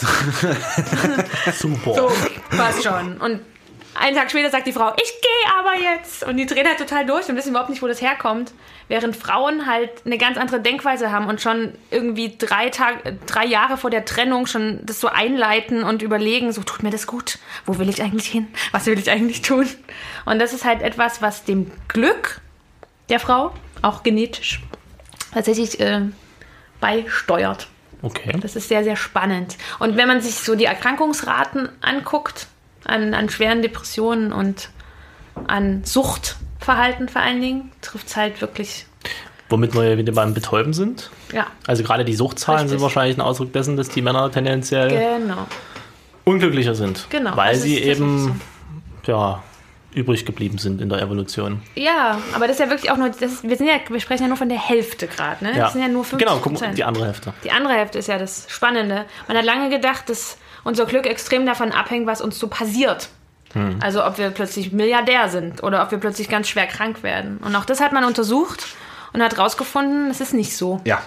Speaker 4: Super.
Speaker 2: so, passt schon. Und einen Tag später sagt die Frau, ich gehe aber jetzt. Und die drehen halt total durch und wissen überhaupt nicht, wo das herkommt. Während Frauen halt eine ganz andere Denkweise haben und schon irgendwie drei, Tag, äh, drei Jahre vor der Trennung schon das so einleiten und überlegen, so tut mir das gut? Wo will ich eigentlich hin? Was will ich eigentlich tun? Und das ist halt etwas, was dem Glück der Frau, auch genetisch, tatsächlich äh, beisteuert.
Speaker 4: Okay.
Speaker 2: Das ist sehr, sehr spannend. Und wenn man sich so die Erkrankungsraten anguckt, an, an schweren Depressionen und an Suchtverhalten vor allen Dingen, trifft es halt wirklich,
Speaker 4: Womit wir ja wieder beim Betäuben sind.
Speaker 2: ja,
Speaker 4: Also gerade die Suchtzahlen
Speaker 2: Richtig.
Speaker 4: sind wahrscheinlich ein Ausdruck dessen, dass die Männer tendenziell
Speaker 2: genau.
Speaker 4: unglücklicher sind.
Speaker 2: Genau,
Speaker 4: Weil
Speaker 2: das ist
Speaker 4: sie
Speaker 2: tatsächlich
Speaker 4: eben ja, übrig geblieben sind in der Evolution.
Speaker 2: Ja, aber das ist ja wirklich auch nur, das, wir, sind ja, wir sprechen ja nur von der Hälfte gerade, ne?
Speaker 4: ja.
Speaker 2: Das sind ja nur 50
Speaker 4: Genau, guck mal, die andere Hälfte.
Speaker 2: Die andere Hälfte ist ja das Spannende. Man hat lange gedacht, dass unser Glück extrem davon abhängt, was uns so passiert. Also ob wir plötzlich Milliardär sind oder ob wir plötzlich ganz schwer krank werden. Und auch das hat man untersucht und hat rausgefunden, es ist nicht so.
Speaker 5: Ja.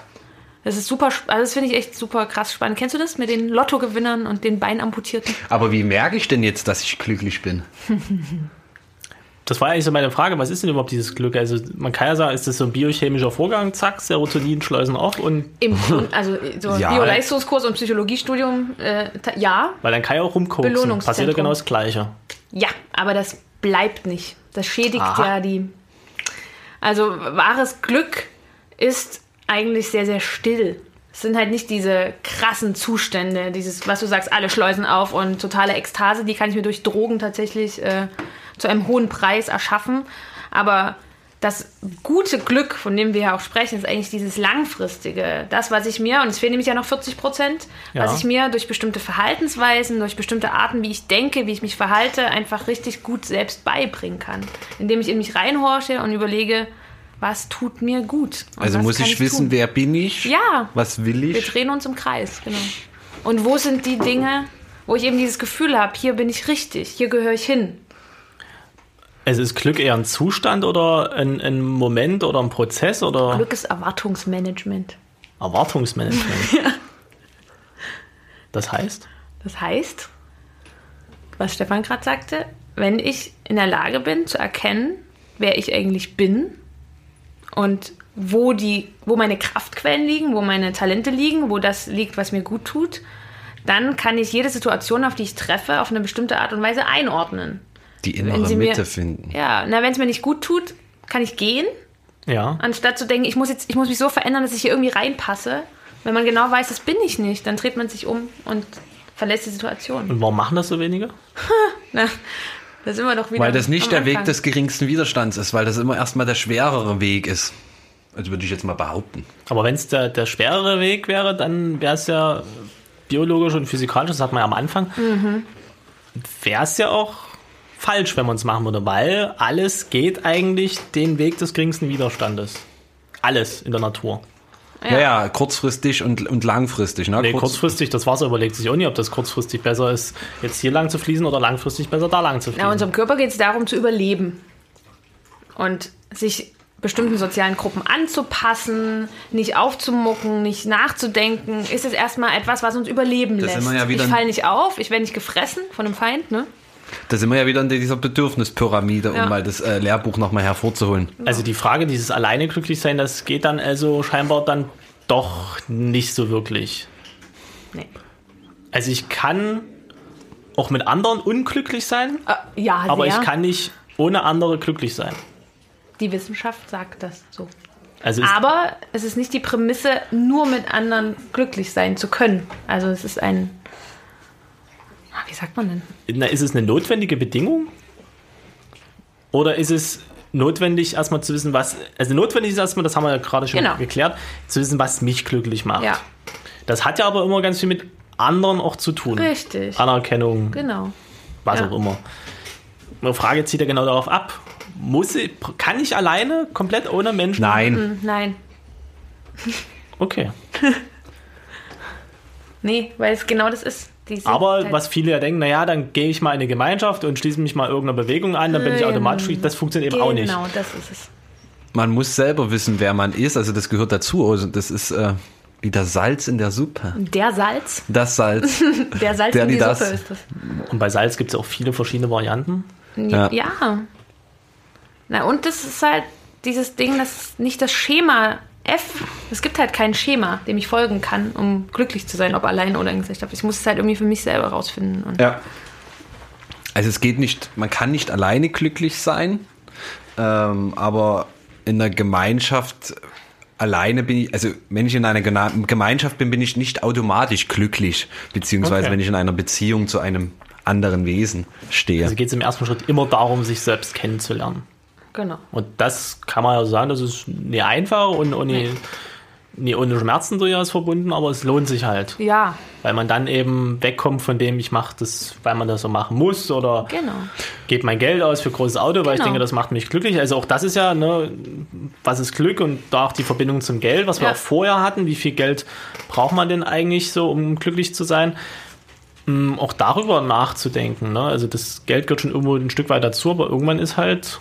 Speaker 2: Das ist super, sp- also das finde ich echt super krass spannend. Kennst du das mit den Lottogewinnern und den Beinamputierten?
Speaker 5: Aber wie merke ich denn jetzt, dass ich glücklich bin?
Speaker 4: Das war eigentlich so meine Frage, was ist denn überhaupt dieses Glück? Also man kann ja sagen, ist das so ein biochemischer Vorgang, zack, Serotonin schleusen auf und
Speaker 2: Im Grund, also so
Speaker 5: Ja.
Speaker 2: Bio-Leistungskurs und Psychologiestudium, äh, ta- ja,
Speaker 4: weil dann kann ja auch rumgucken.
Speaker 2: Belohnungszentrum.
Speaker 4: Passiert ja genau das Gleiche.
Speaker 2: Ja, aber das bleibt nicht. Das schädigt
Speaker 4: Aha.
Speaker 2: ja die. Also wahres Glück ist eigentlich sehr, sehr still. Es sind halt nicht diese krassen Zustände, dieses, was du sagst, alle Schleusen auf und totale Ekstase, die kann ich mir durch Drogen tatsächlich äh, zu einem hohen Preis erschaffen. Aber das gute Glück, von dem wir ja auch sprechen, ist eigentlich dieses langfristige. Das, was ich mir, und es fehlen nämlich ja noch 40 Prozent,
Speaker 4: Ja.
Speaker 2: was ich mir durch bestimmte Verhaltensweisen, durch bestimmte Arten, wie ich denke, wie ich mich verhalte, einfach richtig gut selbst beibringen kann. Indem ich in mich reinhorche und überlege, was tut mir gut? Und
Speaker 5: Also
Speaker 2: was
Speaker 5: muss
Speaker 2: kann
Speaker 5: ich, wissen,
Speaker 2: tun?
Speaker 5: wer bin ich?
Speaker 2: Ja.
Speaker 5: Was will
Speaker 2: Wir
Speaker 5: ich?
Speaker 2: drehen uns im Kreis, genau. Und wo sind die Dinge, wo ich eben dieses Gefühl habe, hier bin ich richtig, hier gehöre ich hin?
Speaker 4: Also ist Glück eher ein Zustand oder ein, ein Moment oder ein Prozess oder
Speaker 2: Glück ist Erwartungsmanagement.
Speaker 4: Erwartungsmanagement? Das heißt,
Speaker 2: Das heißt, was Stefan gerade sagte, wenn ich in der Lage bin zu erkennen, wer ich eigentlich bin und wo, die, wo meine Kraftquellen liegen, wo meine Talente liegen, wo das liegt, was mir gut tut, dann kann ich jede Situation, auf die ich treffe, auf eine bestimmte Art und Weise einordnen.
Speaker 5: Die
Speaker 2: Wenn
Speaker 5: innere
Speaker 2: sie mir-
Speaker 5: Mitte finden.
Speaker 2: Ja, na, wenn es mir nicht gut tut, kann ich gehen,
Speaker 4: ja,
Speaker 2: anstatt zu denken, ich muss, jetzt, ich muss mich so verändern, dass ich hier irgendwie reinpasse. Wenn man genau weiß, das bin ich nicht, dann dreht man sich um und verlässt die Situation.
Speaker 4: und warum machen das so wenige?
Speaker 2: Na, da sind wir doch wieder.
Speaker 5: Weil das nicht
Speaker 2: am
Speaker 5: der Weg
Speaker 2: Anfang.
Speaker 5: des geringsten Widerstands ist, weil das immer erstmal der schwerere Weg ist. Also würde ich jetzt mal behaupten.
Speaker 4: Aber wenn es der, der schwerere Weg wäre, dann wäre es ja biologisch und physikalisch, das hat man ja am Anfang, wäre es ja auch falsch, wenn man es machen würde, weil alles geht eigentlich den Weg des geringsten Widerstandes. Alles in der Natur.
Speaker 5: Ja, ja, kurzfristig und, und langfristig. Ne?
Speaker 4: Nee,
Speaker 5: Kurz-
Speaker 4: kurzfristig, das Wasser überlegt sich auch nie, ob das kurzfristig besser ist, jetzt hier lang zu fließen oder langfristig besser da lang zu
Speaker 2: Na,
Speaker 4: fließen.
Speaker 2: unserem Körper geht es darum, zu überleben. Und sich bestimmten sozialen Gruppen anzupassen, nicht aufzumucken, nicht nachzudenken, ist es erstmal etwas, was uns überleben
Speaker 5: Da sind
Speaker 2: lässt.
Speaker 5: wir ja wieder-
Speaker 2: ich falle nicht auf, ich werde nicht gefressen von einem Feind, ne?
Speaker 5: Da sind wir ja wieder in dieser Bedürfnispyramide, um
Speaker 2: Ja.
Speaker 5: mal das äh, Lehrbuch nochmal hervorzuholen.
Speaker 4: also die Frage, dieses alleine glücklich sein, das geht dann also scheinbar dann doch nicht so wirklich.
Speaker 2: Nee.
Speaker 4: Also ich kann auch mit anderen unglücklich sein,
Speaker 2: Äh, ja,
Speaker 4: aber
Speaker 2: sehr.
Speaker 4: ich kann nicht ohne andere glücklich sein.
Speaker 2: Die Wissenschaft sagt das so.
Speaker 4: Also ist,
Speaker 2: Aber es ist nicht die Prämisse, nur mit anderen glücklich sein zu können. Also es ist ein. Ah, Wie sagt man denn?
Speaker 4: na, ist es eine notwendige Bedingung? Oder ist es notwendig, erstmal zu wissen, was. Also notwendig ist erstmal, das haben wir ja gerade schon
Speaker 2: Genau.
Speaker 4: geklärt, zu wissen, was mich glücklich macht.
Speaker 2: Ja,
Speaker 4: Das hat ja aber immer ganz viel mit anderen auch zu tun.
Speaker 2: richtig.
Speaker 4: Anerkennung,
Speaker 2: Genau.
Speaker 4: was
Speaker 2: Ja.
Speaker 4: auch immer. Meine Frage zieht ja genau darauf ab. Muss ich, kann ich alleine komplett ohne Menschen?
Speaker 5: Nein,
Speaker 2: Hm, Nein.
Speaker 4: Okay.
Speaker 2: Nee, weil es genau das ist. Die sind
Speaker 4: Aber
Speaker 2: halt-
Speaker 4: was viele ja denken, naja, dann gehe ich mal in eine Gemeinschaft und schließe mich mal irgendeiner Bewegung an, dann bin ich automatisch, das funktioniert eben
Speaker 2: genau,
Speaker 4: auch nicht.
Speaker 2: Genau, das ist es.
Speaker 5: man muss selber wissen, wer man ist. Also das gehört dazu. Also das ist äh, wie das Salz in der Suppe.
Speaker 2: Der Salz,
Speaker 5: Das Salz.
Speaker 2: der Salz
Speaker 5: Der,
Speaker 2: in
Speaker 5: die
Speaker 2: die
Speaker 5: das.
Speaker 2: Suppe ist das.
Speaker 4: Und bei Salz gibt es auch viele verschiedene Varianten.
Speaker 5: Ja.
Speaker 2: Ja. Na und das ist halt dieses Ding, das ist nicht das Schema F. Es gibt halt kein Schema, dem ich folgen kann, um glücklich zu sein, ob allein oder in Gesellschaft. Ich muss es halt irgendwie für mich selber rausfinden. Und
Speaker 5: Ja. Also es geht nicht, man kann nicht alleine glücklich sein, ähm, aber in der Gemeinschaft alleine bin ich, also wenn ich in einer Gena- Gemeinschaft bin, bin ich nicht automatisch glücklich, beziehungsweise
Speaker 4: Okay.
Speaker 5: wenn ich in einer Beziehung zu einem anderen Wesen stehe.
Speaker 4: Also geht es im ersten Schritt immer darum, sich selbst kennenzulernen.
Speaker 2: genau.
Speaker 4: Und das kann man ja sagen, das ist nie einfach und ohne, nie ohne Schmerzen durchaus verbunden, aber es lohnt sich halt.
Speaker 2: Ja,
Speaker 4: Weil man dann eben wegkommt von dem, ich mache das, weil man das so machen muss oder
Speaker 2: Genau.
Speaker 4: gebe mein Geld aus für großes Auto, weil ich
Speaker 2: Genau.
Speaker 4: denke, das macht mich glücklich. Also auch das ist ja, ne, was ist Glück und da auch die Verbindung zum Geld, was wir
Speaker 2: Ja.
Speaker 4: auch vorher hatten. Wie viel Geld braucht man denn eigentlich so, um glücklich zu sein? Mm, Auch darüber nachzudenken. Ne? Also das Geld gehört schon irgendwo ein Stück weit dazu, aber irgendwann ist halt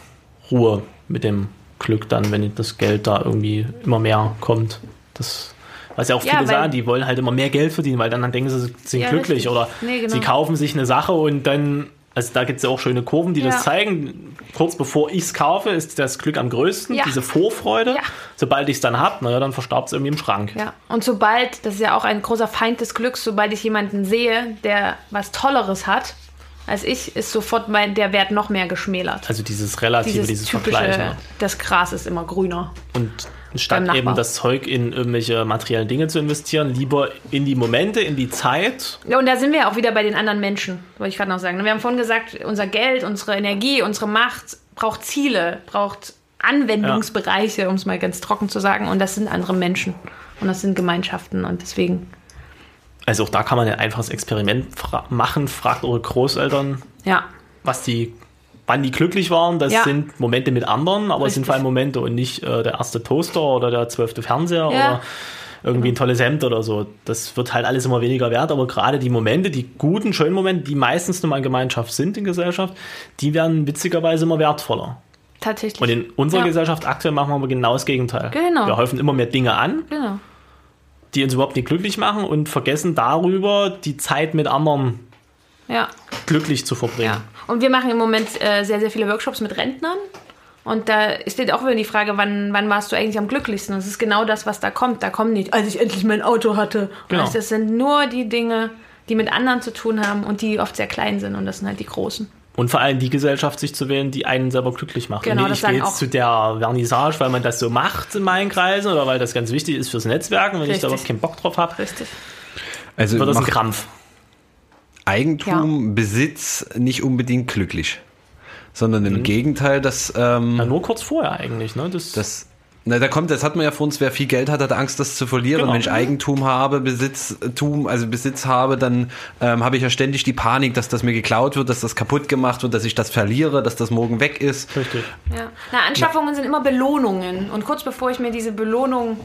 Speaker 4: Ruhe mit dem Glück dann, wenn das Geld da irgendwie immer mehr kommt. Das was ja auch
Speaker 2: Ja,
Speaker 4: viele
Speaker 2: weil-
Speaker 4: sagen, die wollen halt immer mehr Geld verdienen, weil dann, dann denken sie, sie sind
Speaker 2: Ja,
Speaker 4: glücklich
Speaker 2: richtig.
Speaker 4: oder
Speaker 2: Nee, genau.
Speaker 4: sie kaufen sich eine Sache und dann, also da gibt es ja auch schöne Kurven, die
Speaker 2: Ja.
Speaker 4: das zeigen. Kurz bevor ich es kaufe, ist das Glück am größten,
Speaker 2: Ja.
Speaker 4: diese Vorfreude.
Speaker 2: Ja.
Speaker 4: Sobald ich es dann habe, naja, dann verstaubt es irgendwie im Schrank.
Speaker 2: Ja, und sobald, das ist ja auch ein großer Feind des Glücks, sobald ich jemanden sehe, der was Tolleres hat als ich, ist sofort mein, der Wert noch mehr geschmälert.
Speaker 4: Also dieses Relative, dieses, Vergleichen. ne?
Speaker 2: das Gras ist immer grüner.
Speaker 4: Und
Speaker 2: Beim
Speaker 4: statt
Speaker 2: Nachbar.
Speaker 4: eben das Zeug in irgendwelche materiellen Dinge zu investieren, lieber in die Momente, in die Zeit.
Speaker 2: Ja, und da sind wir ja auch wieder bei den anderen Menschen, wollte ich gerade noch sagen. Wir haben vorhin gesagt, unser Geld, unsere Energie, unsere Macht braucht Ziele, braucht Anwendungsbereiche, um es mal ganz trocken zu sagen. Und das sind andere Menschen. Und das sind Gemeinschaften. Und deswegen,
Speaker 4: Also auch da kann man ein einfaches Experiment fra machen. Fragt eure Großeltern,
Speaker 2: ja,
Speaker 4: was die, wann die glücklich waren, das
Speaker 2: Ja.
Speaker 4: sind Momente mit anderen, aber es sind
Speaker 2: Richtig.
Speaker 4: vor allem Momente und nicht äh, der erste Toaster oder der zwölfte
Speaker 2: Ja.
Speaker 4: Fernseher
Speaker 2: Genau.
Speaker 4: oder irgendwie ein tolles Hemd oder so. Das wird halt alles immer weniger wert, aber gerade die Momente, die guten, schönen Momente, die meistens nun mal in Gemeinschaft sind in Gesellschaft, die werden witzigerweise immer wertvoller.
Speaker 2: tatsächlich.
Speaker 4: Und in unserer
Speaker 2: Ja.
Speaker 4: Gesellschaft aktuell machen wir aber genau das Gegenteil.
Speaker 2: Genau.
Speaker 4: Wir häufen immer mehr Dinge an,
Speaker 2: genau.
Speaker 4: die uns überhaupt nicht glücklich machen und vergessen darüber, die Zeit mit anderen
Speaker 2: Ja.
Speaker 4: glücklich zu verbringen.
Speaker 2: Ja. Und wir machen im Moment äh, sehr, sehr viele Workshops mit Rentnern. Und da steht auch wieder die Frage, wann, wann warst du eigentlich am glücklichsten? Das ist genau das, was da kommt. Da kommen nicht, als ich endlich mein Auto hatte.
Speaker 4: Genau.
Speaker 2: Also das sind nur die Dinge, die mit anderen zu tun haben und die oft sehr klein sind. Und das sind halt die großen.
Speaker 4: Und vor allem die Gesellschaft sich zu wählen, die einen selber glücklich macht.
Speaker 2: Genau,
Speaker 4: und
Speaker 2: das
Speaker 4: ich gehe
Speaker 2: sagen
Speaker 4: jetzt
Speaker 2: auch-
Speaker 4: zu der Vernissage, weil man das so macht in meinen Kreisen oder weil das ganz wichtig ist fürs Netzwerken. Wenn ich
Speaker 2: Richtig.
Speaker 4: da überhaupt keinen Bock drauf habe,
Speaker 2: Richtig.
Speaker 1: Also
Speaker 4: wird das ein
Speaker 1: macht
Speaker 4: Krampf.
Speaker 1: Eigentum, Besitz nicht unbedingt glücklich, sondern
Speaker 4: Mhm.
Speaker 1: im Gegenteil, dass, ähm,
Speaker 4: Ja, nur kurz vorher eigentlich. Ne? Das,
Speaker 1: dass na, da kommt, das hat man ja vor uns, wer viel Geld hat, hat Angst, das zu verlieren.
Speaker 4: Genau.
Speaker 1: Und wenn ich Eigentum habe, Besitztum, also Besitz habe, dann ähm, habe ich ja ständig die Panik, dass das mir geklaut wird, dass das kaputt gemacht wird, dass ich das verliere, dass das morgen weg ist.
Speaker 4: richtig.
Speaker 2: Ja. Na, Anschaffungen sind immer Belohnungen. Und kurz bevor ich mir diese Belohnung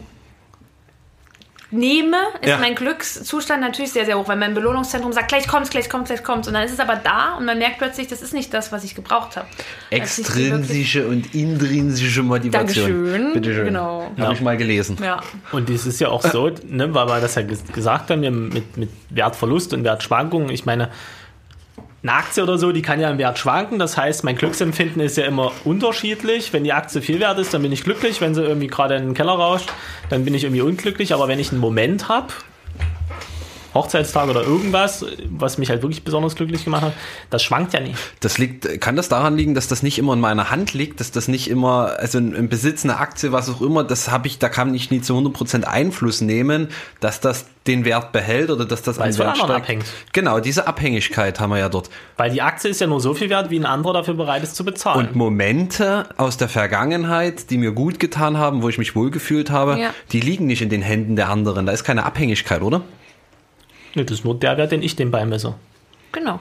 Speaker 2: nehme, ist
Speaker 1: Ja.
Speaker 2: mein Glückszustand natürlich sehr, sehr hoch, weil mein Belohnungszentrum sagt, gleich kommt's, gleich kommt's, gleich kommt's. Und dann ist es aber da und man merkt plötzlich, das ist nicht das, was ich gebraucht habe. Als ich die wirklich-
Speaker 1: Extrinsische und intrinsische Motivation.
Speaker 2: Dankeschön.
Speaker 1: Bitte schön.
Speaker 2: Genau.
Speaker 1: Habe ich mal gelesen.
Speaker 2: Ja.
Speaker 4: Und es ist ja auch so, ne, weil wir das ja ges- gesagt haben, ja, mit, mit Wertverlust und Wertschwankungen. Ich meine, eine Aktie oder so, die kann ja im Wert schwanken. Das heißt, mein Glücksempfinden ist ja immer unterschiedlich. Wenn die Aktie viel wert ist, dann bin ich glücklich. Wenn sie irgendwie gerade in den Keller rauscht, dann bin ich irgendwie unglücklich. Aber wenn ich einen Moment habe, Hochzeitstag oder irgendwas, was mich halt wirklich besonders glücklich gemacht hat, das schwankt ja nicht.
Speaker 1: Das liegt, kann das daran liegen, dass das nicht immer in meiner Hand liegt, dass das nicht immer, also im im Besitz einer Aktie, was auch immer, das habe ich, da kann ich nie zu 100% Einfluss nehmen, dass das den Wert behält oder dass das
Speaker 4: Weil
Speaker 1: an
Speaker 4: es von
Speaker 1: Wert
Speaker 4: anderen
Speaker 1: steigt.
Speaker 4: abhängt.
Speaker 1: Genau, diese Abhängigkeit haben wir ja dort.
Speaker 4: Weil die Aktie ist ja nur so viel wert, wie ein anderer dafür bereit ist zu bezahlen.
Speaker 1: Und Momente aus der Vergangenheit, die mir gut getan haben, wo ich mich wohlgefühlt habe,
Speaker 2: Ja.
Speaker 1: die liegen nicht in den Händen der anderen. Da ist keine Abhängigkeit, oder?
Speaker 4: Nee, Ne, das ist nur der Wert, den ich dem beimesse.
Speaker 2: Genau.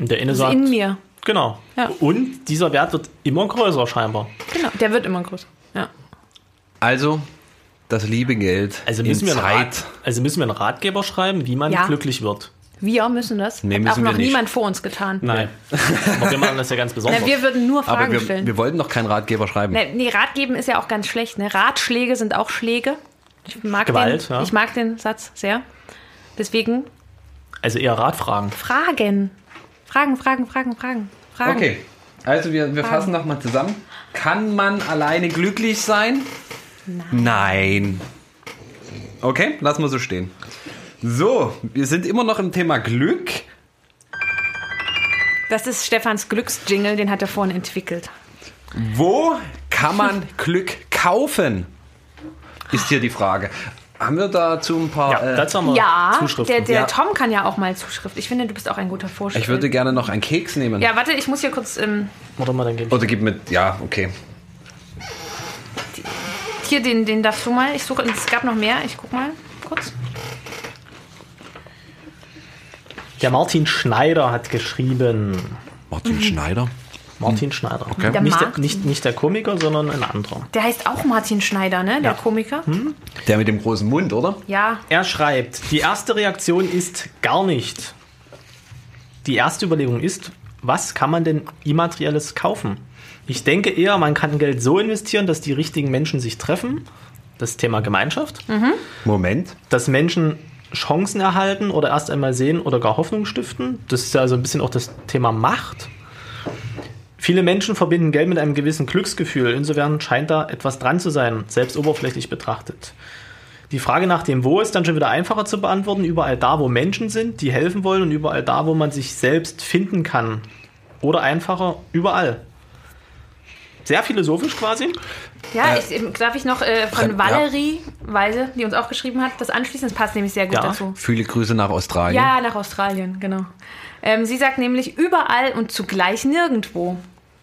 Speaker 4: Und der eine
Speaker 2: Das ist
Speaker 4: sagt,
Speaker 2: Also in mir.
Speaker 4: Genau.
Speaker 2: Ja.
Speaker 4: Und dieser Wert wird immer größer scheinbar.
Speaker 2: Genau. Der wird immer größer. Ja.
Speaker 1: Also, das liebe Geld
Speaker 4: Also müssen,
Speaker 1: in
Speaker 4: wir einen,
Speaker 1: Zeit.
Speaker 4: Rat, also müssen wir einen Ratgeber schreiben, wie man
Speaker 2: Ja.
Speaker 4: glücklich wird.
Speaker 2: Wir müssen das.
Speaker 1: Nee,
Speaker 2: Hat
Speaker 1: müssen
Speaker 2: auch
Speaker 1: wir
Speaker 2: noch
Speaker 1: nicht.
Speaker 2: niemand vor uns getan.
Speaker 4: Nein. Aber wir machen das ja ganz besonders.
Speaker 2: Na, wir würden nur Fragen
Speaker 1: Aber wir,
Speaker 2: stellen.
Speaker 1: wir wollten doch keinen Ratgeber schreiben.
Speaker 2: Nee, nee, Rat geben ist ja auch ganz schlecht. Ne? Ratschläge sind auch Schläge. Ich mag,
Speaker 4: Gewalt,
Speaker 2: den,
Speaker 4: ja.
Speaker 2: ich mag den Satz sehr. Deswegen
Speaker 4: also eher Ratfragen.
Speaker 2: Fragen. Fragen, Fragen, Fragen, Fragen. Fragen.
Speaker 1: Okay, also wir, wir
Speaker 2: Fragen.
Speaker 1: fassen nochmal zusammen. Kann man alleine glücklich sein? Nein. Okay, lassen wir so stehen. So, wir sind immer noch im Thema Glück.
Speaker 2: Das ist Stefans Glücksjingle, den hat er vorhin entwickelt.
Speaker 1: Wo kann man Glück kaufen? Ist hier die Frage. Haben wir dazu ein paar...
Speaker 4: Ja,
Speaker 1: äh,
Speaker 4: dazu haben wir
Speaker 2: Ja,
Speaker 4: Zuschriften.
Speaker 2: der, der
Speaker 1: Ja.
Speaker 2: Tom kann ja auch mal Zuschrift. Ich finde, du bist auch ein guter Vorschlag.
Speaker 1: ich würde gerne noch einen Keks nehmen.
Speaker 2: ja, warte, ich muss hier kurz. Ähm,
Speaker 4: Warte mal, dann gebe ich.
Speaker 1: Oder gib mit... Ja, okay.
Speaker 2: hier, den, den darfst du mal. Ich suche. Es gab noch mehr. Ich guck mal kurz.
Speaker 4: Der Martin Schneider hat geschrieben.
Speaker 1: Martin Schneider.
Speaker 4: Martin Schneider.
Speaker 2: Der
Speaker 4: Nicht, der,
Speaker 2: Martin.
Speaker 4: nicht, nicht der Komiker, sondern ein anderer.
Speaker 2: Der heißt auch Martin Schneider, ne? Der Komiker.
Speaker 1: Der mit dem großen Mund, oder?
Speaker 2: Ja.
Speaker 4: Er schreibt, die erste Reaktion ist gar nicht. Die erste Überlegung ist, was kann man denn immaterielles kaufen? Ich denke eher, man kann Geld so investieren, dass die richtigen Menschen sich treffen. Das Thema Gemeinschaft.
Speaker 1: Moment.
Speaker 4: dass Menschen Chancen erhalten oder erst einmal sehen oder gar Hoffnung stiften. Das ist ja so ein bisschen auch das Thema Macht. Viele Menschen verbinden Geld mit einem gewissen Glücksgefühl. Insofern scheint da etwas dran zu sein, selbst oberflächlich betrachtet. Die Frage nach dem Wo ist dann schon wieder einfacher zu beantworten. Überall da, wo Menschen sind, die helfen wollen und überall da, wo man sich selbst finden kann. Oder einfacher, überall. Sehr philosophisch quasi.
Speaker 2: Ja, ich, ähm, darf ich noch äh, von
Speaker 1: ja.
Speaker 2: Valerie Weise, die uns auch geschrieben hat, das anschließend das passt nämlich sehr gut
Speaker 4: Ja.
Speaker 2: dazu.
Speaker 1: Viele Grüße nach Australien.
Speaker 2: Ja, nach Australien, genau. Ähm, sie sagt nämlich überall und zugleich nirgendwo.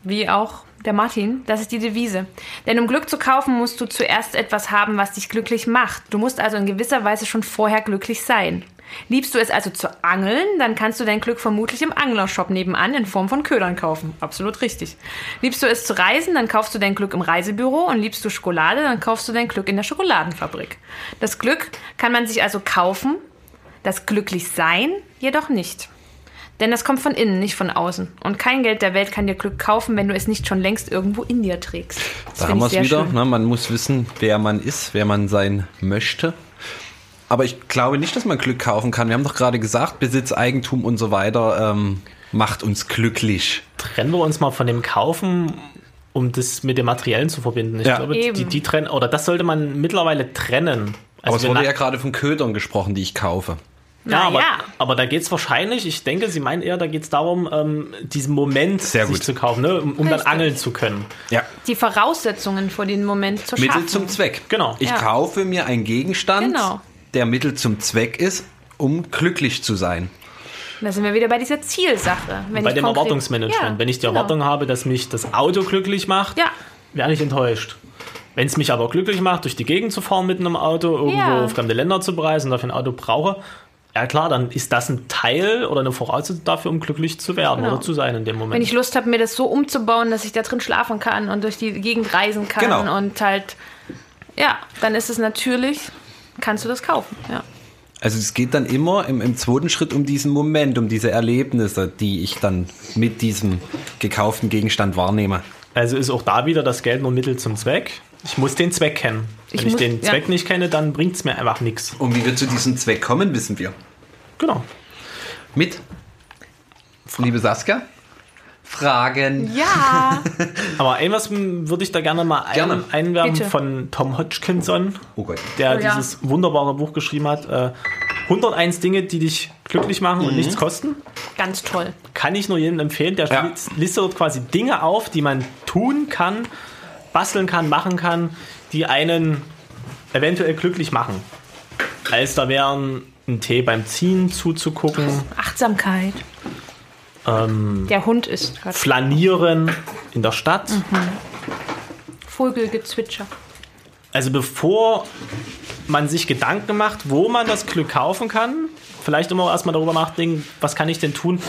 Speaker 2: Wie auch der Martin, das ist die Devise. Denn um Glück zu kaufen, musst du zuerst etwas haben, was dich glücklich macht. Du musst also in gewisser Weise schon vorher glücklich sein. Liebst du es also zu angeln, dann kannst du dein Glück vermutlich im Anglershop nebenan in Form von Ködern kaufen. Absolut richtig. Liebst du es zu reisen, dann kaufst du dein Glück im Reisebüro und liebst du Schokolade, dann kaufst du dein Glück in der Schokoladenfabrik. Das Glück kann man sich also kaufen das Glücklichsein jedoch nicht. Denn das kommt von innen, nicht von außen. Und kein Geld der Welt kann dir Glück kaufen, wenn du es nicht schon längst irgendwo in dir trägst. Das
Speaker 1: Da
Speaker 2: find
Speaker 1: haben wir
Speaker 2: ich
Speaker 1: es
Speaker 2: sehr
Speaker 1: wieder.
Speaker 2: schön.
Speaker 1: Ne? Man muss wissen, wer man ist, wer man sein möchte. Aber ich glaube nicht, dass man Glück kaufen kann. Wir haben doch gerade gesagt, Besitz, Eigentum und so weiter ähm, macht uns glücklich.
Speaker 4: trennen wir uns mal von dem Kaufen, um das mit dem Materiellen zu verbinden. Ich
Speaker 1: Ja.
Speaker 4: glaube,
Speaker 2: Eben.
Speaker 4: die, die trennen, oder das sollte man mittlerweile trennen.
Speaker 1: Aber es
Speaker 4: Also wir
Speaker 1: wurde
Speaker 4: na-
Speaker 1: ja gerade von Ködern gesprochen, die ich kaufe.
Speaker 4: ja, aber,
Speaker 2: Naja.
Speaker 4: aber da geht es wahrscheinlich, ich denke, Sie meinen eher, da geht es darum, ähm, diesen Moment
Speaker 1: Sehr
Speaker 4: sich
Speaker 1: gut.
Speaker 4: zu kaufen, ne? um, um dann
Speaker 2: Richtig.
Speaker 4: angeln zu können.
Speaker 1: Ja.
Speaker 2: Die Voraussetzungen für den Moment zu schaffen.
Speaker 1: Mittel zum Zweck.
Speaker 4: Genau.
Speaker 1: Ich
Speaker 2: Ja.
Speaker 1: kaufe mir einen Gegenstand,
Speaker 2: Genau.
Speaker 1: der Mittel zum Zweck ist, um glücklich zu sein.
Speaker 2: Da sind wir wieder bei dieser Zielsache. Wenn
Speaker 4: Bei
Speaker 2: ich
Speaker 4: dem
Speaker 2: konkret-
Speaker 4: Erwartungsmanagement.
Speaker 2: Ja,
Speaker 4: Wenn ich die
Speaker 2: genau.
Speaker 4: Erwartung habe, dass mich das Auto glücklich macht,
Speaker 2: Ja.
Speaker 4: werde ich enttäuscht. Wenn es mich aber glücklich macht, durch die Gegend zu fahren mit einem Auto, irgendwo
Speaker 2: Ja.
Speaker 4: auf fremde Länder zu bereisen, dafür ein Auto brauche, ja klar, dann ist das ein Teil oder eine Voraussetzung dafür, um glücklich zu werden
Speaker 2: Genau.
Speaker 4: oder zu sein in dem Moment.
Speaker 2: Wenn ich Lust habe, mir das so umzubauen, dass ich da drin schlafen kann und durch die Gegend reisen kann
Speaker 1: Genau.
Speaker 2: und halt, ja, dann ist es natürlich, kannst du das kaufen. Ja.
Speaker 1: Also es geht dann immer im, im zweiten Schritt um diesen Moment, um diese Erlebnisse, die ich dann mit diesem gekauften Gegenstand wahrnehme.
Speaker 4: also ist auch da wieder das Geld nur Mittel zum Zweck. Ich muss den Zweck kennen. Wenn
Speaker 2: Ich
Speaker 4: ich,
Speaker 2: muss-
Speaker 4: den
Speaker 2: ja.
Speaker 4: Zweck nicht kenne, dann bringt es mir einfach nichts.
Speaker 1: Und Um wie wir zu diesem Zweck kommen, wissen wir.
Speaker 4: Genau.
Speaker 1: Mit, liebe Saskia, Fragen.
Speaker 2: ja.
Speaker 4: Aber ein was würde ich da gerne mal ein,
Speaker 1: Gerne.
Speaker 4: einwerfen
Speaker 2: Bitte.
Speaker 4: von Tom Hodgkinson.
Speaker 1: Oh Gott.
Speaker 4: der
Speaker 2: Oh ja.
Speaker 4: dieses wunderbare Buch geschrieben hat. Äh, 101 Dinge, die dich glücklich machen und nichts kosten.
Speaker 2: Ganz toll.
Speaker 4: Kann ich nur jedem empfehlen. Der
Speaker 1: Ja.
Speaker 4: li- listet dort quasi Dinge auf, die man tun kann, basteln kann, machen kann, die einen eventuell glücklich machen. Als da wären ein Tee beim Ziehen zuzugucken,
Speaker 2: Achtsamkeit.
Speaker 1: Ähm,
Speaker 2: Der Hund ist gerade.
Speaker 4: flanieren in der Stadt.
Speaker 2: Vogelgezwitscher.
Speaker 4: Also bevor man sich Gedanken macht, wo man das Glück kaufen kann, vielleicht immer erstmal darüber nachdenken, was kann ich denn tun,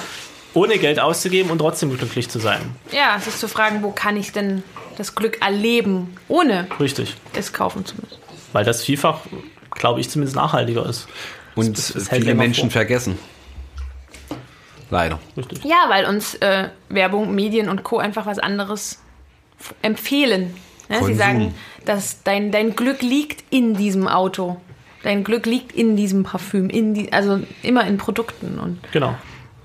Speaker 4: ohne Geld auszugeben und trotzdem glücklich zu sein.
Speaker 2: Ja, es ist zu fragen, wo kann ich denn das Glück erleben, ohne
Speaker 4: Richtig.
Speaker 2: es kaufen zu müssen.
Speaker 4: Weil das vielfach, glaube ich, zumindest nachhaltiger ist.
Speaker 1: Und
Speaker 4: das hält
Speaker 1: viele
Speaker 4: länger
Speaker 1: Menschen
Speaker 4: vor.
Speaker 1: vergessen. Leider.
Speaker 4: Richtig.
Speaker 2: Ja, weil uns äh, Werbung, Medien und Co. einfach was anderes f- empfehlen. Ne? Sie
Speaker 1: Konsum.
Speaker 2: sagen, dass dein, dein Glück liegt in diesem Auto. Dein Glück liegt in diesem Parfüm, in die, also immer in Produkten. Und
Speaker 4: Genau.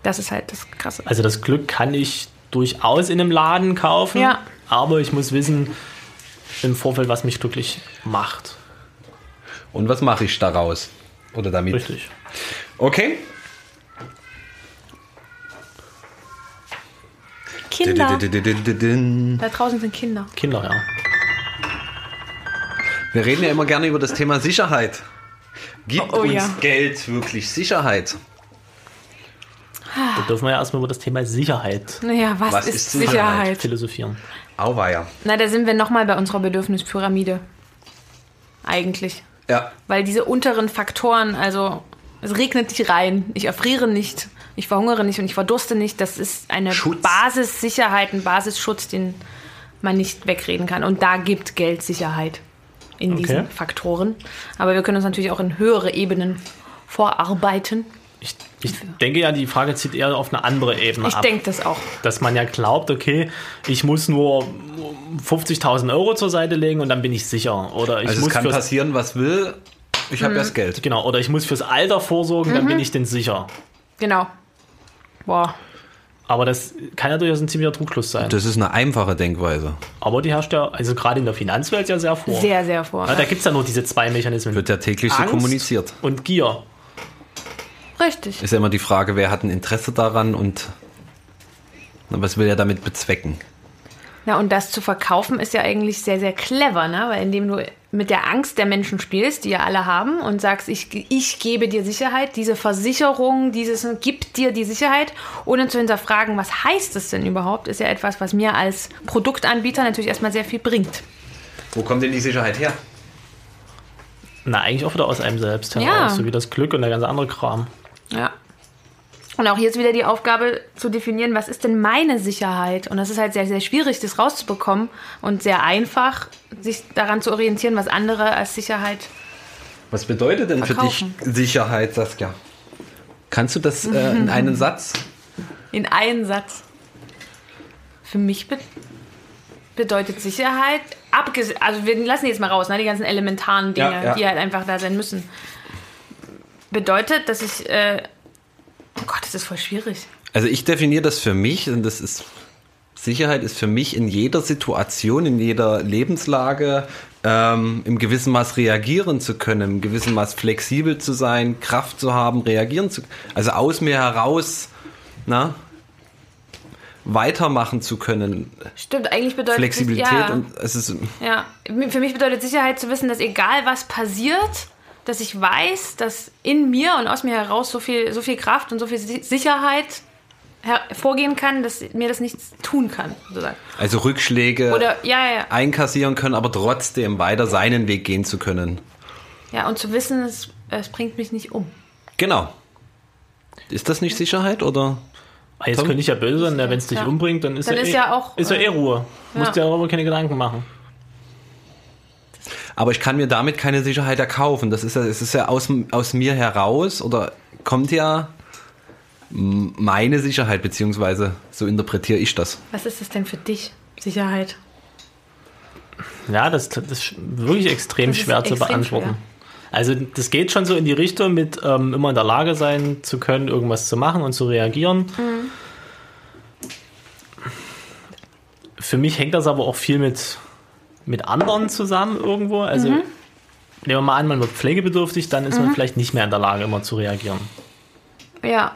Speaker 2: das ist halt das Krasse.
Speaker 4: Also das Glück kann ich durchaus in einem Laden kaufen,
Speaker 2: Ja.
Speaker 4: aber ich muss wissen im Vorfeld, was mich glücklich macht.
Speaker 1: Und was mache ich daraus? Oder damit?
Speaker 4: Richtig.
Speaker 1: Okay.
Speaker 2: Kinder.
Speaker 1: Dididididididin.
Speaker 2: Da draußen sind Kinder.
Speaker 4: Kinder, ja.
Speaker 1: Wir reden ja immer gerne über das Thema Sicherheit. Gibt
Speaker 2: Oh, oh
Speaker 1: uns
Speaker 2: ja.
Speaker 1: Geld wirklich Sicherheit?
Speaker 4: Da dürfen wir ja erstmal über das Thema Sicherheit
Speaker 2: Naja, was,
Speaker 1: Was
Speaker 2: ist,
Speaker 1: ist Sicherheit?
Speaker 2: Sicherheit?
Speaker 4: philosophieren.
Speaker 1: Auweia.
Speaker 2: Na, da sind wir nochmal bei unserer Bedürfnispyramide. Eigentlich.
Speaker 1: Ja.
Speaker 2: Weil diese unteren Faktoren, also es regnet nicht rein, ich erfriere nicht, ich verhungere nicht und ich verdurste nicht. Das ist eine
Speaker 5: Schutz.
Speaker 2: Basissicherheit, ein Basisschutz, den man nicht wegreden kann. Und da gibt Geld Sicherheit in
Speaker 4: Okay.
Speaker 2: diesen Faktoren. Aber wir können uns natürlich auch in höhere Ebenen vorarbeiten.
Speaker 4: Ich, ich denke ja, die Frage zieht eher auf eine andere Ebene
Speaker 2: Ich
Speaker 4: ab.
Speaker 2: denke das auch.
Speaker 4: dass man ja glaubt, okay, ich muss nur 50.000 Euro zur Seite legen und dann bin ich sicher. Oder ich
Speaker 5: Also es
Speaker 4: muss
Speaker 5: kann
Speaker 4: fürs,
Speaker 5: passieren, was will. Ich
Speaker 2: Mhm.
Speaker 5: habe ja das Geld.
Speaker 4: genau, oder ich muss fürs Alter vorsorgen, dann bin ich denn sicher.
Speaker 2: Genau. Boah.
Speaker 4: Aber das kann ja durchaus ein ziemlicher Trugschluss sein.
Speaker 1: Das ist eine einfache Denkweise.
Speaker 4: Aber die herrscht ja, also gerade in der Finanzwelt ja sehr vor.
Speaker 2: Sehr, sehr vor.
Speaker 4: Ja, da gibt es ja nur diese zwei Mechanismen.
Speaker 1: Wird ja täglich so
Speaker 4: Angst
Speaker 1: kommuniziert.
Speaker 4: Und Gier.
Speaker 2: Richtig.
Speaker 1: Ist ja immer die Frage, wer hat ein Interesse daran und na, was will er damit bezwecken?
Speaker 2: Na, und das zu verkaufen ist ja eigentlich sehr, sehr clever, ne? Weil indem du mit der Angst der Menschen spielst, die ja alle haben, und sagst, ich, ich gebe dir Sicherheit, diese Versicherung, dieses gibt dir die Sicherheit, ohne zu hinterfragen, was heißt es denn überhaupt, ist ja etwas, was mir als Produktanbieter natürlich erstmal sehr viel bringt.
Speaker 5: Wo kommt denn die Sicherheit her?
Speaker 4: Na, eigentlich auch wieder aus einem selbst heraus.
Speaker 2: Ja.
Speaker 4: So wie das Glück und der ganze andere Kram.
Speaker 2: Ja. Und auch hier ist wieder die Aufgabe zu definieren, was ist denn meine Sicherheit? Und das ist halt sehr, sehr schwierig, das rauszubekommen und sehr einfach, sich daran zu orientieren, was andere als Sicherheit
Speaker 5: Was bedeutet denn
Speaker 2: Verkaufen.
Speaker 5: für dich Sicherheit, Saskia?
Speaker 1: Kannst du das äh, in einen Satz?
Speaker 2: In einen Satz. Für mich be bedeutet Sicherheit, abges also wir lassen die jetzt mal raus, ne, die ganzen elementaren Dinge,
Speaker 5: Ja, ja.
Speaker 2: die halt einfach da sein müssen. Bedeutet, dass ich. Äh, oh Gott, das ist voll schwierig.
Speaker 1: Also ich definiere das für mich und das ist Sicherheit ist für mich in jeder Situation, in jeder Lebenslage ähm, im gewissen Maß reagieren zu können, im gewissen Maß flexibel zu sein, Kraft zu haben, reagieren zu also aus mir heraus, na, weitermachen zu können,
Speaker 2: Stimmt, eigentlich bedeutet
Speaker 1: Flexibilität
Speaker 2: ja,
Speaker 1: und es ist
Speaker 2: ja. Für mich bedeutet Sicherheit zu wissen, dass egal was passiert, dass ich weiß, dass in mir und aus mir heraus so viel, so viel Kraft und so viel Si- Sicherheit hervorgehen kann, dass mir das nichts tun kann, sozusagen.
Speaker 1: also Rückschläge
Speaker 2: Oder ja, ja, ja.
Speaker 1: einkassieren können, aber trotzdem weiter seinen Weg gehen zu können.
Speaker 2: Ja, und zu wissen, es, es bringt mich nicht um.
Speaker 1: Genau. Ist das nicht Sicherheit oder?
Speaker 4: Ah, Jetzt
Speaker 1: Tom?
Speaker 4: könnte ich ja böse sein, wenn es dich
Speaker 2: Ja.
Speaker 4: umbringt, dann ist,
Speaker 2: Dann
Speaker 4: ja,
Speaker 2: ist
Speaker 4: eh,
Speaker 2: ja auch,
Speaker 4: ist ja
Speaker 2: äh,
Speaker 4: eh Ruhe. Musst dir
Speaker 2: ja.
Speaker 4: darüber keine Gedanken machen.
Speaker 1: Aber ich kann mir damit keine Sicherheit erkaufen. Das ist ja, es ist ja aus, aus mir heraus oder kommt ja m- meine Sicherheit, beziehungsweise so interpretiere ich das.
Speaker 2: Was ist das denn für dich? Sicherheit.
Speaker 4: Ja, das, das ist wirklich extrem
Speaker 2: Das ist
Speaker 4: schwer zu
Speaker 2: extrem
Speaker 4: beantworten. Also das geht schon so in die Richtung mit ähm, immer in der Lage sein zu können, irgendwas zu machen und zu reagieren.
Speaker 2: Mhm.
Speaker 4: Für mich hängt das aber auch viel mit, mit anderen zusammen irgendwo. Also
Speaker 2: Mhm.
Speaker 4: nehmen wir mal an, man wird pflegebedürftig, dann ist man vielleicht nicht mehr in der Lage, immer zu reagieren.
Speaker 2: Ja,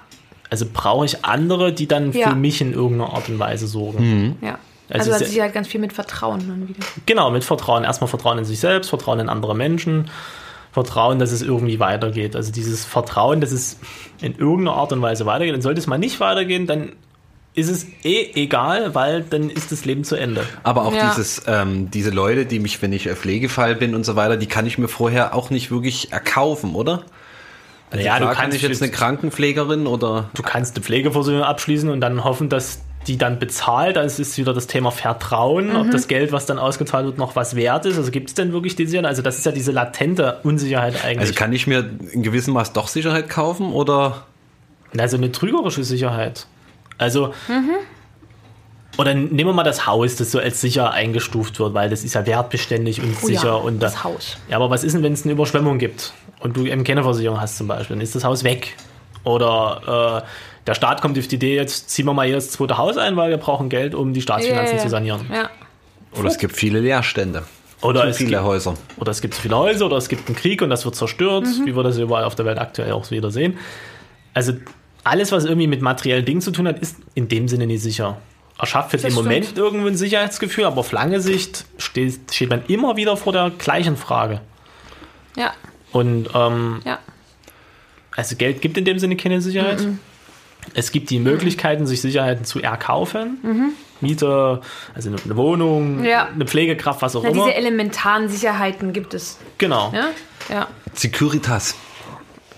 Speaker 4: Also brauche ich andere, die dann
Speaker 2: Ja.
Speaker 4: für mich in irgendeiner Art und Weise sorgen.
Speaker 2: ja.
Speaker 4: Also
Speaker 2: Also,
Speaker 4: sehr-
Speaker 2: hat Sicherheit ganz viel mit Vertrauen dann wieder.
Speaker 4: Genau, mit Vertrauen. Erstmal Vertrauen in sich selbst, Vertrauen in andere Menschen, Vertrauen, dass es irgendwie weitergeht. Also dieses Vertrauen, dass es in irgendeiner Art und Weise weitergeht. Und sollte es mal nicht weitergehen, dann ist es eh egal, weil dann ist das Leben zu Ende.
Speaker 1: Aber auch
Speaker 2: Ja.
Speaker 1: dieses, ähm, diese Leute, die mich, wenn ich äh, Pflegefall bin und so weiter, die kann ich mir vorher auch nicht wirklich erkaufen, oder? Also
Speaker 4: Ja, du
Speaker 1: klar kann
Speaker 4: kannst
Speaker 1: ich jetzt eine Krankenpflegerin oder
Speaker 4: Du kannst eine Pflegeversicherung abschließen und dann hoffen, dass die dann bezahlt. Also es ist wieder das Thema Vertrauen, ob das Geld, was dann ausgezahlt wird, noch was wert ist. Also gibt es denn wirklich die Sicherheit? Also das ist ja diese latente Unsicherheit
Speaker 1: also
Speaker 4: eigentlich. Also,
Speaker 1: kann ich mir in gewissem Maß doch Sicherheit kaufen oder
Speaker 4: also eine trügerische Sicherheit. Also Oder nehmen wir mal das Haus, das so als sicher eingestuft wird, weil das ist ja wertbeständig und
Speaker 2: Oh ja,
Speaker 4: sicher. und
Speaker 2: das
Speaker 4: da-
Speaker 2: Haus.
Speaker 4: Ja, aber was ist denn, wenn es eine Überschwemmung gibt und du eben keine Versicherung hast zum Beispiel, dann ist das Haus weg. Oder äh, der Staat kommt auf die Idee, jetzt ziehen wir mal jedes zweite Haus ein, weil wir brauchen Geld, um die Staatsfinanzen zu sanieren.
Speaker 2: Ja.
Speaker 1: oder es gibt viele Leerstände,
Speaker 4: Oder es, gibt,
Speaker 1: viele Häuser.
Speaker 4: oder es gibt zu viele Häuser, oder es gibt einen Krieg und das wird zerstört,
Speaker 2: Mhm.
Speaker 4: wie wir das überall auf der Welt aktuell auch wieder sehen. Also alles, was irgendwie mit materiellen Dingen zu tun hat, ist in dem Sinne nicht sicher. Erschafft jetzt im
Speaker 2: stimmt.
Speaker 4: Moment irgendwo ein Sicherheitsgefühl, aber auf lange Sicht steht, steht man immer wieder vor der gleichen Frage.
Speaker 2: Ja,
Speaker 4: Und ähm,
Speaker 2: ja.
Speaker 4: also Geld gibt in dem Sinne keine Sicherheit.
Speaker 2: Mhm.
Speaker 4: Es gibt die Möglichkeiten, sich Sicherheiten zu erkaufen. Miete, also eine Wohnung,
Speaker 2: Mhm. Ja.
Speaker 4: eine Pflegekraft, was auch
Speaker 2: Na,
Speaker 4: immer.
Speaker 2: diese elementaren Sicherheiten gibt es.
Speaker 4: Genau.
Speaker 2: Ja, ja.
Speaker 1: Securitas.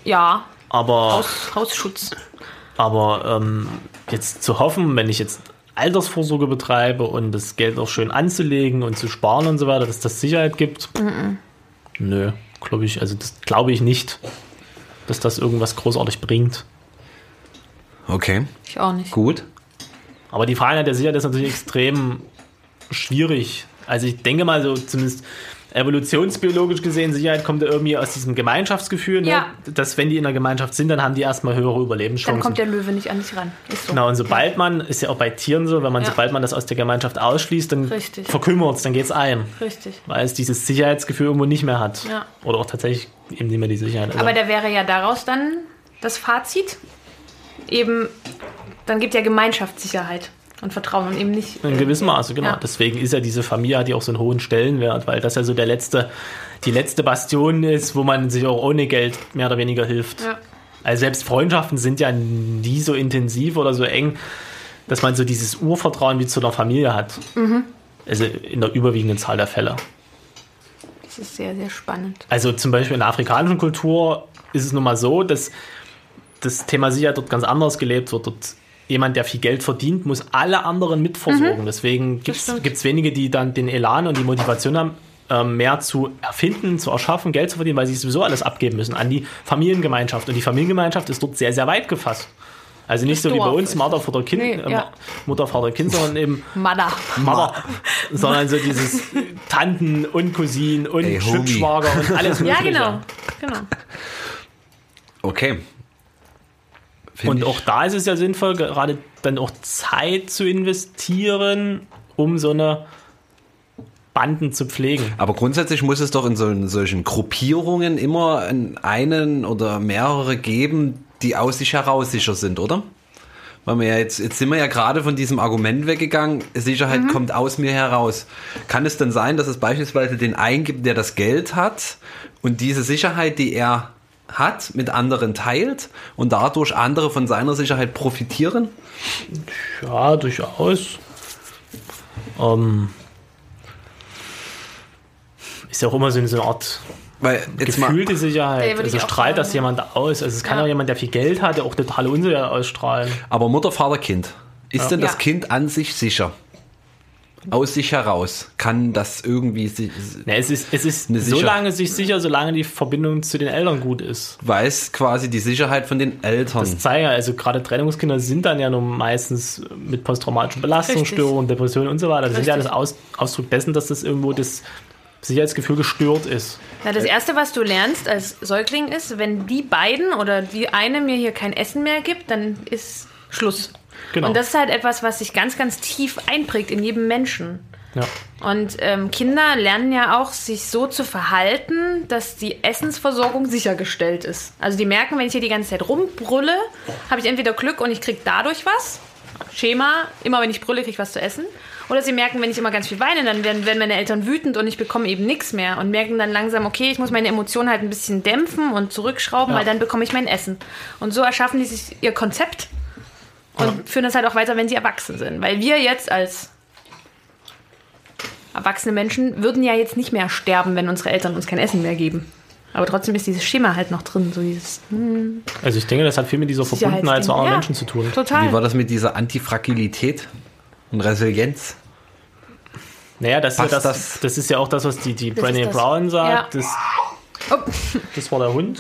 Speaker 2: Ja,
Speaker 4: Aber
Speaker 2: Haus, Hausschutz.
Speaker 4: Aber ähm, jetzt zu hoffen, wenn ich jetzt Altersvorsorge betreibe und das Geld auch schön anzulegen und zu sparen und so weiter, dass das Sicherheit gibt, nö, glaube ich, also das glaube ich nicht, dass das irgendwas großartig bringt.
Speaker 1: Okay,
Speaker 2: Ich auch nicht.
Speaker 1: gut.
Speaker 4: Aber die Frage nach der Sicherheit ist natürlich extrem schwierig. Also ich denke mal so, zumindest evolutionsbiologisch gesehen, Sicherheit kommt ja irgendwie aus diesem Gemeinschaftsgefühl,
Speaker 2: Ja.
Speaker 4: ne? dass wenn die in der Gemeinschaft sind, dann haben die erstmal höhere Überlebenschancen.
Speaker 2: Dann kommt der Löwe nicht an dich ran. Ist so.
Speaker 4: Genau, und sobald man, ist ja auch bei Tieren so, wenn man,
Speaker 2: Ja.
Speaker 4: sobald man das aus der Gemeinschaft ausschließt, dann
Speaker 2: Richtig.
Speaker 4: verkümmert's, dann geht's ein.
Speaker 2: Richtig.
Speaker 4: Weil es dieses Sicherheitsgefühl irgendwo nicht mehr hat.
Speaker 2: Ja.
Speaker 4: Oder auch tatsächlich eben nicht mehr die Sicherheit. Also,
Speaker 2: Aber da wäre ja daraus dann das Fazit eben, dann gibt ja Gemeinschaftssicherheit und Vertrauen und eben nicht.
Speaker 4: in gewissem Maße, genau.
Speaker 2: Ja.
Speaker 4: Deswegen ist ja diese Familie, hat ja auch so einen hohen Stellenwert, weil das ja so der letzte, die letzte Bastion ist, wo man sich auch ohne Geld mehr oder weniger hilft.
Speaker 2: Ja.
Speaker 4: Also selbst Freundschaften sind ja nie so intensiv oder so eng, dass man so dieses Urvertrauen wie zu einer Familie hat.
Speaker 2: Mhm.
Speaker 4: Also in der überwiegenden Zahl der Fälle.
Speaker 2: Das ist sehr, sehr spannend.
Speaker 4: Also zum Beispiel in der afrikanischen Kultur ist es nun mal so, dass das Thema Sicherheit dort ganz anders gelebt wird. Dort jemand, der viel Geld verdient, muss alle anderen mitversorgen. Deswegen
Speaker 2: Mhm. stimmt.
Speaker 4: gibt es wenige, die dann den Elan und die Motivation haben, ähm, mehr zu erfinden, zu erschaffen, Geld zu verdienen, weil sie sowieso alles abgeben müssen an die Familiengemeinschaft. Und die Familiengemeinschaft ist dort sehr, sehr weit gefasst. Also nicht so wie bei
Speaker 2: Dorf
Speaker 4: uns,
Speaker 2: ist
Speaker 4: Mutter, Vater, Kind,
Speaker 2: Nee,
Speaker 4: äh,
Speaker 2: ja.
Speaker 4: Mutter, Vater, Kind, sondern eben
Speaker 2: Mada.
Speaker 4: Mama, sondern so dieses Tanten und Cousinen und
Speaker 1: Ey, Homie.
Speaker 4: Schwibschwager und alles
Speaker 2: Ja,
Speaker 4: Mögliche.
Speaker 2: genau. genau.
Speaker 1: Okay. Find
Speaker 4: Und
Speaker 1: ich-
Speaker 4: auch da ist es ja sinnvoll, gerade dann auch Zeit zu investieren, um so eine Banden zu pflegen.
Speaker 1: Aber grundsätzlich muss es doch in solchen, solchen Gruppierungen immer einen- einen oder mehrere geben, die aus sich heraus sicher sind, oder? Weil wir ja jetzt, jetzt sind wir ja gerade von diesem Argument weggegangen, Sicherheit kommt aus mir heraus. Kann es denn sein, dass es beispielsweise den einen gibt, der das Geld hat und diese Sicherheit, die er hat, mit anderen teilt und dadurch andere von seiner Sicherheit profitieren?
Speaker 4: Ja, durchaus. Ähm, ist ja auch immer so eine so eine Art
Speaker 1: Weil jetzt mal,
Speaker 4: gefühlte
Speaker 2: Ja,
Speaker 4: Sicherheit.
Speaker 2: würde ich
Speaker 4: Also
Speaker 2: auch
Speaker 4: strahlt
Speaker 2: sagen,
Speaker 4: das
Speaker 2: ja.
Speaker 4: jemand aus. Also es kann
Speaker 2: Ja.
Speaker 4: auch jemand, der viel Geld hat, der auch totale Unsicherheit ausstrahlen.
Speaker 1: aber Mutter, Vater, Kind. Ist denn das
Speaker 2: Ja.
Speaker 1: Kind an sich sicher? Aus sich heraus kann das irgendwie si-
Speaker 4: Na, es ist, es ist
Speaker 1: Eine
Speaker 4: so
Speaker 1: sicher-
Speaker 4: lange sich sicher, solange die Verbindung zu den Eltern gut ist.
Speaker 1: weiß quasi die Sicherheit von den Eltern.
Speaker 4: Das zeigen ja, also gerade Trennungskinder sind dann ja nun meistens mit posttraumatischen Belastungsstörungen, Depressionen und so weiter. Das ist ja alles
Speaker 2: Richtig.
Speaker 4: Aus, Ausdruck dessen, dass das irgendwo das Sicherheitsgefühl gestört ist.
Speaker 2: Na, das Erste, was du lernst als Säugling ist, wenn die beiden oder die eine mir hier kein Essen mehr gibt, dann ist Schluss.
Speaker 4: Genau.
Speaker 2: Und das ist halt etwas, was sich ganz, ganz tief einprägt in jedem Menschen.
Speaker 4: ja.
Speaker 2: Und ähm, Kinder lernen ja auch, sich so zu verhalten, dass die Essensversorgung sichergestellt ist. Also die merken, wenn ich hier die ganze Zeit rumbrülle, habe ich entweder Glück und ich kriege dadurch was. Schema, immer wenn ich brülle, kriege ich was zu essen. Oder sie merken, wenn ich immer ganz viel weine, dann werden, werden meine Eltern wütend und ich bekomme eben nichts mehr. Und merken dann langsam, okay, ich muss meine Emotionen halt ein bisschen dämpfen und zurückschrauben,
Speaker 4: Ja.
Speaker 2: weil dann bekomme ich mein Essen. Und so erschaffen die sich ihr Konzept und führen das halt auch weiter, wenn sie erwachsen sind. Weil wir jetzt als erwachsene Menschen würden ja jetzt nicht mehr sterben, wenn unsere Eltern uns kein Essen mehr geben. Aber trotzdem ist dieses Schema halt noch drin, so dieses
Speaker 4: Also ich denke, das hat viel mit dieser Verbundenheit zu anderen
Speaker 2: Ja.
Speaker 4: Menschen zu tun.
Speaker 2: Total.
Speaker 1: Wie war das mit dieser Antifragilität und Resilienz?
Speaker 4: Naja, das ist, ja
Speaker 1: Passt
Speaker 4: das, das?
Speaker 1: das?
Speaker 4: ist ja auch das, was die, die
Speaker 2: ist
Speaker 4: Brené
Speaker 2: das.
Speaker 4: Brown sagt.
Speaker 2: Ja.
Speaker 4: Das,
Speaker 2: Oh.
Speaker 4: das war der Hund.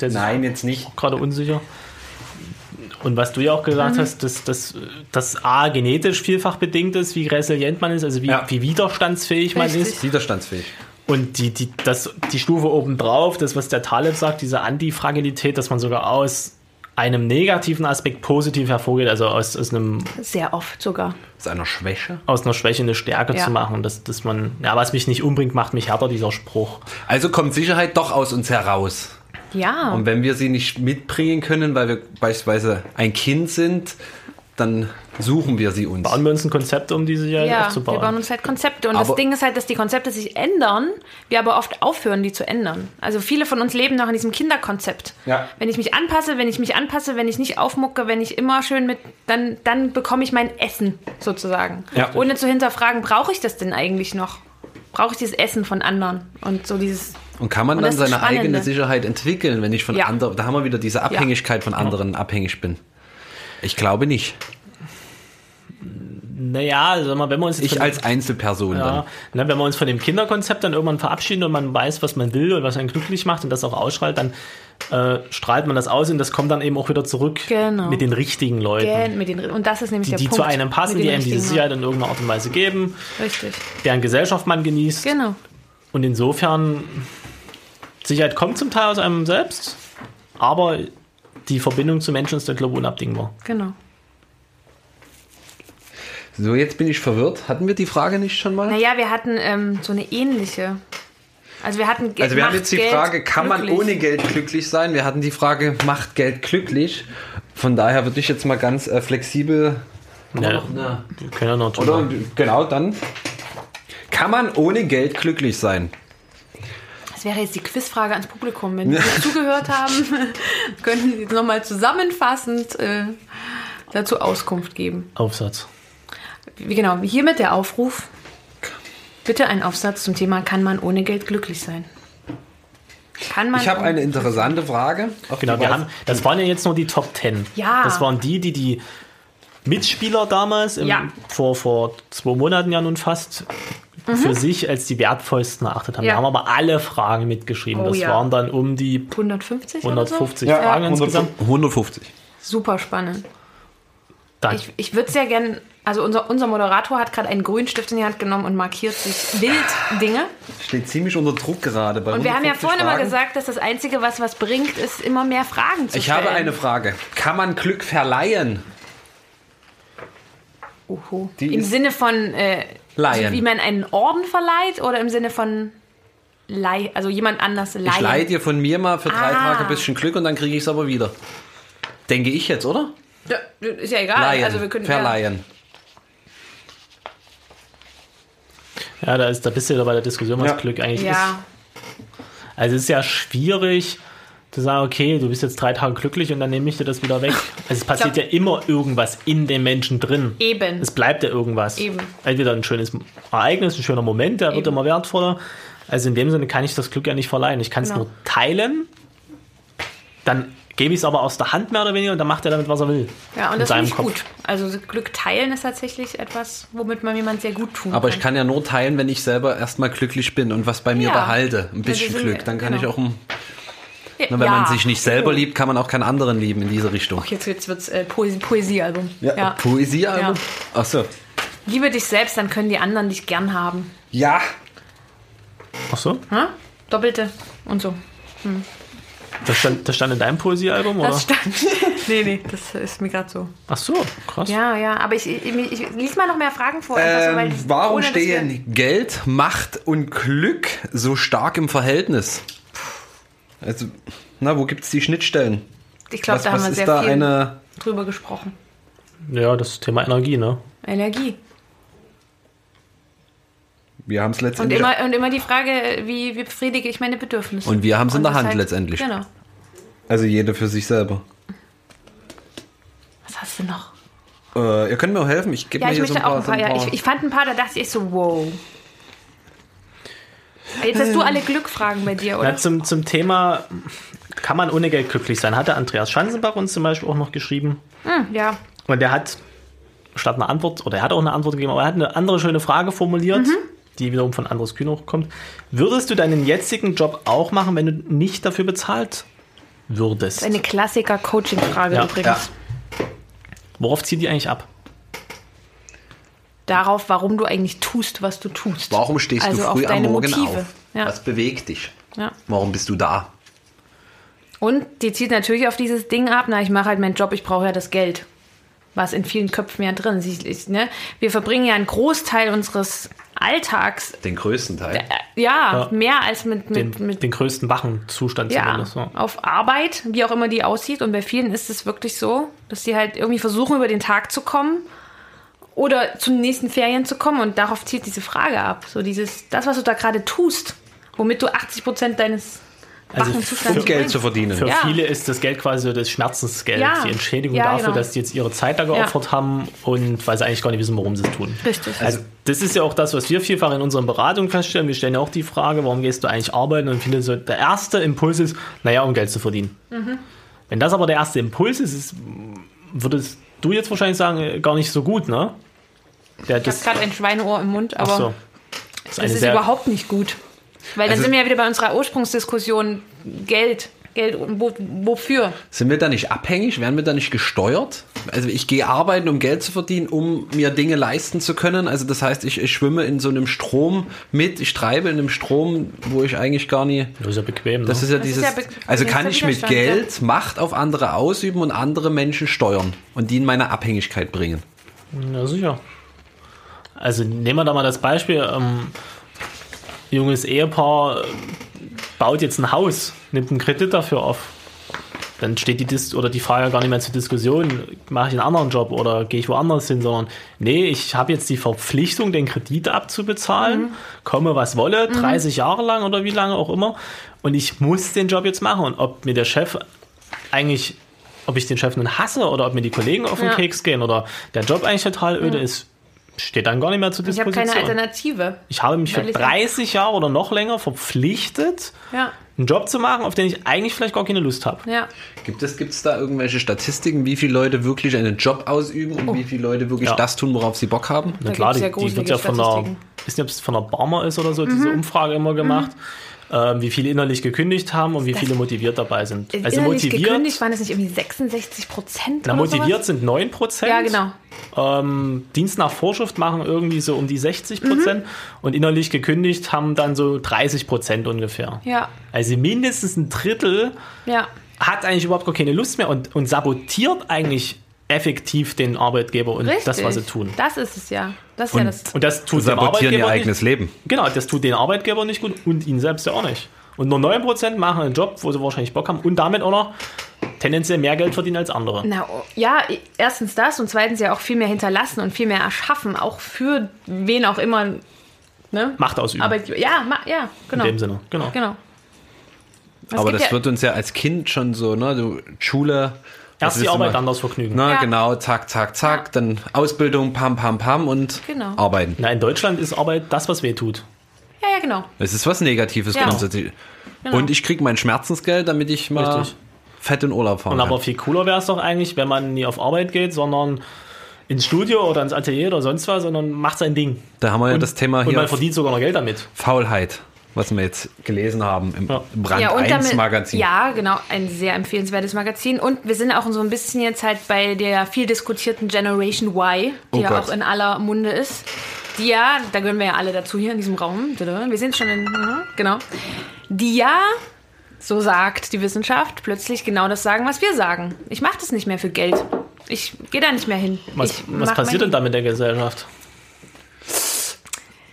Speaker 4: Der sich
Speaker 1: Nein, jetzt nicht.
Speaker 4: gerade unsicher. Und was du ja auch gesagt
Speaker 2: Mhm.
Speaker 4: hast, dass das A genetisch vielfach bedingt ist, wie resilient man ist, also wie,
Speaker 1: Ja.
Speaker 4: wie widerstandsfähig man
Speaker 2: Richtig.
Speaker 4: ist.
Speaker 1: Widerstandsfähig.
Speaker 4: Und die, die, das, die Stufe obendrauf, das, was der Taleb sagt, diese Antifragilität, dass man sogar aus einem negativen Aspekt positiv hervorgeht, also aus, aus, einem,
Speaker 2: Sehr oft sogar.
Speaker 1: Aus einer Schwäche.
Speaker 4: aus einer Schwäche eine Stärke
Speaker 2: Ja.
Speaker 4: zu machen, dass, dass man, ja, was mich nicht umbringt, macht mich härter, dieser Spruch.
Speaker 1: Also kommt Sicherheit doch aus uns heraus.
Speaker 2: Ja.
Speaker 1: Und wenn wir sie nicht mitbringen können, weil wir beispielsweise ein Kind sind, dann suchen wir sie uns.
Speaker 4: Bauen wir uns ein Konzept, um die Sicherheit
Speaker 2: ja, wir
Speaker 4: aufzubauen.
Speaker 2: bauen uns halt Konzepte. Und das
Speaker 1: Aber-
Speaker 2: Ding ist halt, dass die Konzepte sich ändern, wir aber oft aufhören, die zu ändern. Also viele von uns leben noch in diesem Kinderkonzept.
Speaker 1: Ja.
Speaker 2: Wenn ich mich anpasse, wenn ich mich anpasse, wenn ich nicht aufmucke, wenn ich immer schön mit, dann, dann bekomme ich mein Essen sozusagen.
Speaker 1: Ja.
Speaker 2: Ohne zu hinterfragen, brauche ich das denn eigentlich noch? Brauche ich dieses Essen von anderen? Und so dieses
Speaker 1: Und kann man
Speaker 2: Und
Speaker 1: dann
Speaker 2: das ist das
Speaker 1: seine eigene
Speaker 2: Spannende.
Speaker 1: Sicherheit entwickeln, wenn ich von
Speaker 2: Ja.
Speaker 1: anderen, da haben wir wieder diese Abhängigkeit von anderen abhängig bin. Ich glaube nicht.
Speaker 4: Naja, sag mal, wenn wir uns jetzt
Speaker 1: Ich
Speaker 4: von-
Speaker 1: als Einzelperson
Speaker 4: Ja,
Speaker 1: dann.
Speaker 4: ne, wenn wir uns von dem Kinderkonzept dann irgendwann verabschieden und man weiß, was man will und was einen glücklich macht und das auch ausstrahlt, dann äh, strahlt man das aus und das kommt dann eben auch wieder zurück
Speaker 2: Genau.
Speaker 4: mit den richtigen Leuten,
Speaker 2: Gell, mit den, und das ist nämlich
Speaker 4: die,
Speaker 2: der
Speaker 4: die
Speaker 2: Punkt.
Speaker 4: zu einem passen,
Speaker 2: Mit
Speaker 4: die
Speaker 2: den
Speaker 4: einem diese
Speaker 2: richtigen Leuten.
Speaker 4: Sicherheit in irgendeiner Art und Weise geben,
Speaker 2: Richtig,
Speaker 4: deren Gesellschaft man genießt.
Speaker 2: genau.
Speaker 4: Und insofern, Sicherheit kommt zum Teil aus einem selbst, aber die Verbindung zu Menschen ist dann, glaube ich, unabdingbar.
Speaker 2: Genau.
Speaker 1: So, jetzt bin ich verwirrt. Hatten wir die Frage nicht schon mal?
Speaker 2: Naja, wir hatten ähm, so eine ähnliche. Also wir hatten Ge-
Speaker 1: Also wir haben
Speaker 2: Macht,
Speaker 1: jetzt die
Speaker 2: Geld,
Speaker 1: Frage, kann man
Speaker 2: glücklich.
Speaker 1: ohne Geld glücklich sein? Wir hatten die Frage, macht Geld glücklich? Von daher würde ich jetzt mal ganz äh, flexibel.
Speaker 4: Ne, wir können ja noch drüber-
Speaker 1: Oder genau dann. Kann man ohne Geld glücklich sein?
Speaker 2: Das wäre jetzt die Quizfrage ans Publikum. Wenn Sie zugehört haben, könnten Sie jetzt nochmal zusammenfassend äh, dazu Auskunft geben.
Speaker 4: Aufsatz.
Speaker 2: Wie- Genau, hiermit der Aufruf. Bitte einen Aufsatz zum Thema, kann man ohne Geld glücklich sein? Kann man um
Speaker 1: Ich habe
Speaker 2: ohne-
Speaker 1: eine interessante Frage. auf
Speaker 4: Genau,
Speaker 1: die
Speaker 4: wir
Speaker 1: weiß-
Speaker 4: haben, das waren ja jetzt nur die Top Ten.
Speaker 2: Ja.
Speaker 4: Das waren die, die die Mitspieler damals, im,
Speaker 2: Ja.
Speaker 4: vor, vor zwei Monaten ja nun fast, für sich als die wertvollsten erachtet haben.
Speaker 2: Mhm. Ja.
Speaker 4: Wir haben aber alle Fragen mitgeschrieben.
Speaker 2: Oh
Speaker 4: das
Speaker 2: ja.
Speaker 4: waren dann um die
Speaker 2: 150 oder
Speaker 4: 150
Speaker 1: Ja,
Speaker 4: Fragen insgesamt.
Speaker 1: 150.
Speaker 2: so? Super spannend.
Speaker 4: Da,
Speaker 2: Ich, ich würde sehr gerne, also unser, unser Moderator hat gerade einen grünen Stift in die Hand genommen und markiert sich wild Dinge.
Speaker 1: Steht ziemlich unter Druck gerade. Bei
Speaker 2: Und wir haben ja
Speaker 1: 150
Speaker 2: vorhin immer
Speaker 1: Fragen.
Speaker 2: gesagt, dass das Einzige, was was bringt, ist immer mehr Fragen zu
Speaker 1: Ich
Speaker 2: stellen.
Speaker 1: habe eine Frage. Kann man Glück verleihen?
Speaker 2: Oho.
Speaker 1: Die
Speaker 2: Im
Speaker 1: ist-
Speaker 2: Sinne von, äh,
Speaker 1: Laien.
Speaker 2: also wie man einen Orden verleiht oder im Sinne von Leih, also jemand anders leihen.
Speaker 1: Ich leihe dir von mir mal für drei
Speaker 2: Ah.
Speaker 1: Tage ein bisschen Glück und dann kriege ich es aber wieder. Denke ich jetzt, oder?
Speaker 2: Ja, ist ja egal.
Speaker 1: Leihen.
Speaker 2: also wir können
Speaker 1: verleihen.
Speaker 4: ja, da, ist, da bist du ja bei der Diskussion, was
Speaker 1: Ja.
Speaker 4: Glück eigentlich
Speaker 2: Ja,
Speaker 4: ist. Also es ist ja schwierig zu sagen, okay, du bist jetzt drei Tage glücklich und dann nehme ich dir das wieder weg. Also es passiert ja immer irgendwas in dem Menschen drin.
Speaker 2: eben.
Speaker 4: Es bleibt ja irgendwas.
Speaker 2: Eben.
Speaker 4: Entweder ein schönes Ereignis, ein schöner Moment, der wird
Speaker 2: Eben.
Speaker 4: immer wertvoller. Also in dem Sinne kann ich das Glück ja nicht verleihen. Ich kann es
Speaker 2: Genau.
Speaker 4: nur teilen, dann gebe ich es aber aus der Hand mehr oder weniger und dann macht er damit, was er will.
Speaker 2: Ja, und
Speaker 4: Mit
Speaker 2: das
Speaker 4: seinem
Speaker 2: finde ich
Speaker 4: Kopf.
Speaker 2: gut. Also Glück teilen ist tatsächlich etwas, womit man jemand sehr gut tun
Speaker 1: Aber
Speaker 2: kann.
Speaker 1: ich kann ja nur teilen, wenn ich selber erstmal glücklich bin und was bei mir
Speaker 2: Ja.
Speaker 1: behalte. Ein
Speaker 2: Ja,
Speaker 1: bisschen
Speaker 2: wir sind-
Speaker 1: Glück. Dann kann
Speaker 2: genau.
Speaker 1: ich auch. Ein,
Speaker 2: Ja,
Speaker 1: na, wenn man sich nicht selber liebt, kann man auch keinen anderen lieben in diese Richtung.
Speaker 2: Jetzt, jetzt wird es äh, Poesie, Poesiealbum.
Speaker 1: Poesiealbum?
Speaker 2: Ja.
Speaker 1: Achso.
Speaker 2: Liebe dich selbst, dann können die anderen dich gern haben.
Speaker 1: Ja.
Speaker 4: Ach so?
Speaker 2: Hm? Doppelte und so.
Speaker 4: Das stand, das stand in deinem Poesiealbum, oder?
Speaker 2: Das stand. nee, nee, das ist mir gerade so.
Speaker 4: Ach so, krass.
Speaker 2: Ja, ja, aber ich, ich, ich, ich lies mal noch mehr Fragen vor. einfach so, weil
Speaker 1: Ähm,
Speaker 2: ich-
Speaker 1: warum
Speaker 2: ohne, dass wir-
Speaker 1: stehen Geld, Macht und Glück so stark im Verhältnis? Also, na, wo gibt es die Schnittstellen?
Speaker 2: Ich glaube,
Speaker 1: was
Speaker 2: da haben
Speaker 1: was
Speaker 2: wir
Speaker 1: ist
Speaker 2: sehr
Speaker 1: da
Speaker 2: viel
Speaker 1: eine.
Speaker 2: drüber gesprochen.
Speaker 4: Ja, das Thema Energie, ne?
Speaker 2: Energie.
Speaker 1: Wir haben es
Speaker 2: Und
Speaker 1: letztendlich.
Speaker 2: immer, und immer die Frage, wie, wie befriedige ich meine Bedürfnisse?
Speaker 1: Und wir haben's in der
Speaker 2: das
Speaker 1: Hand letztendlich.
Speaker 2: Genau.
Speaker 1: also, jede für sich selber.
Speaker 2: Was hast du noch?
Speaker 1: Äh, ihr könnt mir auch helfen. Ich gebe
Speaker 2: Ja,
Speaker 1: mir
Speaker 2: ich
Speaker 1: hier so
Speaker 2: möchte
Speaker 1: ein
Speaker 2: auch
Speaker 1: paar.
Speaker 2: ein paar.
Speaker 1: so
Speaker 2: Ja, ich, ich fand ein paar, da dachte ich echt so, wow. Jetzt hast du
Speaker 1: Ähm.
Speaker 2: alle Glückfragen bei dir,
Speaker 4: Na,
Speaker 2: oder?
Speaker 4: zum, zum Thema, kann man ohne Geld glücklich sein? Hatte Andreas Schanzenbach uns zum Beispiel auch noch geschrieben.
Speaker 2: Hm, ja.
Speaker 4: Und er hat statt einer Antwort, oder er hat auch eine Antwort gegeben, aber er hat eine andere schöne Frage formuliert,
Speaker 2: Mhm.
Speaker 4: die wiederum von Andres Kühn kommt. Würdest du deinen jetzigen Job auch machen, wenn du nicht dafür bezahlt würdest?
Speaker 2: Eine Klassiker-Coaching-Frage
Speaker 4: Ja,
Speaker 2: übrigens.
Speaker 1: ja.
Speaker 4: Worauf zieht die eigentlich ab?
Speaker 2: Darauf, warum du eigentlich tust, was du tust.
Speaker 1: Warum stehst
Speaker 2: also
Speaker 1: du früh
Speaker 2: auf
Speaker 1: am
Speaker 2: deine
Speaker 1: Morgen
Speaker 2: Motive.
Speaker 1: auf?
Speaker 2: Ja.
Speaker 1: Was bewegt dich?
Speaker 2: Ja.
Speaker 1: Warum bist du da?
Speaker 2: Und die zielt natürlich auf dieses Ding ab, na, ich mache halt meinen Job, ich brauche ja das Geld. Was in vielen Köpfen ja drin ist. Ich, ne? Wir verbringen ja einen Großteil unseres Alltags,
Speaker 1: Den größten Teil.
Speaker 2: äh, ja,
Speaker 4: Ja.
Speaker 2: mehr als mit,
Speaker 4: Den,
Speaker 2: mit, mit
Speaker 4: den größten wachen Zustand
Speaker 2: ja,
Speaker 4: zumindest. Ja.
Speaker 2: auf Arbeit, wie auch immer die aussieht. Und bei vielen ist es wirklich so, dass sie halt irgendwie versuchen, über den Tag zu kommen oder zu den nächsten Ferien zu kommen. Und darauf zielt diese Frage ab. So dieses, das, was du da gerade tust, womit du 80 Prozent deines
Speaker 4: Also
Speaker 2: wachen Zustand
Speaker 1: um
Speaker 2: zu
Speaker 1: Geld
Speaker 2: bringen.
Speaker 1: zu verdienen.
Speaker 4: Für
Speaker 2: Ja.
Speaker 4: viele ist das Geld quasi so das Schmerzensgeld,
Speaker 2: Ja.
Speaker 4: die Entschädigung
Speaker 2: Ja,
Speaker 4: dafür,
Speaker 2: genau.
Speaker 4: dass sie jetzt ihre Zeit da geopfert haben und weil sie eigentlich gar nicht wissen, warum sie es tun.
Speaker 2: Richtig.
Speaker 4: Also das ist ja auch das, was wir vielfach in unseren Beratungen feststellen. Wir stellen ja auch die Frage, warum gehst du eigentlich arbeiten? Und viele so, der erste Impuls ist, naja, um Geld zu verdienen.
Speaker 2: Mhm.
Speaker 4: Wenn das aber der erste Impuls ist, ist würdest du jetzt wahrscheinlich sagen, äh, gar nicht so gut, ne? Der,
Speaker 2: Ich habe
Speaker 4: das,
Speaker 2: gerade ein Schweineohr im Mund, aber
Speaker 4: ach so. Das ist eine
Speaker 2: das ist
Speaker 4: sehr-
Speaker 2: überhaupt nicht gut. Weil dann
Speaker 1: Also-
Speaker 2: sind wir ja wieder bei unserer Ursprungsdiskussion Geld. Geld, und wo, wofür?
Speaker 1: Sind wir da nicht abhängig? Werden wir da nicht gesteuert? Also ich gehe arbeiten, um Geld zu verdienen, um mir Dinge leisten zu können. Also das heißt, ich, ich schwimme in so einem Strom mit, ich treibe in einem Strom, wo ich eigentlich gar nie...
Speaker 4: Das ist ja bequem, ne?
Speaker 1: Das ist ja
Speaker 2: Das ist
Speaker 1: dieses.
Speaker 2: ja be-
Speaker 1: also
Speaker 2: das
Speaker 1: kann
Speaker 2: ist
Speaker 1: ich
Speaker 2: der
Speaker 1: mit
Speaker 2: Widerstand, ja.
Speaker 1: Geld Macht auf andere ausüben und andere Menschen steuern und die in meine Abhängigkeit bringen.
Speaker 4: Ja, sicher. Also nehmen wir da mal das Beispiel, ähm, junges Ehepaar äh, baut jetzt ein Haus, nimmt einen Kredit dafür auf. Dann steht die Dis oder die Frage gar nicht mehr zur Diskussion, mache ich einen anderen Job oder gehe ich woanders hin, sondern nee, ich habe jetzt die Verpflichtung, den Kredit abzubezahlen,
Speaker 2: Mhm.
Speaker 4: komme was wolle, 30 Jahre lang oder wie lange auch immer, und ich muss den Job jetzt machen. Und ob mir der Chef eigentlich, ob ich den Chef nun hasse oder ob mir die Kollegen auf den
Speaker 2: Ja.
Speaker 4: Keks gehen oder der Job eigentlich total öde ist, steht dann gar nicht mehr zur
Speaker 2: Ich habe
Speaker 4: Diskussion.
Speaker 2: keine Alternative.
Speaker 4: Ich habe mich für
Speaker 2: Ehrlich?
Speaker 4: 30 Jahre oder noch länger verpflichtet,
Speaker 2: Ja,
Speaker 4: einen Job zu machen, auf den ich eigentlich vielleicht gar keine Lust habe.
Speaker 2: ja.
Speaker 1: Gibt es gibt's da irgendwelche Statistiken, wie viele Leute wirklich einen Job ausüben
Speaker 2: Oh.
Speaker 1: und wie viele Leute wirklich
Speaker 4: Ja.
Speaker 1: das tun, worauf sie Bock haben?
Speaker 4: Na
Speaker 2: Da
Speaker 4: klar,
Speaker 2: gibt's
Speaker 4: die,
Speaker 2: ja
Speaker 4: die wird
Speaker 2: gruselige
Speaker 4: ja von der,
Speaker 2: Statistiken. Mhm.
Speaker 4: ist nicht, ob es von der Barmer ist oder so, diese Umfrage immer gemacht, ähm, wie viele innerlich gekündigt haben und wie viele motiviert dabei sind. Also
Speaker 2: Äh, Innerlich
Speaker 4: motiviert,
Speaker 2: gekündigt waren das nicht irgendwie 66 Prozent
Speaker 4: na,
Speaker 2: oder
Speaker 4: motiviert
Speaker 2: sowas?
Speaker 4: sind 9 Prozent.
Speaker 2: Ja, genau.
Speaker 4: Ähm, Dienst nach Vorschrift machen irgendwie so um die 60 Prozent
Speaker 2: Mhm.
Speaker 4: und innerlich gekündigt haben dann so 30 Prozent ungefähr.
Speaker 2: Ja,
Speaker 4: Also mindestens ein Drittel
Speaker 2: ja.
Speaker 4: hat eigentlich überhaupt gar keine Lust mehr und, und sabotiert eigentlich effektiv den Arbeitgeber und
Speaker 2: Richtig.
Speaker 4: das, was sie tun.
Speaker 2: Das ist es ja. Das ist ja
Speaker 4: Und,
Speaker 2: das.
Speaker 4: und das tut dem
Speaker 1: Sabotieren ihr
Speaker 4: Arbeitgeber nicht,
Speaker 1: eigenes Leben.
Speaker 4: Genau, das tut den Arbeitgeber nicht gut und ihnen selbst ja auch nicht. Und nur 9% machen einen Job, wo sie wahrscheinlich Bock haben und damit auch noch tendenziell mehr Geld verdienen als andere.
Speaker 2: Na, oh, ja, i- erstens das und zweitens ja auch viel mehr hinterlassen und viel mehr erschaffen, auch für wen auch immer. Ne?
Speaker 4: Macht ausüben.
Speaker 2: Aber ja, ma, ja,
Speaker 4: in
Speaker 2: genau.
Speaker 4: dem Sinne, genau.
Speaker 2: Genau. Es
Speaker 1: Aber
Speaker 2: gibt
Speaker 1: das
Speaker 2: ja-
Speaker 1: wird uns ja als Kind schon so, ne? Du Schule. was
Speaker 4: Erst die
Speaker 1: willst du
Speaker 4: Arbeit,
Speaker 1: machen?
Speaker 4: dann das Vergnügen.
Speaker 1: Na
Speaker 2: Ja.
Speaker 1: genau, zack, zack, zack, dann Ausbildung, pam, pam, pam und
Speaker 2: Genau.
Speaker 1: arbeiten.
Speaker 4: Na, in Deutschland ist Arbeit das, was weh tut.
Speaker 2: Ja, ja, genau.
Speaker 1: Es ist was Negatives
Speaker 2: Ja.
Speaker 1: grundsätzlich. Und ich kriege mein Schmerzensgeld, damit ich mal
Speaker 4: Richtig.
Speaker 1: fett in Urlaub fahren
Speaker 4: Und
Speaker 1: kann.
Speaker 4: aber viel cooler wäre es doch eigentlich, wenn man nie auf Arbeit geht, sondern ins Studio oder ins Atelier oder sonst was, sondern macht sein Ding.
Speaker 1: Da haben wir ja
Speaker 4: und,
Speaker 1: das Thema
Speaker 4: Und
Speaker 1: Ah, hier
Speaker 4: man verdient sogar noch Geld damit.
Speaker 1: Faulheit, was wir jetzt gelesen haben im
Speaker 4: Ja.
Speaker 1: Brand
Speaker 2: ja,
Speaker 1: 1
Speaker 2: damit-
Speaker 1: Magazin.
Speaker 2: Ja, genau, ein sehr empfehlenswertes Magazin. Und wir sind auch so ein bisschen jetzt halt bei der viel diskutierten Generation Y, die
Speaker 1: Oh
Speaker 2: ja
Speaker 1: Gott.
Speaker 2: auch in aller Munde ist. Die ja, da gehören wir ja alle dazu hier in diesem Raum. Wir sind schon in, genau. Die ja, so sagt die Wissenschaft, plötzlich genau das sagen, was wir sagen. Ich mache das nicht mehr für Geld. Ich gehe da nicht mehr hin.
Speaker 4: Was,
Speaker 2: ich
Speaker 4: was
Speaker 2: mach
Speaker 4: passiert denn
Speaker 2: mein-
Speaker 4: da mit der Gesellschaft?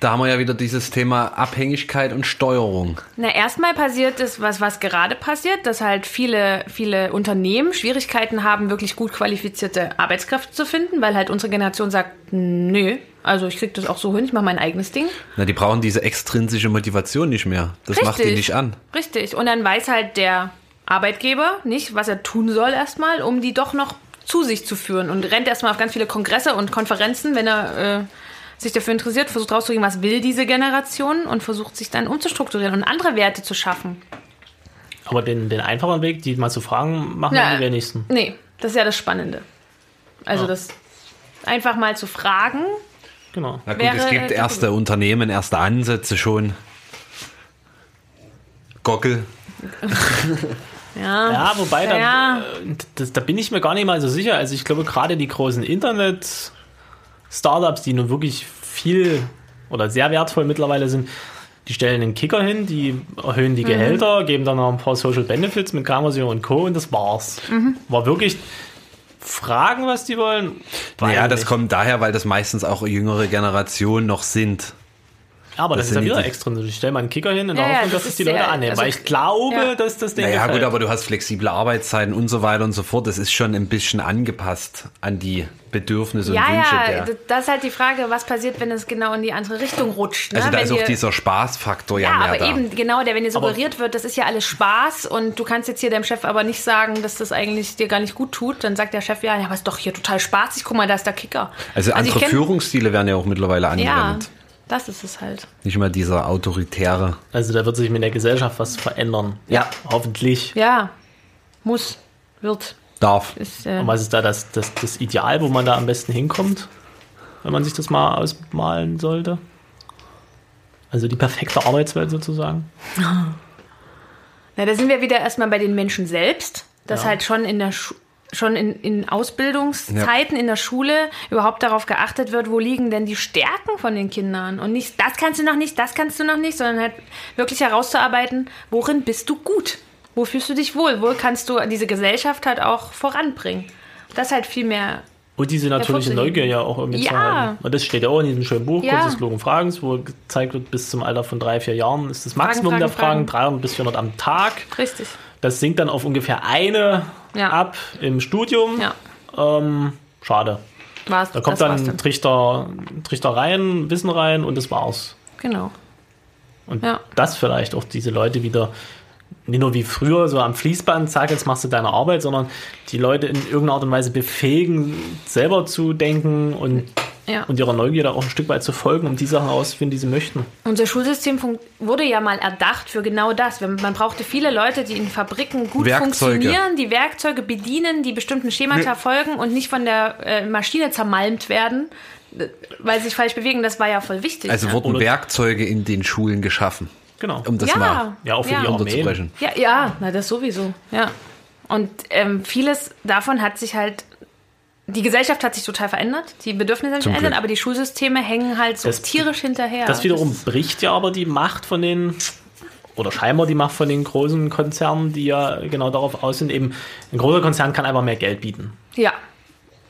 Speaker 1: Da haben wir ja wieder dieses Thema Abhängigkeit und Steuerung.
Speaker 2: Na, erstmal passiert ist, was, was gerade passiert, dass halt viele, viele Unternehmen Schwierigkeiten haben, wirklich gut qualifizierte Arbeitskräfte zu finden, weil halt unsere Generation sagt, nö, also ich krieg das auch so hin, ich mache mein eigenes Ding.
Speaker 1: Na, die brauchen diese extrinsische Motivation nicht mehr. Das macht die nicht an.
Speaker 2: Richtig. Und dann weiß halt der Arbeitgeber nicht, was er tun soll erstmal, um die doch noch zu sich zu führen und rennt erstmal auf ganz viele Kongresse und Konferenzen, wenn er äh, sich dafür interessiert, versucht rauszukriegen, was will diese Generation und versucht sich dann umzustrukturieren und andere Werte zu schaffen.
Speaker 4: Aber den, den einfachen Weg, die mal zu fragen, machen
Speaker 2: Na,
Speaker 4: die wenigsten.
Speaker 2: Nee, das ist ja das Spannende. Also
Speaker 1: Ah.
Speaker 4: Ja.
Speaker 2: das einfach mal zu fragen.
Speaker 4: Genau.
Speaker 1: Na gut,
Speaker 2: Wäre äh,
Speaker 1: es gibt
Speaker 2: hätte-
Speaker 1: erste Unternehmen, erste Ansätze schon. Gockel.
Speaker 2: Ja.
Speaker 4: Ja, wobei, da,
Speaker 2: Ja.
Speaker 4: äh, das, da bin ich mir gar nicht mal so sicher. Also ich glaube, gerade die großen Internet-Startups, die nun wirklich viel oder sehr wertvoll mittlerweile sind, die stellen einen Kicker hin, die erhöhen die
Speaker 2: Mhm.
Speaker 4: Gehälter, geben dann noch ein paar Social Benefits mit Grammasion und Co. und das war's.
Speaker 2: Mhm.
Speaker 4: War wirklich fragen, was die wollen.
Speaker 1: Ja,
Speaker 4: Weiß
Speaker 1: das
Speaker 4: nicht.
Speaker 1: kommt daher, weil das meistens auch jüngere Generationen noch sind.
Speaker 4: Aber das,
Speaker 1: Das
Speaker 4: ist ja
Speaker 1: sind
Speaker 4: wieder
Speaker 1: die-
Speaker 4: extra. Also Ich stelle mal einen Kicker hin in der
Speaker 2: Ja, ja,
Speaker 4: Hoffnung,
Speaker 2: das
Speaker 4: dass
Speaker 2: ist
Speaker 4: es die Leute
Speaker 2: sehr-
Speaker 4: annehmen.
Speaker 2: also-
Speaker 4: weil ich glaube,
Speaker 2: ja. halt.
Speaker 4: dass das Ding. halt-
Speaker 1: Naja,
Speaker 4: gefällt.
Speaker 1: gut, aber du hast flexible Arbeitszeiten und so weiter und so fort. Das ist schon ein bisschen angepasst an die Bedürfnisse und
Speaker 2: Ja,
Speaker 1: Wünsche
Speaker 2: ja,
Speaker 1: der.
Speaker 2: d- das ist halt die Frage, was passiert, wenn es genau in die andere Richtung rutscht. Ne?
Speaker 1: Also da
Speaker 2: wenn
Speaker 1: ist auch
Speaker 2: ihr-
Speaker 1: dieser Spaßfaktor ja,
Speaker 2: ja,
Speaker 1: mehr
Speaker 2: aber
Speaker 1: da.
Speaker 2: eben genau, der, wenn dir suggeriert wird, das ist ja alles Spaß und du kannst jetzt hier deinem Chef aber nicht sagen, dass das eigentlich dir gar nicht gut tut, dann sagt der Chef ja, ja, aber ist doch hier total spaßig, guck mal, da ist der Kicker.
Speaker 1: Also
Speaker 2: ich
Speaker 1: andere
Speaker 2: kenn-
Speaker 1: Führungsstile werden ja auch mittlerweile
Speaker 2: Ja,
Speaker 1: angewendet.
Speaker 2: das ist es halt.
Speaker 1: Nicht mehr dieser autoritäre.
Speaker 4: Also da wird sich mit der Gesellschaft was verändern.
Speaker 1: Ja.
Speaker 4: Hoffentlich.
Speaker 2: Ja, muss, wird.
Speaker 1: Darf.
Speaker 2: Ist, äh,
Speaker 4: Und was ist da das, das, das Ideal, wo man da am besten hinkommt, wenn man sich das mal ausmalen sollte? Also die perfekte Arbeitswelt sozusagen.
Speaker 2: na, da sind wir wieder erstmal bei den Menschen selbst, dass
Speaker 4: Ja.
Speaker 2: halt schon in der Schu schon in, in Ausbildungszeiten in der Schule überhaupt darauf geachtet wird, wo liegen denn die Stärken von den Kindern und nicht, das kannst du noch nicht, das kannst du noch nicht, sondern halt wirklich herauszuarbeiten, worin bist du gut, wo fühlst du dich wohl, wo kannst du diese Gesellschaft halt auch voranbringen. Das halt viel mehr
Speaker 4: Und diese natürliche
Speaker 2: Fuchs-
Speaker 4: Neugier ja auch irgendwie zu
Speaker 2: Ja.
Speaker 4: halten. Und das steht ja auch in diesem schönen Buch,
Speaker 2: Ja.
Speaker 4: Kunst des klugen Fragens, wo gezeigt wird, bis zum Alter von drei, vier Jahren ist das Maximum
Speaker 2: Fragen,
Speaker 4: der Fragen,
Speaker 2: Fragen,
Speaker 4: 300 bis 400 am Tag.
Speaker 2: richtig.
Speaker 4: Das sinkt dann auf ungefähr eine
Speaker 2: Ja.
Speaker 4: ab im Studium.
Speaker 2: Ja,
Speaker 4: Ähm, schade.
Speaker 2: war's.
Speaker 4: Da kommt
Speaker 2: das war's
Speaker 4: dann, Trichter, Trichter rein, Wissen rein und das war's.
Speaker 2: Genau.
Speaker 4: Und
Speaker 2: Ja.
Speaker 4: das vielleicht auch diese Leute wieder, nicht nur wie früher, so am Fließband, sag jetzt machst du deine Arbeit, sondern die Leute in irgendeiner Art und Weise befähigen, selber zu denken und,
Speaker 2: Ja.
Speaker 4: und ihrer Neugierde auch ein Stück weit zu folgen, um die Sachen auszufinden, die sie möchten.
Speaker 2: Unser Schulsystem funkt- wurde ja mal erdacht für genau das. Wenn- Man brauchte viele Leute, die in Fabriken gut
Speaker 1: Werkzeuge.
Speaker 2: funktionieren, die Werkzeuge bedienen, die bestimmten Schemata folgen und nicht von der äh, Maschine zermalmt werden, äh, weil sie sich falsch bewegen. Das war ja voll wichtig.
Speaker 1: Also
Speaker 2: ne?
Speaker 1: wurden
Speaker 4: Oder-
Speaker 1: Werkzeuge in den Schulen geschaffen,
Speaker 4: Genau.
Speaker 1: um das
Speaker 2: ja.
Speaker 1: mal
Speaker 4: ja, auch für
Speaker 2: ja.
Speaker 4: die Armee.
Speaker 1: unterzubrechen.
Speaker 2: Ja, ja, na das sowieso. Ja. Und ähm, vieles davon hat sich halt. Die Gesellschaft hat sich total verändert, die Bedürfnisse haben sich verändert,
Speaker 1: Glück.
Speaker 2: aber die Schulsysteme hängen halt so
Speaker 4: Das-
Speaker 2: tierisch hinterher.
Speaker 4: Das wiederum bricht ja aber die Macht von den, oder scheinbar die Macht von den großen Konzernen, die ja genau darauf aus sind, eben ein großer Konzern kann einfach mehr Geld bieten.
Speaker 2: ja,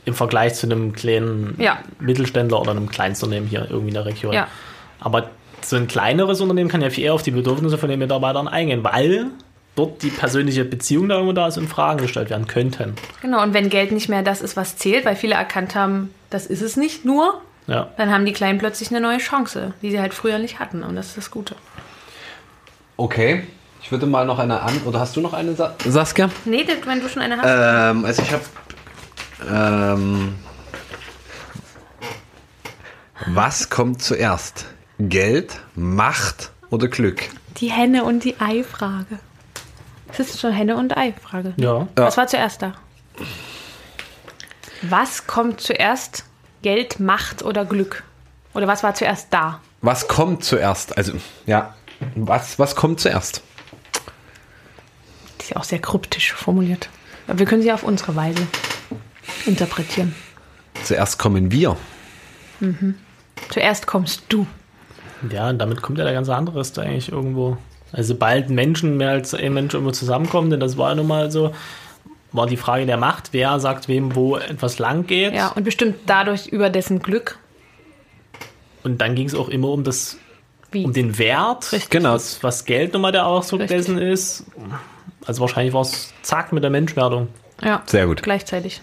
Speaker 4: im Vergleich zu einem kleinen
Speaker 2: Ja.
Speaker 4: Mittelständler oder einem Kleinstunternehmen hier irgendwie in der Region.
Speaker 2: Ja.
Speaker 4: Aber so ein kleineres Unternehmen kann ja viel eher auf die Bedürfnisse von den Mitarbeitern eingehen, weil dort die persönliche Beziehung da immer da ist und Fragen gestellt werden könnten.
Speaker 2: Genau, und wenn Geld nicht mehr das ist, was zählt, weil viele erkannt haben, das ist es nicht nur,
Speaker 4: Ja.
Speaker 2: dann haben die Kleinen plötzlich eine neue Chance, die sie halt früher nicht hatten. Und das ist das Gute.
Speaker 1: Okay. Ich würde mal noch eine an. Oder hast du noch eine, Sa Saskia?
Speaker 2: Nee, das- wenn du schon eine hast.
Speaker 1: Ähm, also ich habe. Ähm, was kommt zuerst? Geld, Macht oder Glück?
Speaker 2: Die Henne- und die Ei-Frage. Das ist schon Henne- und Ei-Frage.
Speaker 4: Ja.
Speaker 2: Was war zuerst da? Was kommt zuerst? Geld, Macht oder Glück? Oder was war zuerst da?
Speaker 1: Was kommt zuerst? Also, ja. Was, was kommt zuerst?
Speaker 2: Die ist ja auch sehr kryptisch formuliert. Aber wir können sie auf unsere Weise interpretieren.
Speaker 1: Zuerst kommen wir.
Speaker 2: Zuerst kommst du.
Speaker 4: Ja, und damit kommt ja der ganze andere Rest eigentlich irgendwo. Also sobald Menschen mehr als ein Mensch irgendwo zusammenkommen, denn das war ja nun mal so, war die Frage der Macht, wer sagt wem, wo etwas lang geht.
Speaker 2: Ja, und bestimmt dadurch über dessen Glück.
Speaker 4: Und dann ging es auch immer um das
Speaker 2: Wie?
Speaker 4: um den Wert,
Speaker 1: Genau.
Speaker 4: was, was Geld nochmal der Ausdruck
Speaker 2: Richtig.
Speaker 4: dessen ist. Also wahrscheinlich war es zack mit der Menschwerdung.
Speaker 2: ja,
Speaker 1: Sehr gut.
Speaker 2: Gleichzeitig.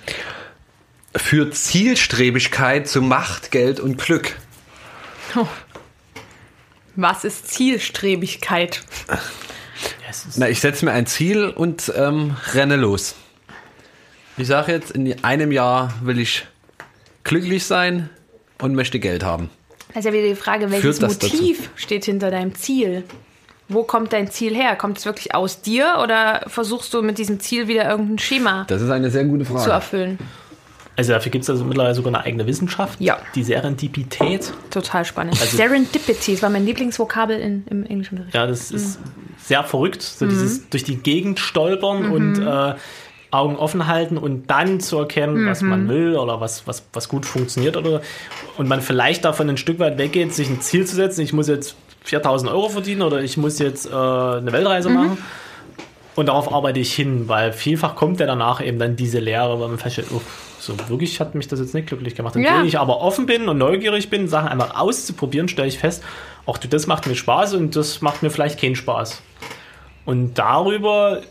Speaker 1: Für Zielstrebigkeit zu Macht, Geld und Glück.
Speaker 2: Oh. Was ist Zielstrebigkeit?
Speaker 1: Na, ich setze mir ein Ziel und ähm, renne los. Ich sage jetzt, in einem Jahr will ich glücklich sein und möchte Geld haben.
Speaker 2: Das ist ja wieder die Frage, welches
Speaker 1: Führt das dazu?
Speaker 2: Motiv steht hinter deinem Ziel? Wo kommt dein Ziel her? Kommt es wirklich aus dir oder versuchst du mit diesem Ziel wieder irgendein Schema
Speaker 1: Das ist eine sehr gute
Speaker 2: zu
Speaker 1: Frage.
Speaker 2: erfüllen?
Speaker 4: Also dafür gibt es also mittlerweile sogar eine eigene Wissenschaft,
Speaker 2: Ja.
Speaker 4: die Serendipität.
Speaker 2: Total spannend.
Speaker 1: Also-
Speaker 2: Serendipity, das war mein Lieblingsvokabel in, im Englischen.
Speaker 4: Ja, das ist sehr verrückt, so dieses durch die Gegend stolpern und äh, Augen offen halten und dann zu erkennen, was man will oder was, was, was gut funktioniert oder und man vielleicht davon ein Stück weit weggeht, sich ein Ziel zu setzen, ich muss jetzt 4000 Euro verdienen oder ich muss jetzt äh, eine Weltreise machen, Und darauf arbeite ich hin, weil vielfach kommt ja danach eben dann diese Lehre, weil man feststellt, oh, so wirklich hat mich das jetzt nicht glücklich gemacht. Und
Speaker 2: Ja.
Speaker 4: wenn ich aber offen bin und neugierig bin, Sachen einfach auszuprobieren, stelle ich fest, ach du, das macht mir Spaß und das macht mir vielleicht keinen Spaß. Und darüber,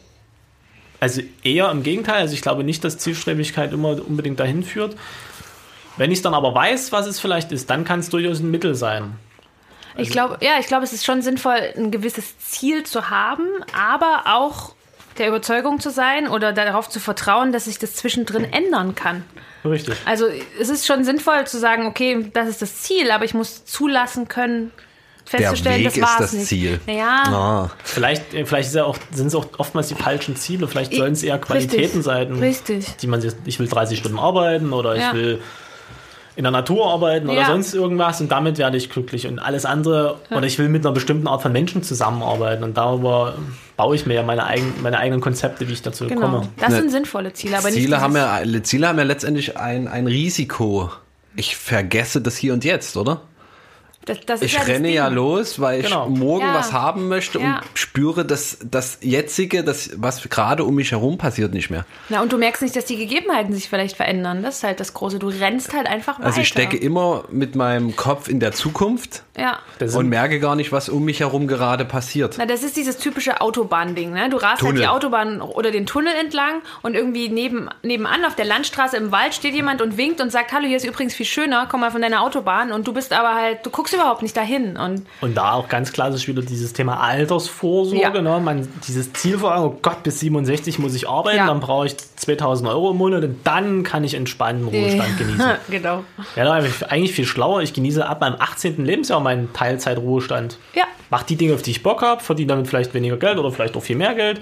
Speaker 4: also eher im Gegenteil, also ich glaube nicht, dass Zielstrebigkeit immer unbedingt dahin führt. Wenn ich dann aber weiß, was es vielleicht ist, dann kann es durchaus ein Mittel sein.
Speaker 1: Also
Speaker 2: Ich glaube, ja, ich glaube, es ist schon sinnvoll, ein gewisses Ziel zu haben, aber auch der Überzeugung zu sein oder darauf zu vertrauen, dass sich das zwischendrin ändern kann.
Speaker 4: Richtig.
Speaker 2: Also es ist schon sinnvoll zu sagen, okay, das ist das Ziel, aber ich muss zulassen können, festzustellen,
Speaker 1: Weg
Speaker 2: das war's
Speaker 1: ist das
Speaker 2: nicht.
Speaker 1: Ziel.
Speaker 2: Naja,
Speaker 1: Ah.
Speaker 4: Vielleicht, äh, vielleicht ist ja auch, sind es auch oftmals die falschen Ziele. Vielleicht sollen es eher Qualitäten
Speaker 2: richtig,
Speaker 4: sein,
Speaker 2: richtig.
Speaker 4: die man jetzt, ich will 30 Stunden arbeiten oder
Speaker 2: Ja.
Speaker 4: ich will in der Natur arbeiten oder
Speaker 2: Ja.
Speaker 4: sonst irgendwas und damit werde ich glücklich und alles andere oder ich will mit einer bestimmten Art von Menschen zusammenarbeiten und darüber baue ich mir ja meine, eigen, meine eigenen Konzepte, wie ich dazu
Speaker 2: genau.
Speaker 4: komme.
Speaker 2: Das
Speaker 1: Ne,
Speaker 2: sind sinnvolle Ziele, aber nicht
Speaker 1: Ziele haben,
Speaker 2: dieses-
Speaker 1: ja, Ziele haben ja letztendlich ein, ein Risiko. Ich vergesse das hier und jetzt, oder?
Speaker 2: das, das ist
Speaker 1: Ich
Speaker 2: ja das
Speaker 1: renne ja
Speaker 2: Ding.
Speaker 1: los, weil
Speaker 4: Genau.
Speaker 1: ich morgen
Speaker 2: Ja.
Speaker 1: was haben möchte und
Speaker 2: Ja.
Speaker 1: spüre, dass das jetzige, das, was gerade um mich herum passiert, nicht mehr.
Speaker 2: Na, und du merkst nicht, dass die Gegebenheiten sich vielleicht verändern. Das ist halt das Große. Du rennst halt einfach weiter.
Speaker 1: Also ich stecke immer mit meinem Kopf in der Zukunft
Speaker 2: Ja.
Speaker 4: Das
Speaker 1: und
Speaker 4: sind-
Speaker 1: merke gar nicht, was um mich herum gerade passiert.
Speaker 2: Na, das ist dieses typische Autobahnding, ne? Du rast
Speaker 1: Tunnel.
Speaker 2: halt die Autobahn oder den Tunnel entlang und irgendwie neben, nebenan auf der Landstraße im Wald steht jemand und winkt und sagt, hallo, hier ist übrigens viel schöner, komm mal von deiner Autobahn und du bist aber halt, du guckst überhaupt nicht dahin und
Speaker 4: Und da auch ganz klassisch wieder dieses Thema Altersvorsorge.
Speaker 2: Ja.
Speaker 4: Ne? Man, dieses Ziel vor Augen, oh Gott, bis 67 muss ich arbeiten,
Speaker 2: Ja.
Speaker 4: dann brauche ich 2000 Euro im Monat und dann kann ich entspannten Ruhestand genießen.
Speaker 2: genau.
Speaker 4: Ja, da bin ich eigentlich viel schlauer. Ich genieße ab meinem 18. Lebensjahr meinen Teilzeitruhestand.
Speaker 2: Ja.
Speaker 4: Mach die Dinge, auf die ich Bock habe, verdiene damit vielleicht weniger Geld oder vielleicht auch viel mehr Geld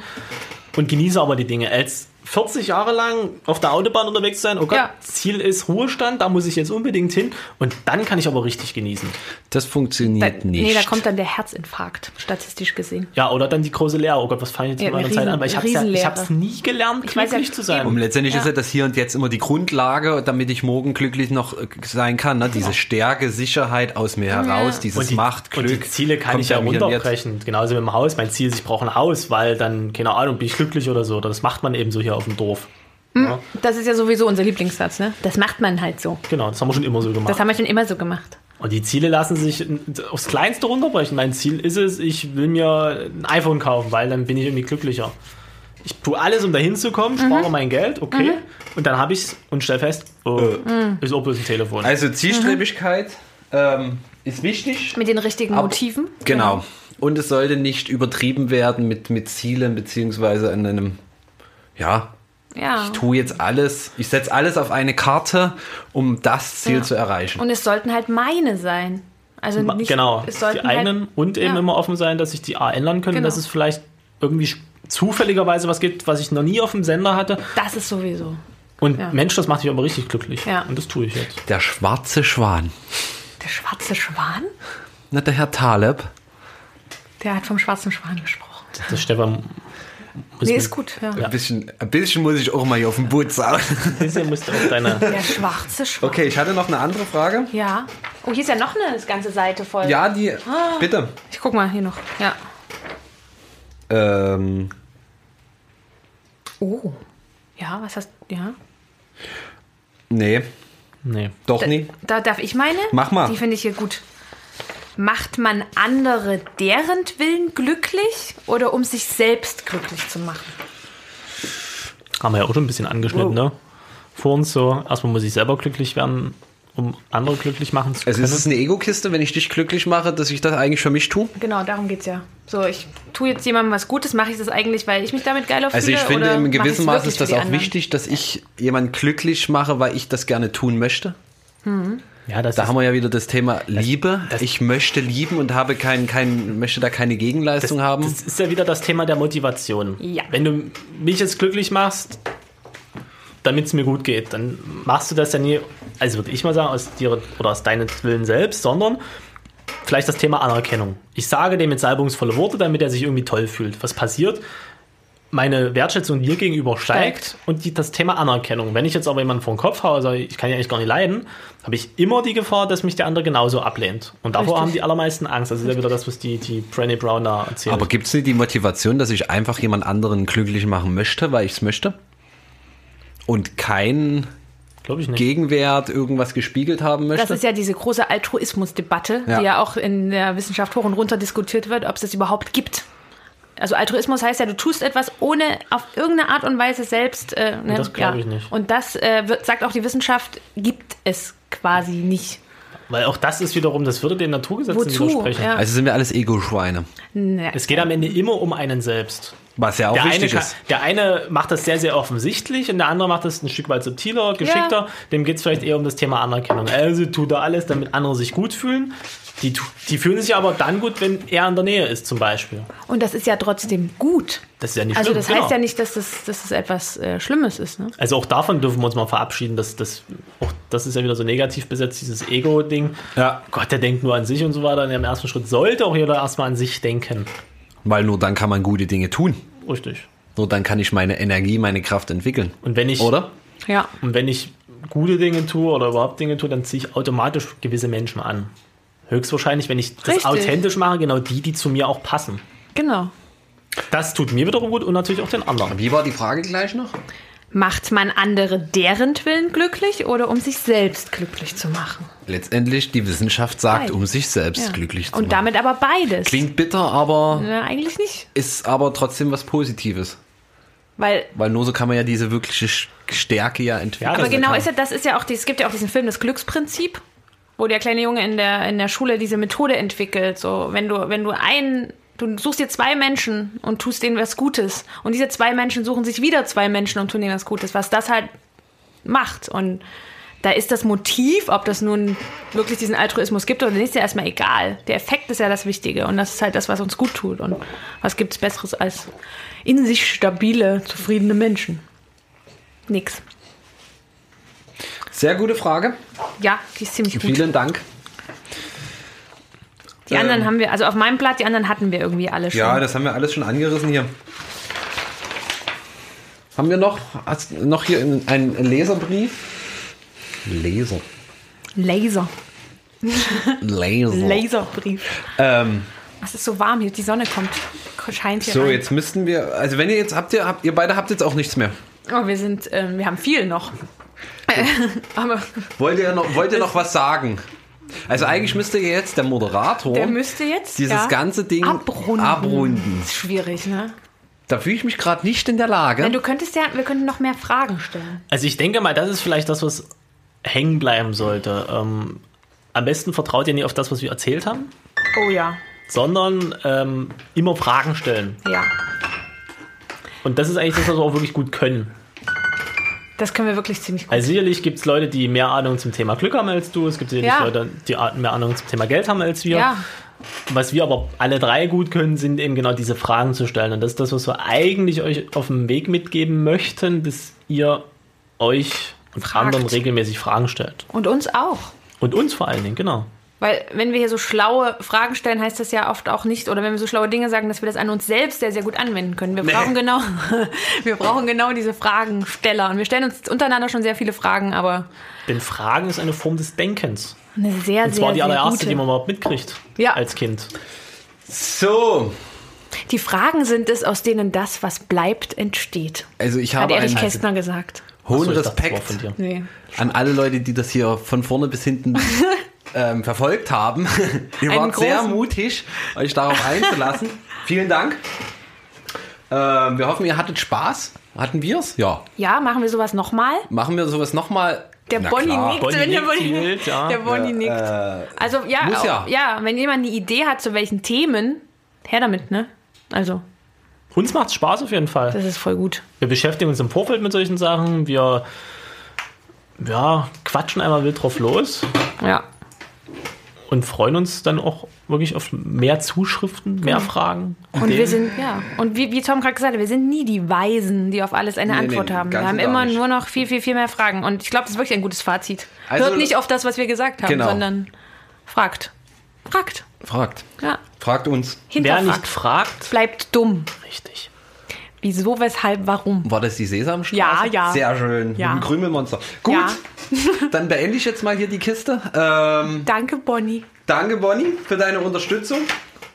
Speaker 4: und genieße aber die Dinge. Als 40 Jahre lang auf der Autobahn unterwegs sein, oh Gott,
Speaker 2: Ja.
Speaker 4: Ziel ist Ruhestand, da muss ich jetzt unbedingt hin und dann kann ich aber richtig genießen.
Speaker 1: Das funktioniert nicht.
Speaker 2: Nee, da kommt dann der Herzinfarkt, statistisch gesehen.
Speaker 4: Ja, oder dann die große Lehre. Oh Gott, was fange ich jetzt
Speaker 2: Ja,
Speaker 4: mit meiner
Speaker 2: eine
Speaker 4: Zeit
Speaker 2: Riesen-
Speaker 4: an? Weil ich hab's ja, ich
Speaker 2: Riesenlehre.
Speaker 4: hab's nie gelernt,
Speaker 2: Ich weiß ja,
Speaker 4: glücklich zu sein.
Speaker 1: und
Speaker 2: eben.
Speaker 1: letztendlich
Speaker 2: Ja.
Speaker 1: ist ja das hier und jetzt immer die Grundlage, damit ich morgen glücklich noch äh, sein kann. Ne? Diese Stärke, Sicherheit aus mir heraus, dieses
Speaker 4: Und die,
Speaker 1: Macht, Glück.
Speaker 4: und die Ziele kann
Speaker 1: kommt
Speaker 4: ich ja
Speaker 1: im Hier und Jetzt.
Speaker 4: runterbrechen. Genauso mit dem Haus. Mein Ziel ist, ich brauche ein Haus, weil dann, keine Ahnung, bin ich glücklich oder so. Oder Das macht man eben so hier auf dem Dorf. Ja,
Speaker 2: Das ist ja sowieso unser Lieblingssatz, ne? Das macht man halt so.
Speaker 4: genau, das haben wir schon immer so gemacht.
Speaker 2: Das haben wir schon immer so gemacht.
Speaker 4: Und die Ziele lassen sich aufs Kleinste runterbrechen. Mein Ziel ist es, ich will mir ein iPhone kaufen, weil dann bin ich irgendwie glücklicher. Ich tue alles, um dahin zu kommen, spare
Speaker 2: Mhm.
Speaker 4: mein Geld, okay. Und dann habe ich es und stelle fest, oh,
Speaker 1: Äh.
Speaker 4: ist auch bloß ein Telefon.
Speaker 1: Also Zielstrebigkeit ähm, ist wichtig.
Speaker 2: Mit den richtigen
Speaker 1: Aber-
Speaker 2: Motiven.
Speaker 1: Genau. Und es sollte nicht übertrieben werden mit, mit Zielen, beziehungsweise an einem, ja,
Speaker 2: Ja.
Speaker 1: ich tue jetzt alles, ich setze alles auf eine Karte, um das Ziel
Speaker 2: Ja.
Speaker 1: zu erreichen.
Speaker 2: Und es sollten halt meine sein. Also
Speaker 4: Ma-
Speaker 2: nicht,
Speaker 4: genau,
Speaker 2: es
Speaker 4: die
Speaker 2: sollten halt-
Speaker 4: eigenen und eben
Speaker 2: ja.
Speaker 4: immer offen sein, dass sich die A ändern können,
Speaker 2: Genau.
Speaker 4: dass es vielleicht irgendwie sch- zufälligerweise was gibt, was ich noch nie auf dem Sender hatte.
Speaker 2: Das ist sowieso.
Speaker 4: Und
Speaker 2: Ja.
Speaker 4: Mensch, das macht mich aber richtig glücklich.
Speaker 2: Ja.
Speaker 4: Und das tue ich jetzt.
Speaker 1: Der schwarze Schwan.
Speaker 2: Der schwarze Schwan?
Speaker 1: Na, der Herr Taleb.
Speaker 2: Der hat vom schwarzen Schwan gesprochen.
Speaker 4: Das Stefan muss
Speaker 2: Nee,
Speaker 4: mit-
Speaker 2: ist gut, ja.
Speaker 1: Ein, bisschen, ein bisschen muss ich auch mal hier auf den Boot sagen.
Speaker 4: Diese musst du auf deine.
Speaker 2: Der schwarze Schwan.
Speaker 1: Okay, ich hatte noch eine andere Frage.
Speaker 2: Ja. Oh, hier ist ja noch eine ganze Seite voll.
Speaker 1: Ja, die. Bitte.
Speaker 2: Ich guck mal, hier noch. Ja.
Speaker 1: Ähm,
Speaker 2: Oh. Ja, was hast Ja.
Speaker 1: nee,
Speaker 4: Nee.
Speaker 1: doch nie.
Speaker 2: Da darf ich meine?
Speaker 1: Mach mal.
Speaker 2: Die finde ich hier gut. Macht man andere deren Willen glücklich oder um sich selbst glücklich zu machen?
Speaker 4: Haben wir ja auch schon ein bisschen angeschnitten, ne? Vor uns so. Erstmal muss ich selber glücklich werden, um andere glücklich machen zu
Speaker 1: Also
Speaker 4: können.
Speaker 1: ist es eine Ego-Kiste, wenn ich dich glücklich mache, dass ich das eigentlich für mich tue?
Speaker 2: Genau, darum geht's ja. So, ich tue jetzt jemandem was Gutes, mache ich das eigentlich, weil ich mich damit geil auf
Speaker 1: Also ich finde,
Speaker 2: oder
Speaker 1: im
Speaker 2: mache
Speaker 1: gewissen
Speaker 2: ich's
Speaker 1: Maße
Speaker 2: wirklich
Speaker 1: ist
Speaker 2: für
Speaker 1: das
Speaker 2: die
Speaker 1: auch
Speaker 2: anderen?
Speaker 1: wichtig, dass ich jemanden glücklich mache, weil ich das gerne tun möchte.
Speaker 4: ja, das
Speaker 1: Da
Speaker 4: ist,
Speaker 1: haben wir ja wieder das Thema Liebe.
Speaker 4: das-
Speaker 1: ich möchte lieben und habe kein, kein, möchte da keine Gegenleistung haben.
Speaker 4: Das ist ja wieder das Thema der Motivation.
Speaker 2: Ja.
Speaker 4: Wenn du mich jetzt glücklich machst, damit es mir gut geht, dann machst du das ja nie, also würde ich mal sagen, aus dir oder aus deinem Willen selbst, sondern vielleicht das Thema Anerkennung. Ich sage dem jetzt salbungsvolle Worte, damit er sich irgendwie toll fühlt. Was passiert? meine Wertschätzung dir gegenüber steigt und die, das Thema Anerkennung. Wenn ich jetzt aber jemanden vor den Kopf haue, sage ich, ich kann ja eigentlich gar nicht leiden, habe ich immer die Gefahr, dass mich der andere genauso ablehnt. Und davor
Speaker 2: Richtig.
Speaker 4: haben die allermeisten Angst. Also das ist ja wieder das, was die, die Brené Brown da erzählt.
Speaker 1: Aber gibt es nicht die Motivation, dass ich einfach jemand anderen glücklich machen möchte, weil ich es möchte? Und kein
Speaker 4: glaube ich nicht.
Speaker 1: Gegenwert irgendwas gespiegelt haben möchte?
Speaker 2: Das ist ja diese große Altruismusdebatte,
Speaker 1: Ja.
Speaker 2: die ja auch in der Wissenschaft hoch und runter diskutiert wird, ob es das überhaupt gibt. Also Altruismus heißt ja, du tust etwas ohne auf irgendeine Art und Weise selbst. Äh, ne?
Speaker 4: das glaub ich nicht.
Speaker 2: Und das äh, wird, sagt auch die Wissenschaft, gibt es quasi nicht.
Speaker 4: Weil auch das ist wiederum, das würde den Naturgesetzen
Speaker 2: Wozu?
Speaker 4: widersprechen.
Speaker 2: Ja.
Speaker 1: also sind wir alles Ego-Schweine.
Speaker 2: Naja.
Speaker 4: Es geht am Ende immer um einen selbst.
Speaker 1: Was ja auch
Speaker 4: der, eine
Speaker 1: richtig
Speaker 4: kann,
Speaker 1: ist.
Speaker 4: der eine macht das sehr, sehr offensichtlich und der andere macht das ein Stück weit subtiler, geschickter. Dem geht es vielleicht eher um das Thema Anerkennung. Also tut er alles, damit andere sich gut fühlen. Die, tu- die fühlen sich aber dann gut, wenn er in der Nähe ist, zum Beispiel.
Speaker 2: Und das ist ja trotzdem gut.
Speaker 4: Das ist ja nicht
Speaker 2: Also
Speaker 4: schlimm.
Speaker 2: das heißt
Speaker 4: genau.
Speaker 2: ja nicht, dass das, dass das etwas äh, Schlimmes ist. Ne?
Speaker 4: Also auch davon dürfen wir uns mal verabschieden, dass das auch das ist ja wieder so negativ besetzt, dieses Ego-Ding.
Speaker 1: Ja.
Speaker 4: Gott, der denkt nur an sich und so weiter. Und im ersten Schritt sollte auch jeder erstmal an sich denken.
Speaker 1: Weil nur dann kann man gute Dinge tun.
Speaker 4: Richtig.
Speaker 1: Nur dann kann ich meine Energie, meine Kraft entwickeln.
Speaker 4: Und wenn ich
Speaker 1: Oder?
Speaker 2: Ja.
Speaker 4: Und wenn ich gute Dinge tue oder überhaupt Dinge tue, dann ziehe ich automatisch gewisse Menschen an. Höchstwahrscheinlich, wenn ich das
Speaker 2: Richtig.
Speaker 4: authentisch mache, genau die, die zu mir auch passen.
Speaker 2: Genau.
Speaker 4: Das tut mir wiederum gut und natürlich auch den anderen.
Speaker 1: Wie war die Frage gleich noch?
Speaker 2: Macht man andere deren Willen glücklich oder um sich selbst glücklich zu machen?
Speaker 1: Letztendlich, die Wissenschaft sagt,
Speaker 2: Nein.
Speaker 1: um sich selbst
Speaker 2: Ja.
Speaker 1: glücklich zu
Speaker 2: Und
Speaker 1: machen.
Speaker 2: damit aber beides.
Speaker 1: Klingt bitter, aber
Speaker 2: Ja, eigentlich nicht.
Speaker 1: ist aber trotzdem was Positives.
Speaker 2: Weil,
Speaker 1: Weil nur so kann man ja diese wirkliche Sch- Stärke ja entwickeln.
Speaker 4: Ja,
Speaker 2: aber
Speaker 4: das
Speaker 2: genau
Speaker 4: kann-
Speaker 2: ist ja, das ist ja auch, die- es gibt ja auch diesen Film, das Glücksprinzip, wo der kleine Junge in der, in der Schule diese Methode entwickelt. So, wenn du, wenn du einen, du suchst dir zwei Menschen und tust denen was Gutes. Und diese zwei Menschen suchen sich wieder zwei Menschen und tun denen was Gutes, was das halt macht. Und da ist das Motiv, ob das nun wirklich diesen Altruismus gibt oder nicht, ist ja erstmal egal. Der Effekt ist ja das Wichtige und das ist halt das, was uns gut tut. Und was gibt es Besseres als in sich stabile, zufriedene Menschen? Nix.
Speaker 1: Sehr gute Frage.
Speaker 2: Ja, die ist ziemlich gut.
Speaker 1: Vielen Dank.
Speaker 2: Die anderen haben wir, also auf meinem Blatt, die anderen hatten wir irgendwie alle schon.
Speaker 1: Ja, das haben wir alles schon angerissen hier. Haben wir noch, hast, noch hier einen- einen Leserbrief? Leser.
Speaker 2: Laser.
Speaker 1: Laser.
Speaker 2: Laserbrief.
Speaker 1: Ähm,
Speaker 2: Es ist so warm hier, die Sonne kommt. Scheint hier.
Speaker 1: so,
Speaker 2: rein.
Speaker 1: jetzt müssten wir, also wenn ihr jetzt habt, ihr, habt, ihr beide habt jetzt auch nichts mehr.
Speaker 2: Oh, wir sind, ähm, wir haben viel noch. Aber
Speaker 1: Wollt ihr noch, wollt ihr noch was sagen? Also eigentlich müsste ihr jetzt der Moderator
Speaker 2: der müsste jetzt
Speaker 1: dieses
Speaker 2: ja,
Speaker 1: ganze Ding
Speaker 2: abrunden.
Speaker 1: abrunden.
Speaker 2: Ist schwierig, ne?
Speaker 1: Da fühle ich mich gerade nicht in der Lage.
Speaker 2: Nein, du könntest ja, wir könnten noch mehr Fragen stellen.
Speaker 4: Also ich denke mal, das ist vielleicht das, was hängen bleiben sollte. Ähm, am besten vertraut ihr nicht auf das, was wir erzählt haben,
Speaker 2: Oh ja,
Speaker 4: sondern ähm, immer Fragen stellen.
Speaker 2: ja.
Speaker 4: Und das ist eigentlich das, was wir auch wirklich gut können.
Speaker 2: Das können wir wirklich ziemlich gut.
Speaker 4: Also sicherlich gibt es Leute, die mehr Ahnung zum Thema Glück haben als du. Es gibt sicherlich
Speaker 2: Ja.
Speaker 4: Leute, die mehr Ahnung zum Thema Geld haben als wir.
Speaker 2: ja,
Speaker 4: Was wir aber alle drei gut können, sind eben genau diese Fragen zu stellen. Und das ist das, was wir eigentlich euch auf dem Weg mitgeben möchten, dass ihr euch und
Speaker 2: Fragt.
Speaker 4: anderen regelmäßig Fragen stellt.
Speaker 2: und uns auch.
Speaker 4: Und uns vor allen Dingen, genau.
Speaker 2: Weil wenn wir hier so schlaue Fragen stellen, heißt das ja oft auch nicht, oder wenn wir so schlaue Dinge sagen, dass wir das an uns selbst sehr, sehr gut anwenden können. Wir brauchen genau, wir brauchen genau diese Fragensteller. Und wir stellen uns untereinander schon sehr viele Fragen, aber
Speaker 4: Denn Fragen ist eine Form des Denkens.
Speaker 2: eine sehr,
Speaker 4: Und
Speaker 2: sehr,
Speaker 4: zwar die
Speaker 2: sehr
Speaker 4: allererste,
Speaker 2: gute.
Speaker 4: die man überhaupt mitkriegt
Speaker 2: Ja.
Speaker 4: als Kind.
Speaker 1: so,
Speaker 2: die Fragen sind es, aus denen das, was bleibt, entsteht.
Speaker 1: also ich
Speaker 2: Hat
Speaker 1: habe
Speaker 2: Erich
Speaker 1: einen
Speaker 2: Kästner gesagt.
Speaker 1: hohen
Speaker 4: Achso, ich dachte, das war
Speaker 1: Respekt
Speaker 4: von dir.
Speaker 2: Nee.
Speaker 1: an alle Leute, die das hier von vorne bis hinten ähm, verfolgt haben. Ihr
Speaker 2: Einen
Speaker 1: wart sehr
Speaker 2: großen-
Speaker 1: mutig, euch darauf einzulassen. Vielen Dank. Ähm, wir hoffen, ihr hattet Spaß. Hatten wir's? Ja.
Speaker 2: Ja, machen wir sowas nochmal?
Speaker 1: Machen wir sowas nochmal.
Speaker 2: Der
Speaker 1: Na
Speaker 2: Bonnie
Speaker 1: klar.
Speaker 2: nickt.
Speaker 4: Bonnie
Speaker 2: wenn der
Speaker 4: nickt,
Speaker 2: Bonnie,
Speaker 4: sie nickt, ja.
Speaker 2: der Bonnie nickt. also ja,
Speaker 1: muss
Speaker 2: auch,
Speaker 1: ja.
Speaker 2: ja. wenn jemand eine Idee hat, zu welchen Themen, her damit, ne? Also,
Speaker 4: Uns macht Spaß auf jeden Fall.
Speaker 2: das ist voll gut.
Speaker 4: Wir beschäftigen uns im Vorfeld mit solchen Sachen. Wir ja, quatschen einmal wild drauf los
Speaker 2: Ja.
Speaker 4: und freuen uns dann auch wirklich auf mehr Zuschriften, mehr Fragen.
Speaker 2: Und wir sind, ja. Und wie, wie Tom gerade gesagt hat, wir sind nie die Weisen, die auf alles eine
Speaker 1: Nee,
Speaker 2: Antwort
Speaker 1: nee,
Speaker 2: haben. Wir
Speaker 1: ganz
Speaker 2: haben
Speaker 1: und gar
Speaker 2: immer
Speaker 1: nicht.
Speaker 2: nur noch viel, viel, viel mehr Fragen. Und ich glaube, das ist wirklich ein gutes Fazit.
Speaker 1: Also-
Speaker 2: Hört nicht auf das, was wir gesagt haben,
Speaker 1: Genau.
Speaker 2: sondern fragt. Fragt.
Speaker 1: Fragt.
Speaker 2: Ja.
Speaker 1: Fragt uns.
Speaker 4: Wer nicht
Speaker 2: Hinterfragt.
Speaker 4: fragt,
Speaker 2: Bleibt dumm.
Speaker 4: richtig.
Speaker 2: Wieso, weshalb, warum?
Speaker 1: War das die Sesamstraße?
Speaker 2: Ja, ja.
Speaker 1: Sehr schön.
Speaker 2: Ja.
Speaker 1: Mit dem Krümelmonster. Gut,
Speaker 2: Ja.
Speaker 1: dann beende ich jetzt mal hier die Kiste. Ähm,
Speaker 2: Danke, Bonnie.
Speaker 1: danke, Bonnie, für deine Unterstützung.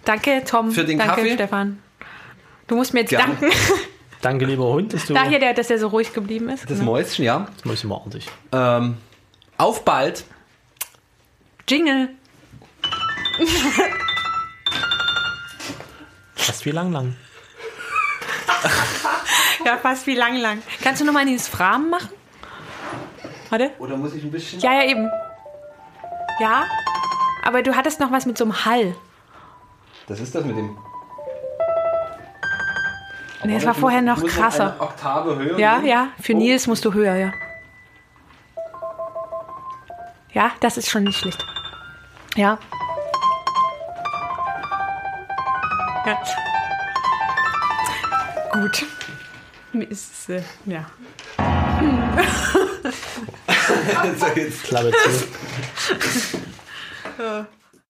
Speaker 2: Danke, Tom.
Speaker 1: Für den
Speaker 2: Danke,
Speaker 1: Kaffee?
Speaker 2: Stefan. Du musst mir jetzt
Speaker 1: Gerne.
Speaker 2: danken.
Speaker 4: Danke, lieber Hund, dass du.
Speaker 2: Daher, der, dass er so ruhig geblieben ist.
Speaker 1: Das Mäuschen, ja.
Speaker 4: Jetzt muss ich mal ordentlich.
Speaker 1: Ähm, auf bald.
Speaker 2: Jingle.
Speaker 4: Fast wie lang, lang.
Speaker 2: Ja, fast wie lang, lang. Kannst du nochmal dieses Framen machen? Warte.
Speaker 1: Oder muss ich ein bisschen?
Speaker 2: Ja, ja, eben. Ja, aber du hattest noch was mit so einem Hall.
Speaker 1: Das ist das mit dem.
Speaker 2: Nee, das war vorher noch
Speaker 1: Muss man
Speaker 2: krasser.
Speaker 1: Eine Oktave ne? höher.
Speaker 2: Ja,
Speaker 1: nehmen? Oh.
Speaker 2: ja, für Nils musst du höher, ja. Ja, das ist schon nicht schlecht. Ja. ja. Gut. Mir ist, äh, ja.
Speaker 1: So, jetzt
Speaker 4: Klappe zu.